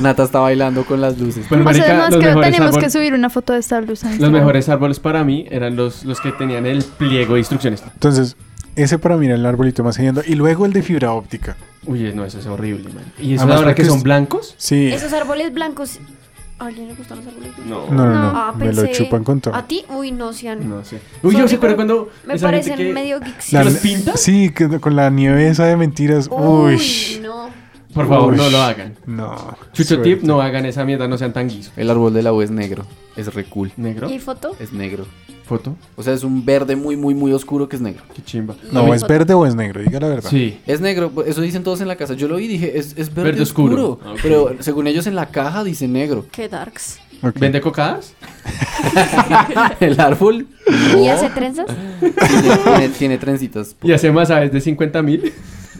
Speaker 5: Nata está bailando con las luces.
Speaker 1: Pero,
Speaker 2: o sea,
Speaker 1: marica,
Speaker 2: además
Speaker 1: los
Speaker 2: creo que
Speaker 1: mejores
Speaker 2: tenemos que
Speaker 1: árboles-
Speaker 2: subir una foto de esta luz. a
Speaker 1: Los
Speaker 2: Instagram.
Speaker 1: mejores árboles para mí eran los, los que tenían el pliego de instrucciones.
Speaker 6: Entonces, ese para mí era el arbolito más genial. Y luego el de fibra óptica.
Speaker 1: Uy, no, eso es horrible, man. ¿Y eso
Speaker 6: Además,
Speaker 1: ahora que
Speaker 6: porque
Speaker 1: son
Speaker 6: es-
Speaker 1: blancos?
Speaker 6: Sí.
Speaker 3: Esos árboles blancos. ¿A alguien le gustan los árboles blancos?
Speaker 1: No.
Speaker 6: No, no, no.
Speaker 3: Ah,
Speaker 6: me lo
Speaker 3: pensé-
Speaker 6: chupan con todo.
Speaker 3: ¿A ti? Uy, no, Cian.
Speaker 1: No sé. Uy, yo se acuerdo cuando.
Speaker 3: Me
Speaker 1: esa gente
Speaker 3: parecen
Speaker 1: que-
Speaker 3: medio geeks.
Speaker 1: La- ¿Los pintas?
Speaker 6: Sí, que- con la nieve esa de mentiras. Uy.
Speaker 3: Uy, no.
Speaker 1: Por favor,
Speaker 6: Uy.
Speaker 1: no lo hagan.
Speaker 6: No.
Speaker 1: Chucho
Speaker 6: Suerte.
Speaker 1: tip, no hagan esa mierda, no sean tan guisos.
Speaker 5: El árbol de la U es negro. Es re cool.
Speaker 1: ¿Negro?
Speaker 3: ¿Y foto?
Speaker 5: Es negro.
Speaker 1: ¿Foto?
Speaker 5: O sea, es un verde muy, muy, muy oscuro que es negro.
Speaker 1: Qué chimba.
Speaker 6: No,
Speaker 3: ¿Y
Speaker 6: ¿es
Speaker 3: foto?
Speaker 6: verde o es negro? Diga la verdad.
Speaker 1: Sí.
Speaker 5: Es negro, pues, eso dicen todos en la casa. Yo lo vi y dije, es, es verde,
Speaker 1: Verde
Speaker 5: oscuro.
Speaker 1: oscuro. Ah, ok.
Speaker 5: Pero según ellos en la caja dice negro.
Speaker 3: Qué darks.
Speaker 6: Ok.
Speaker 1: ¿Vende cocadas?
Speaker 5: El árbol
Speaker 3: ¿Y hace trenzas?
Speaker 5: tiene, tiene- tiene trencitas.
Speaker 1: Y hace más aves de 50 mil.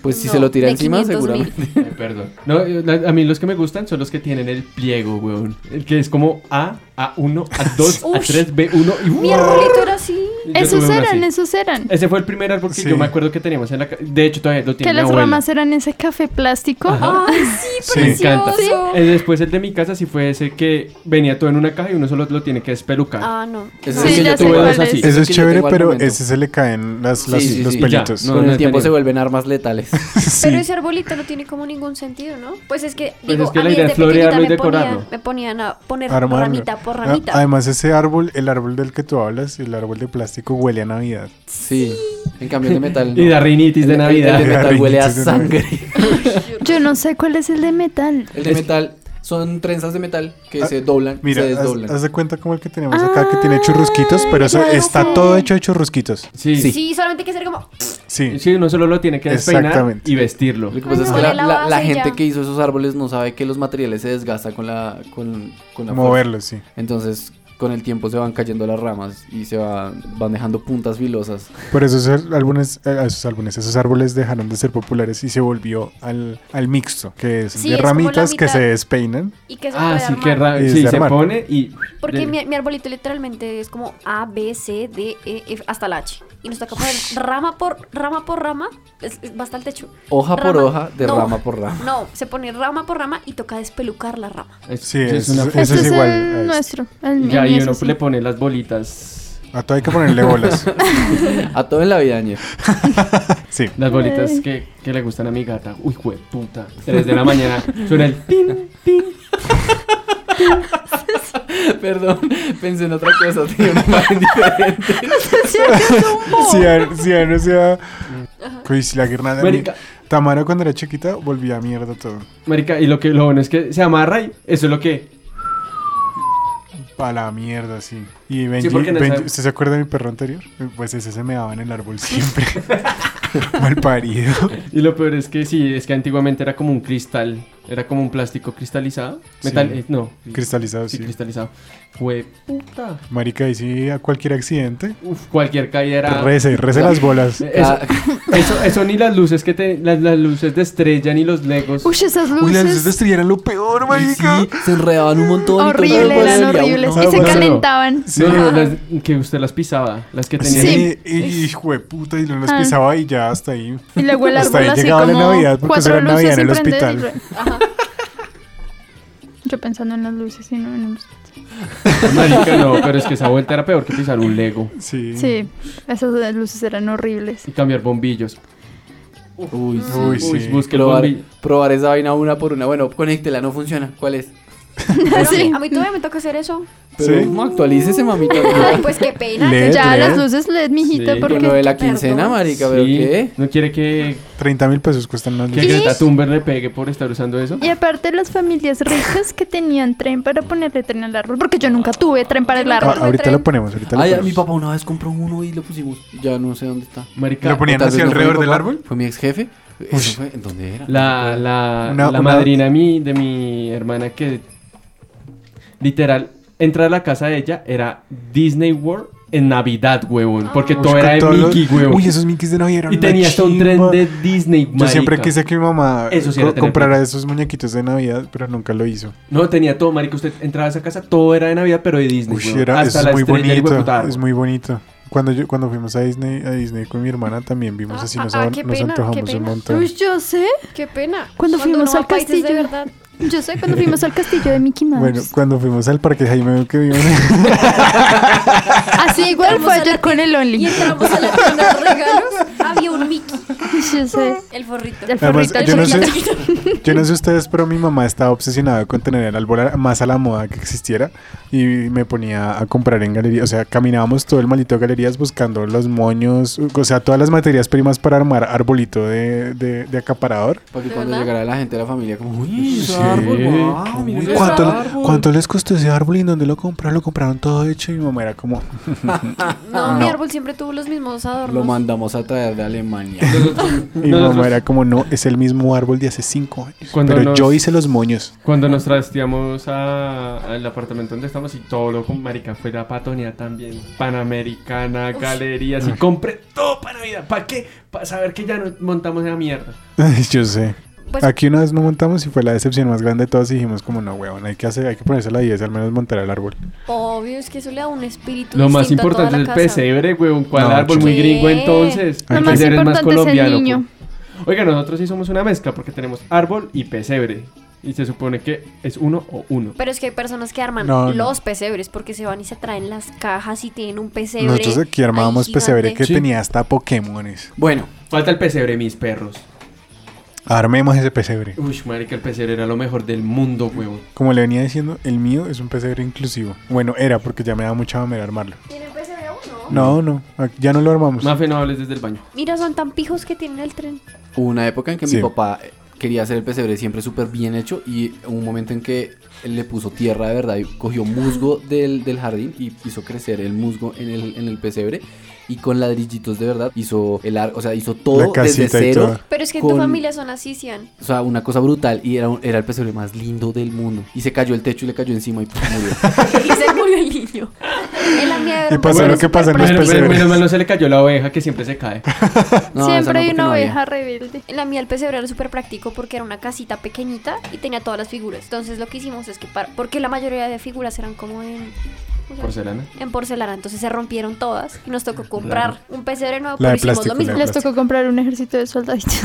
Speaker 5: Pues si
Speaker 3: No,
Speaker 5: se lo tira
Speaker 3: de
Speaker 5: encima,
Speaker 3: 500 mil.
Speaker 5: seguramente.
Speaker 1: Perdón. No, eh, la- a mí los que me gustan son los que tienen el pliego, weón. El que es como A, A1, A2,
Speaker 3: Ush.
Speaker 1: A3, B1 y
Speaker 3: Mi arbolito era así.
Speaker 1: Yo tuve
Speaker 2: Esos
Speaker 1: uno
Speaker 2: eran,
Speaker 1: así.
Speaker 2: esos eran.
Speaker 1: Ese fue el primer árbol que
Speaker 6: Sí.
Speaker 1: yo me acuerdo que teníamos en la ca- De hecho, todavía lo tiene
Speaker 2: Que
Speaker 1: mi
Speaker 2: las
Speaker 1: abuela.
Speaker 2: ramas eran ese café plástico. Ah,
Speaker 1: Ajá.
Speaker 3: Ay, sí,
Speaker 6: Sí.
Speaker 1: Me encanta.
Speaker 3: precioso.
Speaker 1: Eh, Después el de mi casa sí fue ese que venía todo en una caja y uno solo lo tiene que espelucar.
Speaker 3: Ah, no.
Speaker 5: Ese
Speaker 2: Sí,
Speaker 5: es el que
Speaker 2: ya
Speaker 5: yo
Speaker 2: sé
Speaker 5: tuve
Speaker 2: cuál
Speaker 5: dos
Speaker 1: es.
Speaker 5: así.
Speaker 1: Ese
Speaker 6: Ese es
Speaker 5: que yo
Speaker 6: chévere,
Speaker 5: tengo al
Speaker 6: pero
Speaker 5: momento.
Speaker 6: ese se le caen las, las-
Speaker 5: Sí, sí,
Speaker 6: los
Speaker 5: sí.
Speaker 6: pelitos.
Speaker 1: Ya, no,
Speaker 5: Con
Speaker 1: Pues, no
Speaker 5: el
Speaker 1: he
Speaker 5: tiempo
Speaker 1: tenido.
Speaker 5: se vuelven armas letales.
Speaker 6: Sí.
Speaker 3: Pero ese arbolito no tiene como ningún sentido, ¿no? Pues es que,
Speaker 1: Pues
Speaker 3: digo,
Speaker 1: es que
Speaker 3: a
Speaker 1: la
Speaker 3: mí
Speaker 1: idea
Speaker 3: desde
Speaker 1: es florearlo
Speaker 3: pequeñita
Speaker 1: y
Speaker 3: me ponían,
Speaker 1: decorarlo.
Speaker 3: me ponían a poner
Speaker 6: Armarlo.
Speaker 3: ramita por
Speaker 6: Ah,
Speaker 3: ramita.
Speaker 6: Además, ese árbol, el árbol del que tú hablas, el árbol de plástico, huele a Navidad.
Speaker 5: Sí. En cambio el de metal.
Speaker 1: Y
Speaker 5: no.
Speaker 1: da rinitis
Speaker 5: El
Speaker 1: de
Speaker 5: el-
Speaker 1: Navidad.
Speaker 5: El de metal huele a
Speaker 6: Rinitis de Navidad.
Speaker 5: sangre.
Speaker 2: Yo no sé cuál es el de metal.
Speaker 5: El de metal son trenzas de metal que
Speaker 6: Ah,
Speaker 5: se doblan,
Speaker 6: Mira,
Speaker 5: se
Speaker 6: haz,
Speaker 5: desdoblan.
Speaker 6: haz de cuenta como el que tenemos acá,
Speaker 3: Ah,
Speaker 6: que tiene churrusquitos,
Speaker 2: Ay,
Speaker 6: pero eso
Speaker 2: ya lo
Speaker 6: está
Speaker 2: sé.
Speaker 6: todo hecho de churrusquitos.
Speaker 1: Sí.
Speaker 3: sí.
Speaker 1: sí.
Speaker 3: solamente hay que hacer como.
Speaker 6: Sí.
Speaker 1: uno solo lo tiene que despeinar
Speaker 6: Exactamente.
Speaker 1: y vestirlo.
Speaker 5: Lo que pasa
Speaker 3: Ah,
Speaker 5: es
Speaker 3: no.
Speaker 5: que la,
Speaker 3: Huele a
Speaker 5: la- la
Speaker 3: base y
Speaker 5: gente
Speaker 3: ya.
Speaker 5: que hizo esos árboles no sabe que los materiales se desgastan con la con, con la fuerza.
Speaker 6: Moverlo, sí.
Speaker 5: Entonces, con el tiempo se van cayendo las ramas y se van, van dejando puntas filosas.
Speaker 6: Por eso esos álbumes, eh, esos álbumes, esos árboles dejaron de ser populares y se volvió al, al mixto, que es
Speaker 3: Sí,
Speaker 6: de
Speaker 3: es como la
Speaker 6: ramitas que
Speaker 3: mitad.
Speaker 6: se despeinan.
Speaker 3: Y que se
Speaker 1: Ah,
Speaker 3: puede
Speaker 1: sí,
Speaker 3: armar.
Speaker 1: qué raro.
Speaker 6: Y
Speaker 1: Sí, se
Speaker 6: desarmar.
Speaker 1: pone y.
Speaker 3: Porque mi, mi arbolito literalmente es como A, B, C, D, E, F, hasta la H. Y nos toca poner rama por rama por rama, es, es- va hasta el techo.
Speaker 5: Hoja por
Speaker 3: Rama.
Speaker 5: hoja, de
Speaker 3: No.
Speaker 5: rama por rama.
Speaker 3: No, se pone rama por rama y toca despelucar la rama.
Speaker 1: Es,
Speaker 6: Sí,
Speaker 1: es
Speaker 6: es-
Speaker 1: una.
Speaker 6: Ese
Speaker 2: Este
Speaker 6: es
Speaker 2: es
Speaker 6: igual a
Speaker 2: el
Speaker 6: este.
Speaker 2: nuestro.
Speaker 3: Mm,
Speaker 2: El,
Speaker 1: Ya,
Speaker 2: el mío
Speaker 1: y
Speaker 2: es
Speaker 1: uno
Speaker 2: así.
Speaker 1: le pone las bolitas.
Speaker 6: A todo Ah, hay que ponerle bolas.
Speaker 5: A todo en la vida, Ñe.
Speaker 6: Sí.
Speaker 1: Las bolitas que, que le gustan a mi gata. Uy, jue puta. 3 de la mañana suena el pin, pin.
Speaker 5: Perdón, pensé en otra cosa, tenía una imagen diferente.
Speaker 3: Oh.
Speaker 6: Si ya, si ya no sea. Pues si la guirnalda.
Speaker 1: Marica.
Speaker 6: Tamara cuando era chiquita volvía a mierda todo.
Speaker 1: Marica, y lo que lo bueno es que se amarra y eso es lo que
Speaker 6: Pa' la mierda, sí. Y Benji,
Speaker 1: porque en
Speaker 6: Benji-
Speaker 1: esa-
Speaker 6: ¿usted se acuerda de mi perro anterior? Pues ese se me daba en el árbol siempre. Mal parido.
Speaker 1: Y lo peor es que sí, es que antiguamente era como un cristal, era como un plástico cristalizado.
Speaker 6: Sí.
Speaker 1: Metal, eh, no.
Speaker 6: Cristalizado,
Speaker 1: Sí,
Speaker 6: sí.
Speaker 1: cristalizado. Fue puta.
Speaker 6: Marica, y sí, a cualquier accidente.
Speaker 1: Uf, cualquier caída era.
Speaker 6: Rece, rece las bolas.
Speaker 1: Eso, eso, eso ni las luces que te, las, las luces de estrella ni los legos.
Speaker 2: Uy, esas
Speaker 6: Uy, las luces de
Speaker 2: luces.
Speaker 6: estrella eran lo peor, marica.
Speaker 5: Sí, se enredaban un montón. y todo el
Speaker 2: Horrible,
Speaker 5: mundo
Speaker 2: eran
Speaker 5: decía, "Uy,
Speaker 2: horribles.
Speaker 6: no,
Speaker 2: Y se
Speaker 6: no, no.
Speaker 2: calentaban.
Speaker 6: Sí.
Speaker 1: No, no, las que usted las pisaba, las que tenían.
Speaker 6: Sí, y- hijo de puta, y no las
Speaker 2: Ah.
Speaker 6: pisaba y ya hasta ahí.
Speaker 2: Y luego el
Speaker 6: Hasta
Speaker 2: árbol
Speaker 6: ahí
Speaker 2: así
Speaker 6: llegaba la
Speaker 2: como
Speaker 6: Navidad, porque
Speaker 2: cuatro
Speaker 6: será
Speaker 2: luces
Speaker 6: Navidad en
Speaker 2: sin
Speaker 6: el
Speaker 2: prender y
Speaker 6: hospital.
Speaker 2: re- Yo pensando en las luces y no en el-
Speaker 1: Marica, no, pero es que esa vuelta era peor que pisar un Lego
Speaker 6: Sí.
Speaker 2: Sí, esas luces eran horribles.
Speaker 1: y cambiar bombillos.
Speaker 5: Uy, sí.
Speaker 6: Uy, sí.
Speaker 1: Uy, busque el
Speaker 5: Probar,
Speaker 1: bombillo.
Speaker 5: probar esa vaina una por una. Bueno, conéctela, no funciona. ¿Cuál es?
Speaker 3: Pero
Speaker 2: Sí.
Speaker 3: a mí todavía me toca hacer eso.
Speaker 5: Pero
Speaker 6: Sí.
Speaker 5: no, actualícese, mamita.
Speaker 3: Ay, pues qué pena.
Speaker 6: Le- LED,
Speaker 2: ya
Speaker 6: LED.
Speaker 2: las luces LED, mijita,
Speaker 1: Sí.
Speaker 5: Con
Speaker 2: porque
Speaker 5: lo de la quincena,
Speaker 3: Perdón.
Speaker 5: marica, ¿pero
Speaker 1: Sí,
Speaker 5: qué?
Speaker 1: ¿No quiere que,
Speaker 6: 30 mil pesos cuestan las
Speaker 1: que
Speaker 6: luces.
Speaker 1: Greta Thunberg le pegue por estar usando eso?
Speaker 2: Y aparte las familias ricas que tenían tren para ponerle tren al árbol, porque yo nunca tuve tren para el
Speaker 6: Ah,
Speaker 2: árbol.
Speaker 6: ahorita lo ponemos, ahorita lo
Speaker 5: Ay,
Speaker 6: ponemos.
Speaker 5: mi papá una vez compró uno y lo pusimos. Ya no sé dónde está.
Speaker 1: Marica,
Speaker 6: ¿Lo ponían
Speaker 5: Tal vez
Speaker 6: así
Speaker 5: no fue mi
Speaker 6: alrededor del
Speaker 5: papá,
Speaker 6: árbol?
Speaker 5: Fue mi ex jefe. Eso fue, ¿en dónde era?
Speaker 1: La, la,
Speaker 6: Una-
Speaker 1: la
Speaker 6: una-
Speaker 1: madrina de mi, de mi hermana que literal entrar a la casa de ella era Disney World en Navidad, huevón, porque
Speaker 6: Uy,
Speaker 1: todo era
Speaker 6: con
Speaker 1: de
Speaker 6: todos los-
Speaker 1: Mickey, huevón.
Speaker 6: Uy, esos Mickeys de Navidad eran
Speaker 1: y
Speaker 6: una
Speaker 1: tenía hasta un tren
Speaker 6: chimba.
Speaker 1: de Disney, marica.
Speaker 6: Yo siempre quise que mi mamá
Speaker 1: Eso sí
Speaker 6: co-
Speaker 1: era tener
Speaker 6: comprara esos muñequitos de Navidad, pero nunca lo hizo.
Speaker 1: No, tenía todo, marica, usted entraba a esa casa, todo era de Navidad, pero de Disney,
Speaker 6: Uy,
Speaker 1: huevón.
Speaker 6: era,
Speaker 1: hasta
Speaker 6: es
Speaker 1: la
Speaker 6: muy
Speaker 1: estrella del
Speaker 6: bonito,
Speaker 1: hueputarro.
Speaker 6: es muy bonito. Cuando yo cuando fuimos a Disney, a Disney con mi hermana también vimos así,
Speaker 3: Ah,
Speaker 6: nos,
Speaker 3: ah,
Speaker 6: an-
Speaker 3: qué
Speaker 6: nos
Speaker 3: pena,
Speaker 6: antojamos
Speaker 3: qué
Speaker 6: un
Speaker 3: pena.
Speaker 6: montón.
Speaker 2: Uy, yo sé,
Speaker 3: Qué pena.
Speaker 2: Cuando fuimos
Speaker 3: uno
Speaker 2: al
Speaker 3: va a países
Speaker 2: castillo.
Speaker 3: Este de verdad.
Speaker 2: yo sé cuando fuimos al castillo de Mickey Mouse.
Speaker 3: pues.
Speaker 6: Bueno, cuando fuimos al parque Jaime que vimos
Speaker 2: Así igual
Speaker 3: Entramos
Speaker 2: fue
Speaker 3: a la
Speaker 2: ayer con el
Speaker 3: Y
Speaker 2: Only.
Speaker 3: entramos a la tienda de regalos. Había un Mickey,
Speaker 2: Yo sé.
Speaker 3: el forrito.
Speaker 2: El
Speaker 6: Además,
Speaker 2: forrito, el
Speaker 6: yo no sé-
Speaker 2: chocolate.
Speaker 6: Yo no sé ustedes, pero mi mamá estaba obsesionada con tener el árbol a- más a la moda que existiera y me ponía a comprar en galerías. O sea, caminábamos todo el maldito de galerías buscando los moños, o sea, todas las materias primas para armar arbolito de, de- de acaparador.
Speaker 5: Para que
Speaker 3: ¿De
Speaker 5: cuando
Speaker 3: verdad?
Speaker 5: llegara la gente de la familia, como, uy, ese
Speaker 6: Sí.
Speaker 5: árbol, guau,
Speaker 6: Uy,
Speaker 5: mira ese
Speaker 6: ¿cuánto,
Speaker 5: árbol".
Speaker 6: cuánto les costó ese árbol y en dónde lo compraron? Lo compraron todo hecho y mi mamá era como,
Speaker 3: No,
Speaker 6: No.
Speaker 3: mi árbol siempre tuvo los mismos adornos.
Speaker 5: Lo mandamos a traer de Alemania.
Speaker 6: y mi
Speaker 1: Nosotros-
Speaker 6: mamá era como, no, es el mismo árbol de hace cinco años.
Speaker 1: Cuando
Speaker 6: pero
Speaker 1: nos-
Speaker 6: yo hice los moños.
Speaker 1: Cuando nos trasteamos a- al apartamento donde estamos y todo lo con marica fue la patonía también. Panamericana, galerías y compré todo para Navidad. ¿Para qué? Para saber que ya nos montamos esa mierda.
Speaker 6: yo sé.
Speaker 3: Pues-
Speaker 6: Aquí una vez no montamos y fue la decepción más grande de todos y dijimos como, no, weón, hay que, hacer, hay que ponerse la 10 al menos montar el árbol.
Speaker 3: Obvio, es que eso le da un espíritu.
Speaker 1: Lo más
Speaker 3: distinto a toda
Speaker 1: importante es el
Speaker 3: la casa.
Speaker 1: pesebre, güey. ¿Cuál
Speaker 6: No,
Speaker 1: árbol muy
Speaker 3: chico.
Speaker 1: gringo
Speaker 3: ¿Qué?
Speaker 1: entonces?
Speaker 6: Lo
Speaker 1: El
Speaker 6: más
Speaker 1: pesebre
Speaker 2: importante es el niño.
Speaker 1: pues. Oiga, nosotros sí somos una mezcla porque tenemos árbol y pesebre. Y se supone que es uno o uno.
Speaker 3: Pero es que hay personas que arman
Speaker 6: No, no.
Speaker 3: los pesebres porque se van y se traen las cajas y tienen un pesebre.
Speaker 6: Nosotros aquí
Speaker 3: ahí
Speaker 6: armábamos
Speaker 3: gigante.
Speaker 6: pesebre que
Speaker 5: Sí.
Speaker 6: tenía hasta Pokémones.
Speaker 5: Bueno,
Speaker 1: Falta el pesebre, mis perros.
Speaker 6: Armemos ese pesebre.
Speaker 1: Uy, marica, el pesebre era lo mejor del mundo, güey.
Speaker 6: Como le venía diciendo, el mío es un pesebre inclusivo. Bueno, era porque ya me da mucha mamera armarlo.
Speaker 3: ¿Tienen pesebre aún, no?
Speaker 6: No, no, a- ya no lo armamos.
Speaker 1: Mafe, no hables desde el baño.
Speaker 3: Mira, son tan pijos que tienen el tren.
Speaker 5: hubo una época en que
Speaker 6: Sí.
Speaker 5: mi papá quería hacer el pesebre siempre súper bien hecho y hubo un momento en que él le puso tierra de verdad y cogió musgo del, del jardín y hizo crecer el musgo en el, en el pesebre y con ladrillitos de verdad hizo el ar- o sea, hizo todo desde
Speaker 6: casita y
Speaker 5: cero.
Speaker 6: todo.
Speaker 3: Pero es que en
Speaker 5: Con-
Speaker 3: tu familia son así, Cian.
Speaker 5: O sea, una cosa brutal y era, un- era el pesebre más lindo del mundo. Y se cayó el techo y le cayó encima y pues, murió.
Speaker 3: Y se murió el niño. En la mía era
Speaker 6: Y
Speaker 3: un
Speaker 1: pues
Speaker 6: pasó
Speaker 3: pesebre
Speaker 6: lo que pasa en los
Speaker 1: Pero,
Speaker 3: superpráctico.
Speaker 1: pero,
Speaker 6: pesebres.
Speaker 1: menos mal no se le cayó la oveja que siempre se cae.
Speaker 2: Siempre
Speaker 5: No, esa no,
Speaker 2: hay
Speaker 5: porque
Speaker 2: una
Speaker 5: no había.
Speaker 2: oveja rebelde.
Speaker 3: En la mía el pesebre era súper práctico porque era una casita pequeñita y tenía todas las figuras. Entonces lo que hicimos es que, para- porque la mayoría de figuras eran como en... ¿cómo se llama?
Speaker 1: Porcelana.
Speaker 3: En porcelana, entonces se rompieron todas y nos tocó comprar un pesebre nuevo,
Speaker 6: La
Speaker 3: pero
Speaker 6: de
Speaker 3: hicimos
Speaker 6: plástico,
Speaker 3: lo mismo.
Speaker 6: la de
Speaker 2: Les tocó comprar un ejército de soldaditos.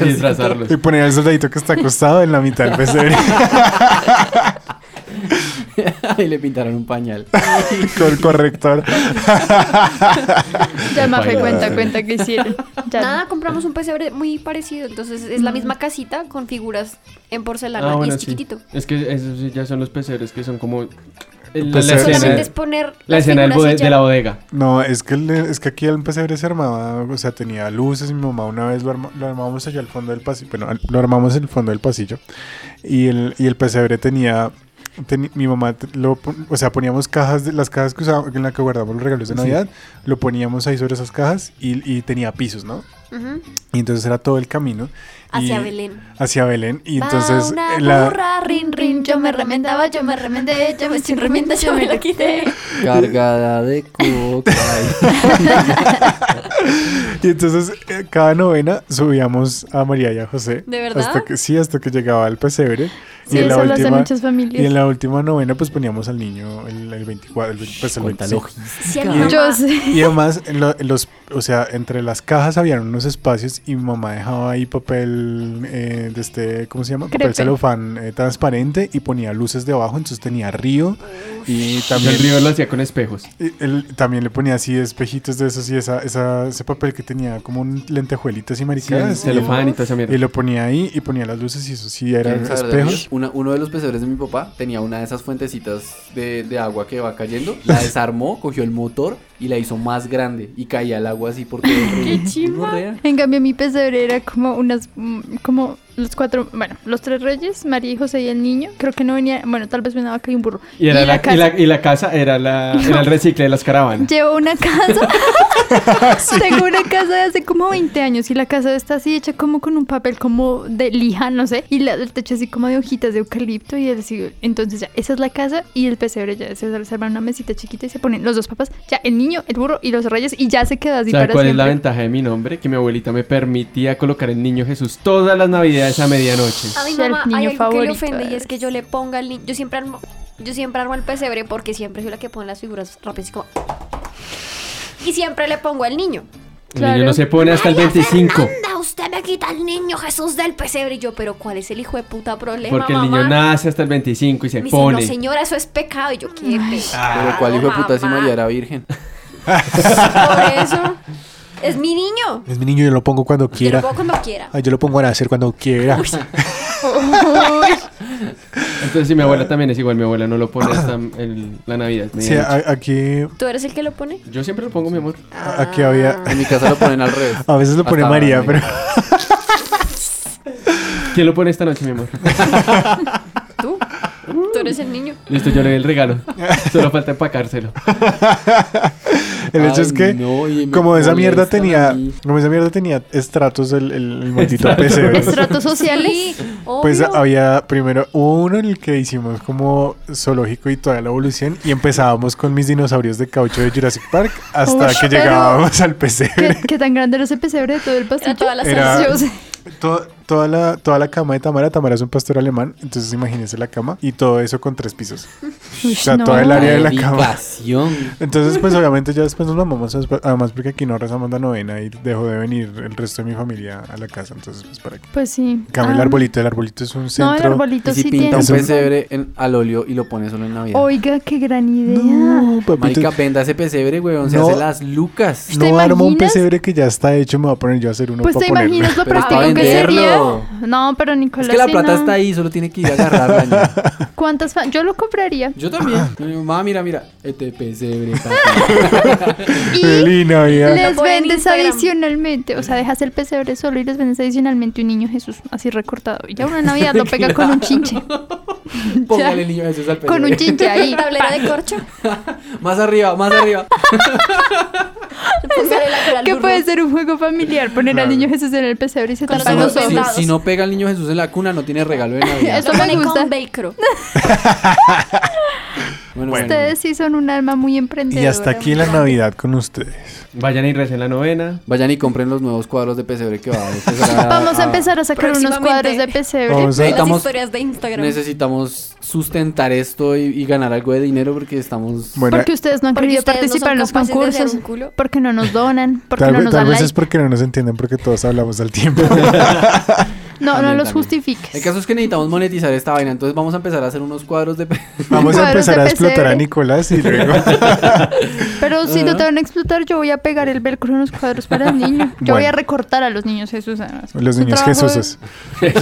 Speaker 1: y disfrazarlos.
Speaker 6: Y poner al soldadito que está acostado en la mitad del pesebre
Speaker 5: y le pintaron un pañal.
Speaker 6: con corrector.
Speaker 2: ya Mafe
Speaker 1: Vaya.
Speaker 2: cuenta, cuenta que hicieron. Ya.
Speaker 3: Nada, compramos un pesebre muy parecido, entonces es la misma casita con figuras en porcelana
Speaker 1: Ah, bueno,
Speaker 3: y es
Speaker 1: sí.
Speaker 3: chiquitito.
Speaker 1: Es que esos sí ya son los pesebres que son como. el- la,
Speaker 6: Pesebre.
Speaker 3: Solamente es
Speaker 1: escena,
Speaker 3: poner
Speaker 1: la
Speaker 3: las
Speaker 1: escena del
Speaker 3: figuras y
Speaker 1: bode-
Speaker 3: ya.
Speaker 1: de la bodega.
Speaker 6: No, es que, el- es que aquí el pesebre se armaba, o sea, tenía luces. Mi mamá una vez lo, arma- lo armamos allá al fondo del pasillo. Bueno, al- lo armamos en el fondo del pasillo. Y el, y el pesebre tenía teni- mi mamá t- lo pon- o sea, poníamos cajas, de, las cajas que usábamos, en la que guardábamos los regalos de Navidad, lo poníamos ahí sobre esas cajas y, y tenía pisos, ¿no?
Speaker 3: Ujú.
Speaker 6: Y entonces era todo el camino. y-
Speaker 3: Hacia Belén.
Speaker 6: Hacia Belén. Y
Speaker 3: Va
Speaker 6: entonces
Speaker 3: una
Speaker 6: eh, la,
Speaker 3: burra, rin, rin, yo me remendaba, yo me remendé, yo me sin remenda, yo me la quité.
Speaker 5: Cargada de coca.
Speaker 6: Y entonces eh, cada novena subíamos a María y a José.
Speaker 3: ¿De verdad?
Speaker 6: Hasta que, sí, hasta que llegaba el pesebre.
Speaker 2: Sí,
Speaker 6: en la
Speaker 2: eso lo hacen
Speaker 6: última-
Speaker 2: muchas familias.
Speaker 6: Y en la última novena pues poníamos al niño el, el 24, el, veinte- pues el
Speaker 5: Cuenta
Speaker 6: 25.
Speaker 5: logis.
Speaker 3: Si a mi mamá-
Speaker 2: Yo sé.
Speaker 6: Y además, en lo- en los, o sea, entre las cajas habían unos espacios y mi mamá dejaba ahí papel eh, de este, ¿cómo se llama? Papel
Speaker 2: Crepe.
Speaker 6: celofán eh, transparente y ponía luces debajo, entonces tenía río y también
Speaker 1: El río lo hacía con espejos.
Speaker 6: y él también le ponía así espejitos de esos y esa, esa- ese papel que tenía como un lentejuelitas y
Speaker 1: Sí, el
Speaker 6: maricadas.
Speaker 1: celofán y toda esa mierda.
Speaker 6: Y lo ponía ahí y ponía las luces y eso sí eran
Speaker 5: ¿Quieren saber de mí?
Speaker 6: espejos.
Speaker 5: Una- uno de los pesebres de mi papá tenía una de esas fuentecitas de, de agua que va cayendo, la desarmó, cogió el motor y la hizo más grande y caía el agua así porque... ¡Qué
Speaker 2: En cambio, mi pesebre era como unas. mm, Como los cuatro. Bueno, los tres reyes, María y José y el niño. Creo que no venía. Bueno, tal vez venía acá y un burro.
Speaker 1: Y, era la, y,
Speaker 2: casa.
Speaker 1: la, y la casa era, la, era el recicle de las caravanas.
Speaker 2: Llevo una casa. Tengo una casa de hace como 20 años y la casa está así hecha como con un papel como de lija, no sé. Y la, el techo así como de hojitas de eucalipto y el así. Entonces ya, esa es la casa y el pesebre ya se reserva en una mesita chiquita y se ponen los dos papás, ya el niño, el burro y los reyes y ya se queda así
Speaker 1: ¿Sabe
Speaker 2: para
Speaker 1: cuál es la
Speaker 2: siempre.
Speaker 1: ventaja de mi nombre? Que mi abuelita me permitía colocar el niño Jesús todas las navidades a medianoche.
Speaker 3: A mi
Speaker 2: Es el
Speaker 3: mamá hay
Speaker 2: niño
Speaker 3: algo que le
Speaker 2: favorito
Speaker 3: ofende y
Speaker 2: de
Speaker 3: es que yo le ponga el niño. Yo siempre armo, yo siempre armo el pesebre porque siempre soy la que pone las figuras rápido así como- Y siempre le pongo al niño.
Speaker 1: El
Speaker 2: Claro.
Speaker 1: niño no se pone hasta el 25.
Speaker 3: Anda, usted me quita el niño Jesús del pesebre. Y yo, pero ¿cuál es el hijo de puta problema,
Speaker 1: Porque el
Speaker 3: mamá?
Speaker 1: niño nace hasta el 25 y se
Speaker 3: Me dice, no,
Speaker 1: pone.
Speaker 3: señora, eso es pecado. Y yo, qué pecado.
Speaker 5: Pero cuál hijo de puta si
Speaker 3: mamá?
Speaker 5: María era virgen.
Speaker 3: Por eso. Es mi niño.
Speaker 6: Es mi niño, yo lo pongo cuando
Speaker 3: Yo lo
Speaker 6: quiera.
Speaker 3: pongo cuando quiera.
Speaker 6: Ay, yo lo pongo a nacer cuando quiera.
Speaker 1: Entonces, si mi abuela también es igual, mi abuela no lo pone hasta el- la Navidad.
Speaker 6: Sí, ah.
Speaker 1: medianoche.
Speaker 6: a- aquí,
Speaker 3: ¿Tú eres el que lo pone?
Speaker 1: Yo siempre lo pongo, mi amor.
Speaker 6: a- aquí había...
Speaker 5: En mi casa lo ponen al revés.
Speaker 6: A veces lo pone
Speaker 5: Hasta ahora,
Speaker 6: María,
Speaker 5: ¿no?
Speaker 6: pero...
Speaker 1: ¿Quién lo pone esta noche, mi amor?
Speaker 3: Tú. Tú eres el niño.
Speaker 1: Listo, yo le doy el regalo. Solo falta empacárselo.
Speaker 6: El hecho
Speaker 5: Ay,
Speaker 6: es que
Speaker 5: no, y me
Speaker 6: como esa mierda
Speaker 5: molestan a
Speaker 6: tenía,
Speaker 5: mí.
Speaker 6: como esa mierda tenía estratos el, el, el maldito pesebre.
Speaker 2: Estratos sociales.
Speaker 3: Sí,
Speaker 6: Pues
Speaker 3: obvio.
Speaker 6: había primero uno en el que hicimos como zoológico y toda la evolución y empezábamos con mis dinosaurios de caucho de Jurassic Park hasta
Speaker 2: Ush,
Speaker 6: que
Speaker 2: pero-
Speaker 6: llegábamos al pesebre.
Speaker 2: ¿Qué, qué tan grande era ese pesebre de todo el pasillo?
Speaker 3: Era toda la
Speaker 6: Era-
Speaker 2: Yo sé.
Speaker 6: To- toda, la, toda la cama de Tamara, Tamara es un pastor alemán, entonces imagínense la cama y todo eso con tres pisos.
Speaker 2: Uy,
Speaker 6: sea,
Speaker 2: no.
Speaker 6: toda el área- de la cama.
Speaker 5: Dedicación.
Speaker 6: Entonces pues obviamente ya después nos mamamos, después- además porque aquí no rezamos la novena y dejó de venir el resto de mi familia a la casa, entonces pues para qué.
Speaker 2: Pues sí.
Speaker 6: En cambio, el
Speaker 2: Ah,
Speaker 6: arbolito, el arbolito es un
Speaker 2: No, el
Speaker 6: centro.
Speaker 2: arbolito
Speaker 5: Y si
Speaker 2: sí
Speaker 5: pinta
Speaker 2: tiene.
Speaker 5: un
Speaker 6: Eso-
Speaker 5: pesebre en- al óleo y lo pone solo en Navidad.
Speaker 2: Oiga, qué gran idea.
Speaker 6: No, papito.
Speaker 5: Marica, venda ese pesebre, weón. Se
Speaker 6: No.
Speaker 5: hace las lucas.
Speaker 2: ¿Te
Speaker 6: No armo un
Speaker 2: imaginas?
Speaker 6: pesebre que ya está hecho, me voy a poner yo a hacer uno
Speaker 2: Pues
Speaker 6: para
Speaker 2: te
Speaker 6: ponerlo.
Speaker 2: imaginas lo
Speaker 5: Pero es
Speaker 2: práctico
Speaker 5: para
Speaker 2: que sería.
Speaker 5: venderlo.
Speaker 2: No, pero Nicolás.
Speaker 5: Es que la
Speaker 2: sí,
Speaker 5: plata
Speaker 2: no.
Speaker 5: está ahí, solo tiene que ir a agarrarla. ña.
Speaker 2: ¿Cuántas fa- Yo lo compraría.
Speaker 5: Yo también. Mi mamá, mira, mira. Este pesebre, papi.
Speaker 2: Y
Speaker 6: Feliz Navidad.
Speaker 2: les
Speaker 3: Lo pueden
Speaker 2: vendes
Speaker 3: Instagram.
Speaker 2: adicionalmente. O sea, dejas el pesebre solo y les vendes adicionalmente un niño Jesús así recortado. Y ya una Navidad lo pega con un chinche.
Speaker 5: Póngale el niño Jesús al pesebre.
Speaker 2: Con un chinche ahí.
Speaker 3: Tablera de corcho.
Speaker 5: Más arriba, más arriba.
Speaker 3: Póngale la cara al
Speaker 2: Que
Speaker 3: burro.
Speaker 2: puede ser un juego familiar. Poner al niño Jesús en el pesebre y se
Speaker 3: Con
Speaker 2: tapan
Speaker 3: los
Speaker 2: los
Speaker 5: si,
Speaker 2: ojos.
Speaker 5: no,
Speaker 3: soldados.
Speaker 5: si- si no pega el niño Jesús en la cuna, no tiene regalo de Navidad.
Speaker 2: Eso
Speaker 3: Lo
Speaker 2: me
Speaker 3: ponen
Speaker 2: gusta.
Speaker 3: con velcro.
Speaker 5: Bueno, bueno.
Speaker 2: Ustedes sí son un alma muy emprendedora.
Speaker 6: Y hasta aquí la Navidad con ustedes.
Speaker 1: Vayan y recen la novena.
Speaker 5: Vayan y compren los nuevos cuadros de pesebre que va a Pues, empezar a-
Speaker 2: Vamos a empezar a sacar unos
Speaker 3: Próximamente.
Speaker 2: cuadros de pesebre.
Speaker 6: Vamos a-
Speaker 3: Las
Speaker 5: Necesitamos-
Speaker 3: historias de Instagram.
Speaker 5: Necesitamos sustentar esto y, y ganar algo de dinero porque estamos.
Speaker 6: Bueno,
Speaker 2: Porque ustedes no han
Speaker 3: Porque
Speaker 2: querido
Speaker 3: ustedes no
Speaker 2: participar
Speaker 3: son
Speaker 2: en los
Speaker 3: capaces de hacer
Speaker 2: concursos,
Speaker 3: un culo.
Speaker 2: porque no nos donan, porque
Speaker 6: tal,
Speaker 2: no
Speaker 6: ve-
Speaker 2: nos
Speaker 6: tal
Speaker 2: dan
Speaker 6: vez
Speaker 2: like.
Speaker 6: es porque no nos entienden porque todos hablamos al tiempo.
Speaker 2: No, no
Speaker 5: También,
Speaker 2: los
Speaker 5: también. El
Speaker 2: justifiques.
Speaker 5: caso es que necesitamos monetizar esta vaina, entonces vamos a empezar a hacer unos cuadros de. pe-
Speaker 6: Vamos a
Speaker 2: Cuadros
Speaker 6: empezar
Speaker 2: de
Speaker 6: a explotar a
Speaker 2: pesebre.
Speaker 6: Nicolás y luego...
Speaker 2: Pero si
Speaker 3: Ah.
Speaker 2: no te van a explotar, yo voy a pegar el velcro en los cuadros para el niño. Yo voy
Speaker 6: Bueno.
Speaker 2: a recortar a los niños Jesús. además.
Speaker 6: Los
Speaker 2: Su
Speaker 6: niños
Speaker 2: trabajo
Speaker 6: Jesús.
Speaker 2: es-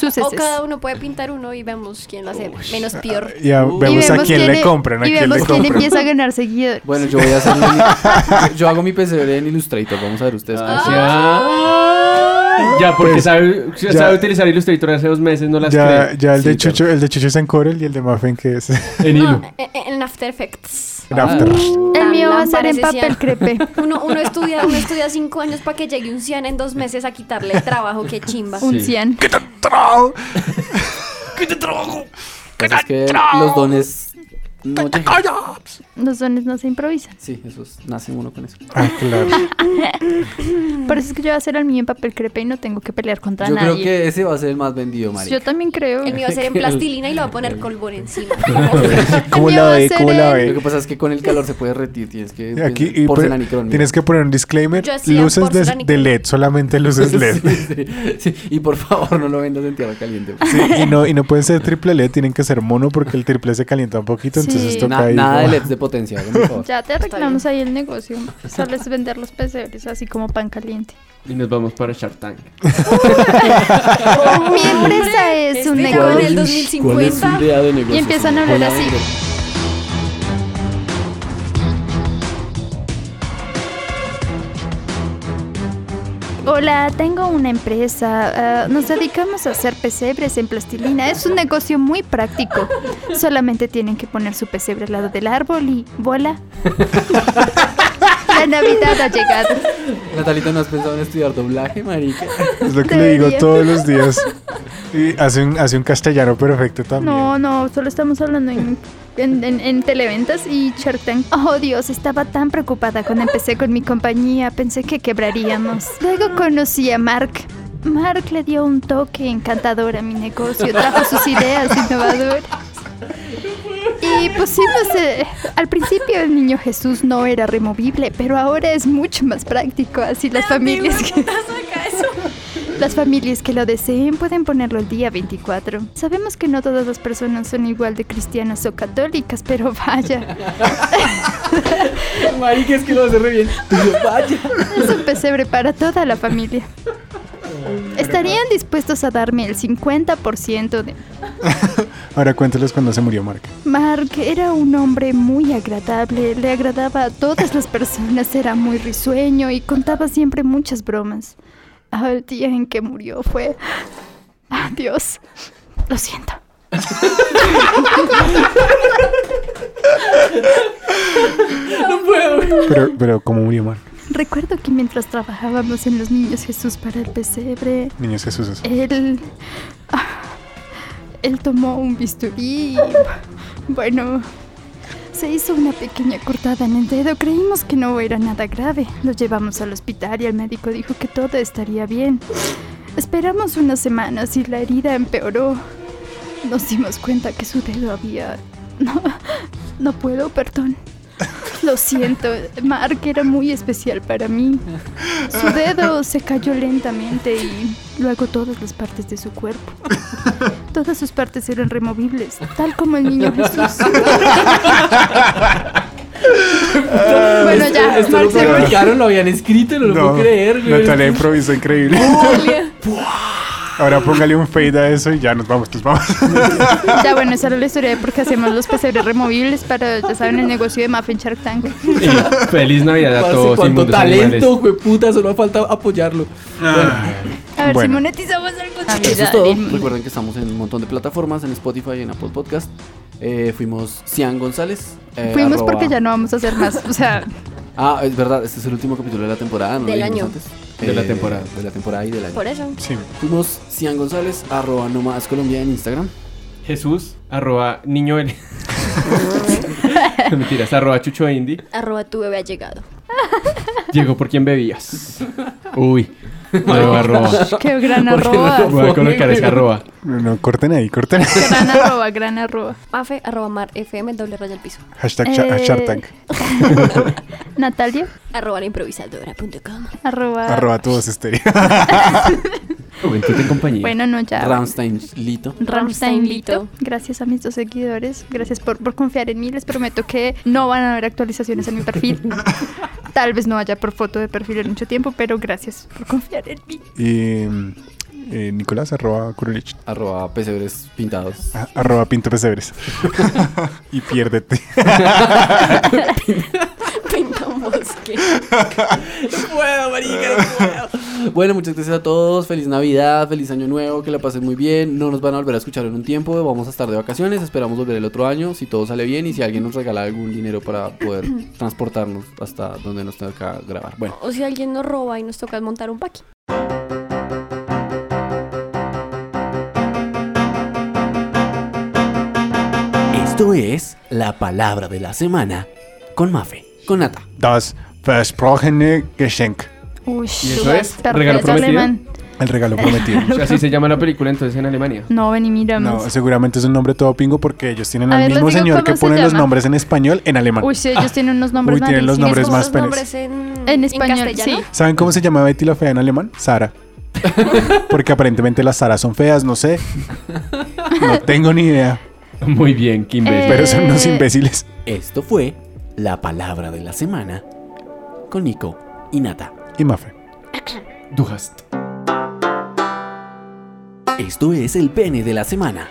Speaker 2: Jesús
Speaker 3: O
Speaker 2: es-
Speaker 3: cada uno puede pintar uno y vemos quién lo hace menos peor.
Speaker 6: Y a-
Speaker 5: Y
Speaker 6: vemos a quién le
Speaker 2: e-
Speaker 6: compran, a
Speaker 2: y
Speaker 6: quién
Speaker 2: vemos
Speaker 6: le
Speaker 2: quién
Speaker 6: compran.
Speaker 2: empieza a ganar seguidores.
Speaker 5: Bueno, yo voy a hacer. un- yo hago mi pesebre en Illustrator, vamos a ver ustedes. cómo
Speaker 1: Ah,
Speaker 5: se-
Speaker 1: sí, ah. Ya, porque
Speaker 6: Pues,
Speaker 1: sabe,
Speaker 6: ya-
Speaker 1: sabe utilizar Illustrator hace dos meses, no las
Speaker 6: Ya,
Speaker 1: cree.
Speaker 6: ya el, de
Speaker 5: Sí, claro.
Speaker 6: Chucho, el de Chucho es en Corel y el de Mafen que es
Speaker 1: En hilo.
Speaker 3: No, eh, eh, en After Effects.
Speaker 6: en After.
Speaker 2: El
Speaker 5: Ah,
Speaker 3: Tan
Speaker 2: mío va a ser en
Speaker 3: lámparas, decía.
Speaker 2: papel crepe.
Speaker 3: Uno, uno estudia, uno estudia cinco años para que llegue un cian en dos meses a quitarle el trabajo, qué chimba.
Speaker 2: Un
Speaker 1: Sí.
Speaker 2: 100.
Speaker 5: Pues es que los dones no llegan.
Speaker 2: Los dones no se improvisan.
Speaker 5: Sí, esos nacen uno con eso.
Speaker 6: Ah, claro.
Speaker 2: Por eso es que yo voy a hacer el mío en papel crepe y no tengo que pelear contra
Speaker 5: Yo
Speaker 2: nadie.
Speaker 5: creo que ese va a ser el más vendido, marica.
Speaker 2: Yo también creo.
Speaker 3: El mío va a ser en plastilina y le va a poner colbón encima.
Speaker 6: ¿Cómo
Speaker 2: mío
Speaker 6: la
Speaker 2: va a
Speaker 6: ve?
Speaker 2: ser
Speaker 6: ¿Cómo la
Speaker 2: el-
Speaker 5: Lo que
Speaker 6: ve?
Speaker 5: pasa es que con el calor se puede retirar, tienes que
Speaker 6: Aquí y pon-
Speaker 5: porcelanicrón.
Speaker 6: tienes que poner un disclaimer,
Speaker 3: Yo hacía
Speaker 6: luces de,
Speaker 3: porcelanicrón.
Speaker 6: de LED, solamente luces
Speaker 5: Sí,
Speaker 6: LED.
Speaker 5: sí, sí. Y por favor, no lo vendas en tierra caliente.
Speaker 6: Sí, y no, y no pueden ser triple LED, tienen que ser mono porque el triple se calienta un poquito, entonces
Speaker 2: Sí.
Speaker 6: toca
Speaker 5: Na-
Speaker 6: ahí.
Speaker 5: nada de
Speaker 6: como-
Speaker 5: LEDs de potencia, hágame el favor.
Speaker 2: Ya te
Speaker 3: Está
Speaker 2: arreglamos ahí el negocio. Sales vender los pesebres así como pan caliente.
Speaker 1: Y nos vamos para Shark Tank.
Speaker 2: Mi empresa es
Speaker 3: Este
Speaker 2: un
Speaker 3: ya va en
Speaker 2: negocio.
Speaker 3: el
Speaker 5: ¿Cuál es su
Speaker 3: 2050.
Speaker 5: idea de negocio?
Speaker 2: Y empiezan a hablar
Speaker 5: Hola,
Speaker 2: así.
Speaker 5: Andrés.
Speaker 2: Hola, tengo una empresa. ah, nos dedicamos a hacer pesebres en plastilina. Es un negocio muy práctico. Solamente tienen que poner su pesebre al lado del árbol y voilà. La Navidad ha llegado.
Speaker 5: Natalita, ¿no has pensado en estudiar doblaje, marica?
Speaker 6: Es lo que le digo
Speaker 2: Debería.
Speaker 6: todos los días. Y hace un, hace un castellano perfecto también.
Speaker 2: No, no, solo estamos hablando en, en- en- en televentas y Shark Tank. Oh Dios, estaba tan preocupada cuando empecé con mi compañía, pensé que quebraríamos. Luego conocí a Mark. Mark le dio un toque encantador a mi negocio, trajo sus ideas innovadoras. Y pusimos, eh, al principio el niño Jesús no era removible, pero ahora es mucho más práctico, así las familias que... Las familias que lo deseen pueden ponerlo el día 24. Sabemos que no todas las personas son igual de cristianas o católicas, pero vaya,
Speaker 5: Marica, es que lo hace re bien. Vaya.
Speaker 2: es un pesebre para toda la familia. ¿Estarían dispuestos a darme el 50% de...
Speaker 6: Ahora cuéntales cuando se murió Mark.
Speaker 2: Mark era un hombre muy agradable, le agradaba a todas las personas, era muy risueño y contaba siempre muchas bromas. Ah, El día en que murió fue... Adiós. Lo siento.
Speaker 6: Pero, pero ¿cómo murió Mark?
Speaker 2: Recuerdo que mientras trabajábamos en los niños Jesús para el pesebre,
Speaker 6: Niños Jesús. eso.
Speaker 2: él. ah, Él tomó un bisturí y. Bueno. Se hizo una pequeña cortada en el dedo. Creímos que no era nada grave. Lo llevamos al hospital y el médico dijo que todo estaría bien. Esperamos unas semanas y la herida empeoró. Nos dimos cuenta que su dedo había. No. No puedo, perdón. Lo siento, Mark era muy especial para mí. Su dedo se cayó lentamente y luego todas las partes de su cuerpo. Todas sus partes eran removibles, tal como el niño Jesús.
Speaker 5: Ah,
Speaker 2: bueno, ya,
Speaker 5: Pues, eh, Esto
Speaker 2: Mark
Speaker 5: lo
Speaker 2: se murió.
Speaker 5: publicaron, lo habían escrito, no lo puedo creer, güey.
Speaker 6: Natalia improvisó increíble. Ahora póngale un fade a eso y ya nos vamos, nos vamos.
Speaker 2: Ya, bueno, esa era la historia de por qué hacemos los pesebres removibles para, ya saben, el negocio de Muffin Shark Tank.
Speaker 1: Y feliz Navidad a
Speaker 5: Parce,
Speaker 1: todos.
Speaker 5: cuánto
Speaker 1: inmundos animales.
Speaker 5: talento, güey, puta, solo falta apoyarlo.
Speaker 2: A ver si
Speaker 6: Bueno.
Speaker 2: monetizamos algo.
Speaker 5: Y Ah, eso es todo. Recuerden que estamos en un montón de plataformas, en Spotify, en Apple Podcast. Eh, fuimos Cian González. eh,
Speaker 2: Fuimos
Speaker 5: arroba-
Speaker 2: porque ya no vamos a hacer más. O sea,
Speaker 5: Ah, es verdad, este es el último capítulo de la temporada, ¿no? lo
Speaker 3: Del
Speaker 5: dijimos
Speaker 3: año.
Speaker 5: antes? Eh,
Speaker 1: De la temporada.
Speaker 5: De la temporada y del año.
Speaker 3: Por eso.
Speaker 6: Sí.
Speaker 5: Fuimos Cian González, arroba nomás Colombia en Instagram.
Speaker 1: Jesús, arroba niño L. Mentiras, arroba chucho indie.
Speaker 3: Arroba tu bebé ha llegado.
Speaker 1: Llegó por quien bebías. Uy. Nuevo arroba.
Speaker 2: qué gran
Speaker 5: ¿Por qué no lo
Speaker 2: arroba.
Speaker 1: Voy a colocar ese arroba.
Speaker 6: No, no, corten ahí, corten ahí.
Speaker 2: Gran arroba, gran arroba.
Speaker 3: Mafe, arroba mar fm, doble raya al piso.
Speaker 6: Hashtag cha-
Speaker 2: Eh,
Speaker 6: Shark Tank.
Speaker 2: Natalia,
Speaker 3: Arroba la improvisadora.com.
Speaker 2: arroba.
Speaker 6: Arroba tu voz estéreo.
Speaker 1: Juventud en compañía.
Speaker 2: Bueno, no, ya.
Speaker 5: Ramstein Lito.
Speaker 2: Ramstein Lito.
Speaker 3: Ramsteinlito.
Speaker 2: Gracias a mis dos seguidores. Gracias por, por confiar en mí. Les prometo que no van a haber actualizaciones en mi perfil. Tal vez no haya por foto de perfil en mucho tiempo, pero gracias por confiar en mí.
Speaker 6: Y eh, Nicolás, arroba Kurulich.
Speaker 5: Arroba pesebres pintados.
Speaker 6: Ah, Arroba Pinto Pesebres. y piérdete.
Speaker 3: Pinta un bosque.
Speaker 5: No puedo, marica, no puedo. Bueno, muchas gracias a todos. Feliz Navidad, feliz Año Nuevo, que la pasen muy bien. No nos van a volver a escuchar en un tiempo. Vamos a estar de vacaciones. Esperamos volver el otro año si todo sale bien y si alguien nos regala algún dinero para poder transportarnos hasta donde nos tenga que grabar. Bueno,
Speaker 3: O si alguien nos roba y nos toca montar un paqui.
Speaker 8: Esto es la palabra de la semana con Mafe.
Speaker 5: con Nata.
Speaker 6: Das versprochene Geschenk.
Speaker 2: Uy,
Speaker 1: ¿Y eso es? ¿Regalo prometido?
Speaker 2: alemán.
Speaker 6: El regalo prometido.
Speaker 1: O sea, Así se llama la película entonces en Alemania.
Speaker 2: No, ven y miramos.
Speaker 6: No, seguramente es un nombre todo pingo porque ellos tienen
Speaker 2: A
Speaker 6: al
Speaker 2: ver, les
Speaker 6: mismo
Speaker 2: digo
Speaker 6: señor
Speaker 2: cómo
Speaker 6: que
Speaker 2: se
Speaker 6: ponen los
Speaker 2: llama.
Speaker 6: nombres en español en alemán. Ah.
Speaker 2: Uy, sí, ellos tienen unos nombres
Speaker 6: Uy, tienen los
Speaker 2: rarísimos.
Speaker 6: nombres
Speaker 3: Esos
Speaker 6: más
Speaker 3: son
Speaker 6: penes.
Speaker 3: nombres en,
Speaker 2: En español,
Speaker 3: castellano.
Speaker 2: sí.
Speaker 6: ¿Saben cómo se llama Betty la fea en alemán? Sara. Porque aparentemente las Saras son feas, no sé. No tengo ni idea.
Speaker 1: Muy bien, Kimber.
Speaker 2: Eh,
Speaker 6: Pero son unos imbéciles.
Speaker 8: Esto fue la palabra de la semana con Nico y Nata.
Speaker 6: Y Mafe.
Speaker 1: Du hast.
Speaker 8: Esto es el pene de la semana.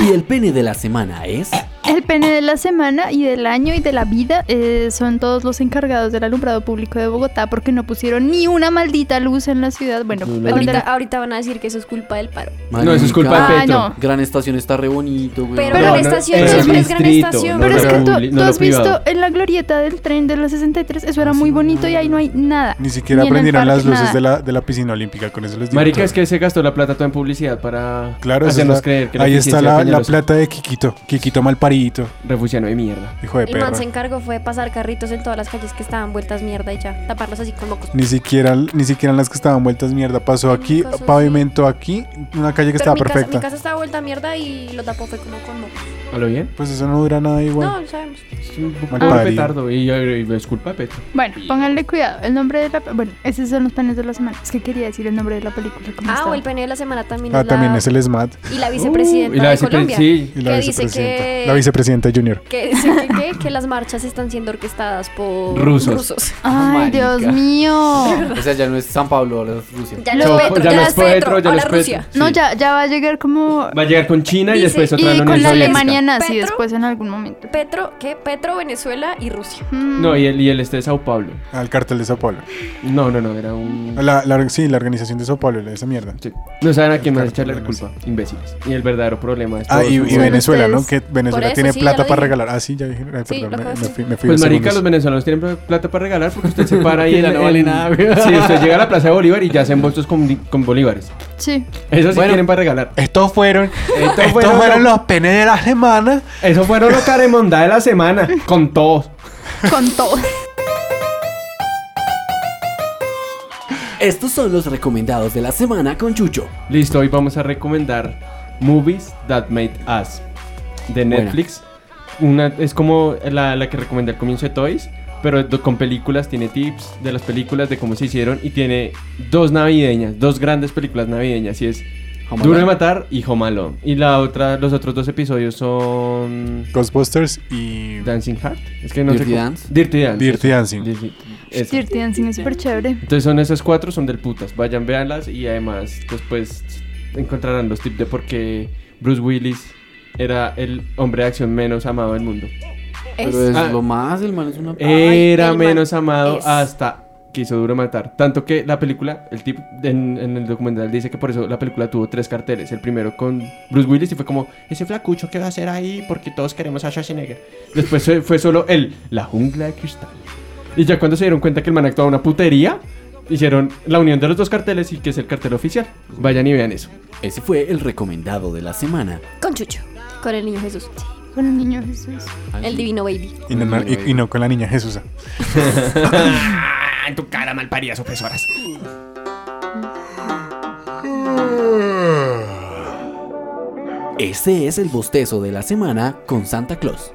Speaker 8: Y el pene de la semana es
Speaker 2: El pene de la semana y del año y de la vida eh, son todos los encargados del alumbrado público de Bogotá porque no pusieron ni una maldita luz en la ciudad. Bueno,
Speaker 1: No, la
Speaker 2: donde
Speaker 3: Ahorita,
Speaker 2: la-
Speaker 3: ahorita van a decir que eso es culpa del paro.
Speaker 1: No, eso es culpa de
Speaker 2: Ah,
Speaker 1: Petro.
Speaker 2: no.
Speaker 5: Gran estación está re bonito, güey.
Speaker 3: Pero,
Speaker 2: Pero-
Speaker 3: gran estación
Speaker 1: pero
Speaker 3: siempre
Speaker 1: el
Speaker 3: es gran
Speaker 1: distrito,
Speaker 3: estación.
Speaker 1: no
Speaker 2: Pero
Speaker 1: lo
Speaker 2: es que tú,
Speaker 1: publi-
Speaker 2: tú
Speaker 1: no lo
Speaker 2: has visto
Speaker 1: privado.
Speaker 2: en la glorieta del tren de los 63, eso era muy bonito y ahí no hay nada.
Speaker 6: Ni siquiera
Speaker 2: Ni en el
Speaker 6: prendieron las
Speaker 2: parque,
Speaker 6: luces
Speaker 2: nada.
Speaker 6: de la, de la piscina olímpica. Con eso les digo.
Speaker 1: Marica,
Speaker 6: todo.
Speaker 1: es que se gastó la plata toda en publicidad para
Speaker 6: Claro, eso es
Speaker 1: hacernos
Speaker 6: la-
Speaker 1: creer que
Speaker 6: ahí está
Speaker 1: eficiencia
Speaker 6: la,
Speaker 1: de
Speaker 6: la
Speaker 1: Peñalosa-
Speaker 6: plata de Kikito. Kikito malparidito.
Speaker 1: Refugiano de mierda.
Speaker 6: Hijo de
Speaker 3: El man
Speaker 6: perra.
Speaker 3: se encargó fue de pasar carritos en todas las calles que estaban vueltas mierda y ya, taparlos así con mocos.
Speaker 6: Ni siquiera, ni siquiera en las que estaban vueltas mierda. Pasó aquí,
Speaker 3: Nunca sucedió.
Speaker 6: pavimento aquí, una calle que
Speaker 3: Pero
Speaker 6: estaba
Speaker 3: mi casa, mi
Speaker 6: perfecta.
Speaker 3: casa estaba vuelta mierda y lo tapó fue como con mocos.
Speaker 1: ¿A lo bien?
Speaker 6: Pues eso no dura nada igual.
Speaker 3: No, lo sabemos.
Speaker 1: Es un poco
Speaker 6: Mal
Speaker 1: de
Speaker 6: parido.
Speaker 1: petardo. Y, y- y es culpa de Petro.
Speaker 2: Bueno, pónganle cuidado. El nombre de la. Bueno, esos son los penes de la semana. Es que quería decir el nombre de la película. ¿cómo
Speaker 3: Ah, o
Speaker 2: estaba?
Speaker 3: el pene de la semana también.
Speaker 6: Ah,
Speaker 3: es la-
Speaker 6: también es el SMAT.
Speaker 3: Y la vicepresidenta
Speaker 1: Uh, y la
Speaker 3: de Colombia.
Speaker 1: vicepre- sí.
Speaker 6: Y la
Speaker 3: que dice
Speaker 6: vicepresidenta.
Speaker 3: que-
Speaker 6: La vicepresidenta Junior.
Speaker 3: Que dice que, que- que las marchas están siendo orquestadas por
Speaker 1: Rusos.
Speaker 2: Ay, Dios
Speaker 5: Marica.
Speaker 2: mío.
Speaker 5: O sea, ya no es San Pablo, ahora es Rusia.
Speaker 3: Ya
Speaker 2: Lo-
Speaker 3: los Petro,
Speaker 1: ya
Speaker 3: ya
Speaker 1: no
Speaker 3: los
Speaker 1: es Petro,
Speaker 3: Petro,
Speaker 1: ya no es
Speaker 3: ahora
Speaker 1: Petro.
Speaker 3: Rusia.
Speaker 2: No,
Speaker 1: Sí.
Speaker 2: ya, ya va a llegar como.
Speaker 1: Va a llegar con China y
Speaker 3: Dice-
Speaker 1: después otra
Speaker 2: Y
Speaker 1: Unión
Speaker 2: con la
Speaker 1: Soviética.
Speaker 2: Alemania nazi
Speaker 3: ¿Petro?
Speaker 2: después en algún momento.
Speaker 3: Petro, ¿qué? Petro, Venezuela y Rusia.
Speaker 2: Mm.
Speaker 1: No, y el, y el este de Sao Paulo.
Speaker 6: Al cartel de Sao Paulo.
Speaker 1: No, no, no, era un...
Speaker 6: La, la- sí, la organización de Sao Paulo, esa mierda.
Speaker 1: Sí. No saben a quién más
Speaker 6: Claro,
Speaker 1: echarle la
Speaker 6: bueno, sí.
Speaker 1: culpa. Imbéciles. Y el verdadero problema es...
Speaker 6: Ah,
Speaker 1: todo
Speaker 6: y,
Speaker 1: su
Speaker 6: y
Speaker 1: gobierno.
Speaker 6: Venezuela, ¿no? Que
Speaker 2: ustedes.
Speaker 3: Por
Speaker 6: Venezuela
Speaker 3: eso,
Speaker 6: tiene
Speaker 3: sí, ya
Speaker 6: plata
Speaker 3: lo
Speaker 6: para
Speaker 3: dije.
Speaker 6: regalar. Ah, sí, ya dije. Ay,
Speaker 3: Sí,
Speaker 6: perdón,
Speaker 3: lo
Speaker 6: me,
Speaker 3: acabaste.
Speaker 6: me fui, me fui
Speaker 1: Pues
Speaker 6: dos
Speaker 1: marica, los
Speaker 6: segundos.
Speaker 1: venezolanos tienen plata para regalar porque usted se para ahí
Speaker 5: Y
Speaker 1: en,
Speaker 5: ya no vale
Speaker 1: en-
Speaker 5: nada, güey.
Speaker 1: Sí, usted llega a la Plaza de Bolívar y ya se envueltos con, con bolívares.
Speaker 2: Mm, Sí.
Speaker 1: Eso sí
Speaker 5: Bueno.
Speaker 1: tienen para regalar.
Speaker 6: Estos fueron,
Speaker 1: Estos
Speaker 6: estos
Speaker 1: fueron
Speaker 6: fueron
Speaker 1: los-
Speaker 6: los penes de la semana.
Speaker 1: Eso fueron los caremondá de la semana. Con todos.
Speaker 2: Con todo.
Speaker 8: Estos son los recomendados de la semana con Chucho.
Speaker 1: Listo, hoy vamos a recomendar Movies That Made Us de
Speaker 5: Buena.
Speaker 1: Netflix. Una, es como la, la que recomendé al comienzo de Toys, pero do- con películas, tiene tips de las películas, de cómo se hicieron y tiene dos navideñas, dos grandes películas navideñas y es
Speaker 5: Home
Speaker 1: Duro de
Speaker 5: Alone.
Speaker 1: Matar y Home Alone. Y la otra, los otros dos episodios son
Speaker 6: Ghostbusters y
Speaker 1: Dancing Heart. Es que no
Speaker 5: Dirty
Speaker 1: sé cómo-
Speaker 5: Dance.
Speaker 1: Dirty Dance.
Speaker 6: Dirty Dancing.
Speaker 1: Dirty- eso.
Speaker 2: Dirty Dancing es súper chévere.
Speaker 1: Entonces son esas cuatro, son del putas. Vayan, véanlas y además después encontrarán los tips de por qué Bruce Willis era el hombre de acción menos amado del mundo.
Speaker 5: Pero es
Speaker 1: Ah. Eh.
Speaker 5: lo más, el man es una...
Speaker 3: Ay,
Speaker 1: Era
Speaker 3: el man
Speaker 1: menos amado
Speaker 3: es-
Speaker 1: hasta que hizo duro matar. Tanto que la película, el tip en, en el documental dice que por eso la película tuvo tres carteles. El primero con Bruce Willis y fue como, ese flacucho que va a hacer ahí porque todos queremos a Schwarzenegger. Después fue- fue solo el La jungla de cristal. Y ya cuando se dieron cuenta que el man actuaba una putería, hicieron la unión de los dos carteles y que es el cartel oficial. Vayan y vean eso.
Speaker 8: Ese fue el recomendado de la semana.
Speaker 3: Con Chucho. Con el niño Jesús.
Speaker 2: Con el niño Jesús.
Speaker 5: Ay,
Speaker 3: El divino baby.
Speaker 6: y, no, no- y- y no con la niña Jesús.
Speaker 1: en tu cara, malparidas opresoras.
Speaker 8: Este es el bostezo de la semana con Santa Claus.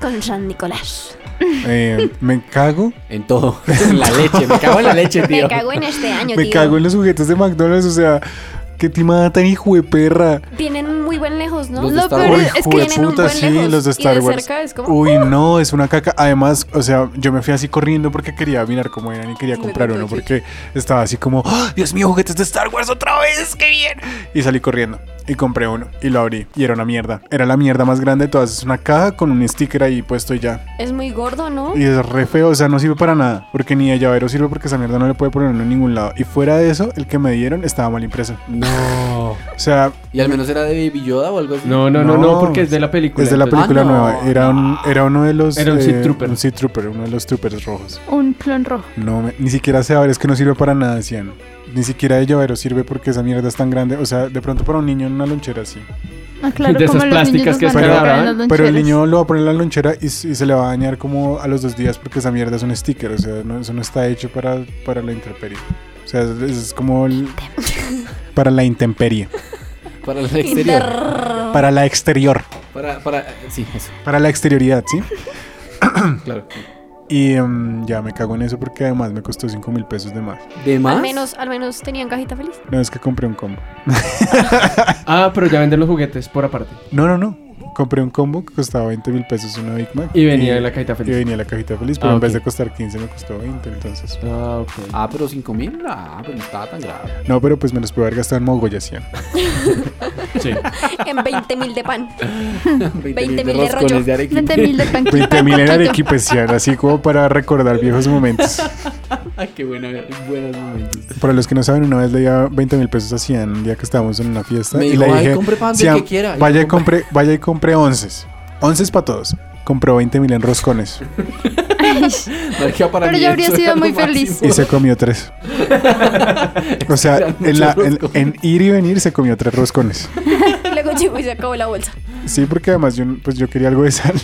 Speaker 3: Con San Nicolás.
Speaker 6: Eh, me cago.
Speaker 8: En todo. En la leche. Me cago en la leche, tío.
Speaker 3: Me cago en este año,
Speaker 6: Me
Speaker 3: tío.
Speaker 6: cago en los juguetes de McDonald's. O sea, qué timada tan hijo de perra.
Speaker 3: Tienen muy buen lejos, ¿no?
Speaker 5: Los de
Speaker 2: Lo
Speaker 5: Star
Speaker 2: peor
Speaker 5: Wars.
Speaker 2: es es que
Speaker 6: Hijo de
Speaker 3: tienen un
Speaker 6: puta,
Speaker 3: buen
Speaker 6: sí,
Speaker 3: lejos.
Speaker 6: los de
Speaker 3: Y
Speaker 6: Star
Speaker 3: de
Speaker 6: Wars.
Speaker 3: cerca es como-
Speaker 6: Uy, no, es una caca. Además, o sea, yo me fui así corriendo porque quería mirar cómo eran y quería
Speaker 3: Me
Speaker 6: comprar
Speaker 3: contó
Speaker 6: uno
Speaker 3: el
Speaker 6: porque estaba así como, "¡Ah, Dios mío, juguetes de Star Wars otra vez, qué bien. Y salí corriendo. y compré uno y lo abrí y era una mierda. Era la mierda más grande de todas. Es una caja con un sticker ahí puesto y ya.
Speaker 3: Es muy gordo, ¿no?
Speaker 6: Y es re feo, o sea, no sirve para nada. Porque ni de llavero sirve porque esa mierda no le puede poner en ningún lado. Y fuera de eso, el que me dieron estaba mal impreso.
Speaker 5: No.
Speaker 6: O sea,
Speaker 5: Y al menos era de Baby Yoda o algo así.
Speaker 1: No, no, no, no,
Speaker 6: No,
Speaker 1: porque es de la película.
Speaker 6: es de la
Speaker 1: entonces-
Speaker 6: película
Speaker 5: no.
Speaker 6: nueva. Era, un- era uno de los.
Speaker 1: Ah, Era un Sith
Speaker 6: eh,
Speaker 1: Trooper.
Speaker 6: Un Sith Trooper, uno de los troopers rojos.
Speaker 2: Un clon rojo.
Speaker 6: No, me- ni siquiera se abre, es que no sirve para nada, decían. Ni siquiera de llavero sirve porque esa mierda es tan grande. O sea, de pronto para un niño en una lonchera así.
Speaker 2: Ah, claro,
Speaker 1: De esas
Speaker 2: como los
Speaker 1: plásticas
Speaker 2: niños
Speaker 1: que
Speaker 2: los van a
Speaker 6: se
Speaker 2: colocar
Speaker 1: graban,
Speaker 2: en los
Speaker 6: Pero el
Speaker 2: loncheras.
Speaker 6: niño lo va a poner en la lonchera y, s- y se le va a dañar como a los dos días porque esa mierda es un sticker. O sea, no- eso no está hecho para, para la intemperie. O sea, es, es como el- para la intemperie.
Speaker 5: Para el exterior.
Speaker 6: Para la exterior.
Speaker 5: Para, para, sí, eso,
Speaker 6: Para la exterioridad, ¿sí?
Speaker 5: claro.
Speaker 6: Y em, ya me cago en eso porque además me costó 5 mil pesos de más.
Speaker 5: ¿De más?
Speaker 3: Al menos, al menos tenían cajita feliz.
Speaker 6: No es que compré un combo.
Speaker 1: Ah, pero ya venden los juguetes por aparte.
Speaker 6: No, no, no. Compré un combo que costaba 20 mil pesos una Big Mac.
Speaker 1: Y venía en la cajita feliz.
Speaker 6: Y venía la cajita feliz, pero
Speaker 1: Ah,
Speaker 6: en vez
Speaker 1: ok.
Speaker 6: de costar 15 me costó 20, entonces.
Speaker 1: Ah, ok.
Speaker 5: Ah, pero 5 mil, ah, pues no estaba tan grave.
Speaker 6: No, pero pues me los pude haber gastado en mogollacían.
Speaker 1: Sí.
Speaker 3: En 20 mil de pan.
Speaker 5: 20
Speaker 3: mil de
Speaker 5: roscones
Speaker 3: rollo.
Speaker 5: de Arequipa.
Speaker 2: 20 mil de panquita.
Speaker 6: 20 mil en arequipecian, así como para recordar viejos momentos.
Speaker 5: Ay, qué bueno, buenos momentos.
Speaker 6: Para los que no saben, una vez le di 20 mil pesos a Cian un día que estábamos en una fiesta.
Speaker 5: Me
Speaker 6: y
Speaker 5: dijo,
Speaker 6: le
Speaker 5: "Ay,
Speaker 6: dije,
Speaker 5: compre pan del
Speaker 6: "Cian,
Speaker 5: que quiera". Y
Speaker 6: Vaya
Speaker 5: yo
Speaker 6: y compre, vaya y compre onces. Onces para todos. Compró 20 mil en roscones
Speaker 5: Marica, para
Speaker 2: Pero
Speaker 5: mí
Speaker 2: yo habría
Speaker 5: eso
Speaker 2: sido
Speaker 5: era
Speaker 2: muy
Speaker 5: lo máximo.
Speaker 2: feliz.
Speaker 6: y se comió tres. O sea,
Speaker 5: Eran
Speaker 6: en, la-
Speaker 5: muchos
Speaker 6: en-
Speaker 5: roscones.
Speaker 6: en ir y venir se comió tres roscones.
Speaker 3: Luego llegó y se acabó la bolsa.
Speaker 6: Sí, porque además yo, pues yo quería algo de sal.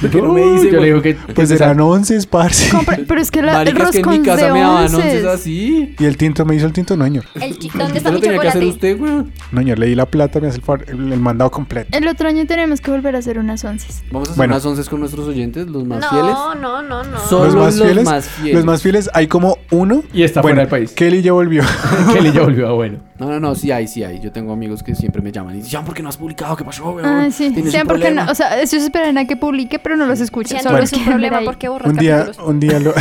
Speaker 5: ¿Por qué no me
Speaker 1: Uh,
Speaker 5: dice,
Speaker 1: yo le
Speaker 5: güey?
Speaker 1: digo que.
Speaker 6: Pues
Speaker 1: que
Speaker 6: eran onces, parce.
Speaker 2: Compra- Pero es que la, el
Speaker 5: Marica, es que en
Speaker 2: roscón
Speaker 5: mi
Speaker 2: de
Speaker 5: casa me daban onces
Speaker 2: once.
Speaker 5: así.
Speaker 6: Y el tinto me hizo el tinto, no, señor.
Speaker 3: El chi- ¿Dónde
Speaker 5: Eso
Speaker 3: está
Speaker 5: lo
Speaker 3: mi
Speaker 5: tenía que hacer
Speaker 3: chocolate?
Speaker 5: usted, güey.
Speaker 6: No, señor, le di la plata, me hace el, favor- el- el mandado completo.
Speaker 2: El otro año tenemos que volver a hacer unas onces.
Speaker 5: Vamos a hacer
Speaker 6: Bueno.
Speaker 5: unas onces con nuestros oyentes, los más fieles.
Speaker 3: No, no, no, no.
Speaker 5: Solo los más fieles.
Speaker 6: Los más fieles, hay como uno.
Speaker 1: Y está
Speaker 6: bueno,
Speaker 1: fuera del país.
Speaker 6: Kelly ya volvió.
Speaker 1: Kelly ya volvió a bueno.
Speaker 5: No, no, no, sí hay, sí hay. Yo tengo amigos que siempre me llaman y dicen, "Jan, ¿por qué no has publicado? ¿Qué pasó, weón?
Speaker 2: Ah, sí.
Speaker 5: ¿Tienes
Speaker 2: Sean
Speaker 5: un
Speaker 2: porque no,
Speaker 5: problema?"
Speaker 2: o sea, ellos esperan a que publique, pero no los escuchan.
Speaker 3: Sí,
Speaker 2: Solo
Speaker 3: no es
Speaker 2: los
Speaker 3: un
Speaker 2: quieren ver
Speaker 3: problema
Speaker 2: ahí.
Speaker 3: porque borras
Speaker 6: un día,
Speaker 3: capítulos.
Speaker 6: un día, lo-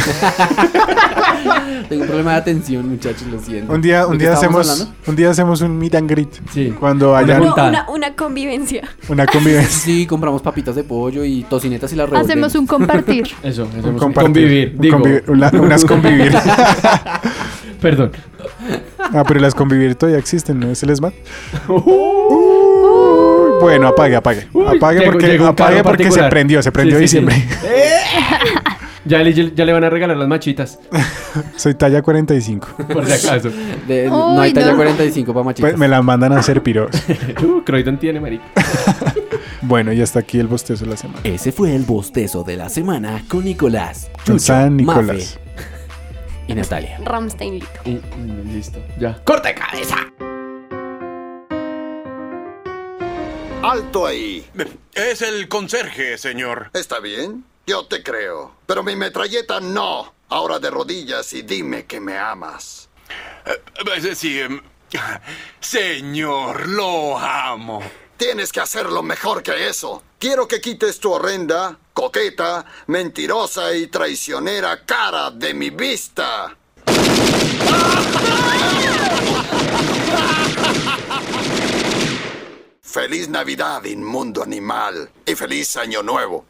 Speaker 5: Tengo un problema de atención, muchachos, lo siento.
Speaker 6: un día, un
Speaker 5: ¿De qué
Speaker 6: día
Speaker 5: estábamos
Speaker 6: hacemos,
Speaker 5: hablando?
Speaker 6: un día hacemos un meet and greet.
Speaker 1: Sí.
Speaker 6: Cuando haya
Speaker 1: Una-
Speaker 3: No,
Speaker 6: una,
Speaker 1: Juntada.
Speaker 3: una, una convivencia.
Speaker 6: convivencia.
Speaker 5: Sí, compramos papitas de pollo y tocinetas y las revolvemos.
Speaker 2: Hacemos un compartir.
Speaker 1: Eso, hacemos
Speaker 6: un
Speaker 1: un-
Speaker 6: compartir,
Speaker 1: convivir.
Speaker 6: un
Speaker 1: Digo,
Speaker 6: convivir, una- unas convivir.
Speaker 1: perdón.
Speaker 6: ah, pero las convivir todavía existen, ¿no? Es el SMAT. Uy, bueno, apague, apague.
Speaker 1: Uy,
Speaker 6: Uh, apague
Speaker 1: llegó-
Speaker 6: porque,
Speaker 1: llegó un carro
Speaker 6: apague porque se
Speaker 1: particular.
Speaker 6: prendió, se prendió
Speaker 1: Sí, sí,
Speaker 6: diciembre.
Speaker 1: sí. Ya le, ya le van a regalar las machitas.
Speaker 6: Soy talla 45.
Speaker 1: Por si acaso.
Speaker 5: De- no hay
Speaker 2: Uy,
Speaker 5: talla
Speaker 2: no.
Speaker 5: 45 para machitas.
Speaker 6: Pues me la mandan a hacer piros.
Speaker 1: Uh, Croydon tiene, marica.
Speaker 6: Bueno, y hasta aquí el bostezo de la semana.
Speaker 8: Ese fue el bostezo de la semana con Nicolás,
Speaker 6: Con San Nicolás.
Speaker 5: Y Natalia.
Speaker 3: Ramstein Lico.
Speaker 1: Y- y listo. Ya.
Speaker 4: ¡Alto ahí!
Speaker 9: Es el conserje, señor.
Speaker 4: ¿Está bien? Yo te creo. Pero mi metralleta no. Ahora de rodillas y dime que me amas.
Speaker 9: Es decir, Eh, em, señor, lo amo.
Speaker 4: Tienes que hacerlo mejor que eso. Quiero que quites tu horrenda, coqueta, mentirosa y traicionera cara de mi vista. Feliz Navidad, inmundo animal. Y feliz Año Nuevo.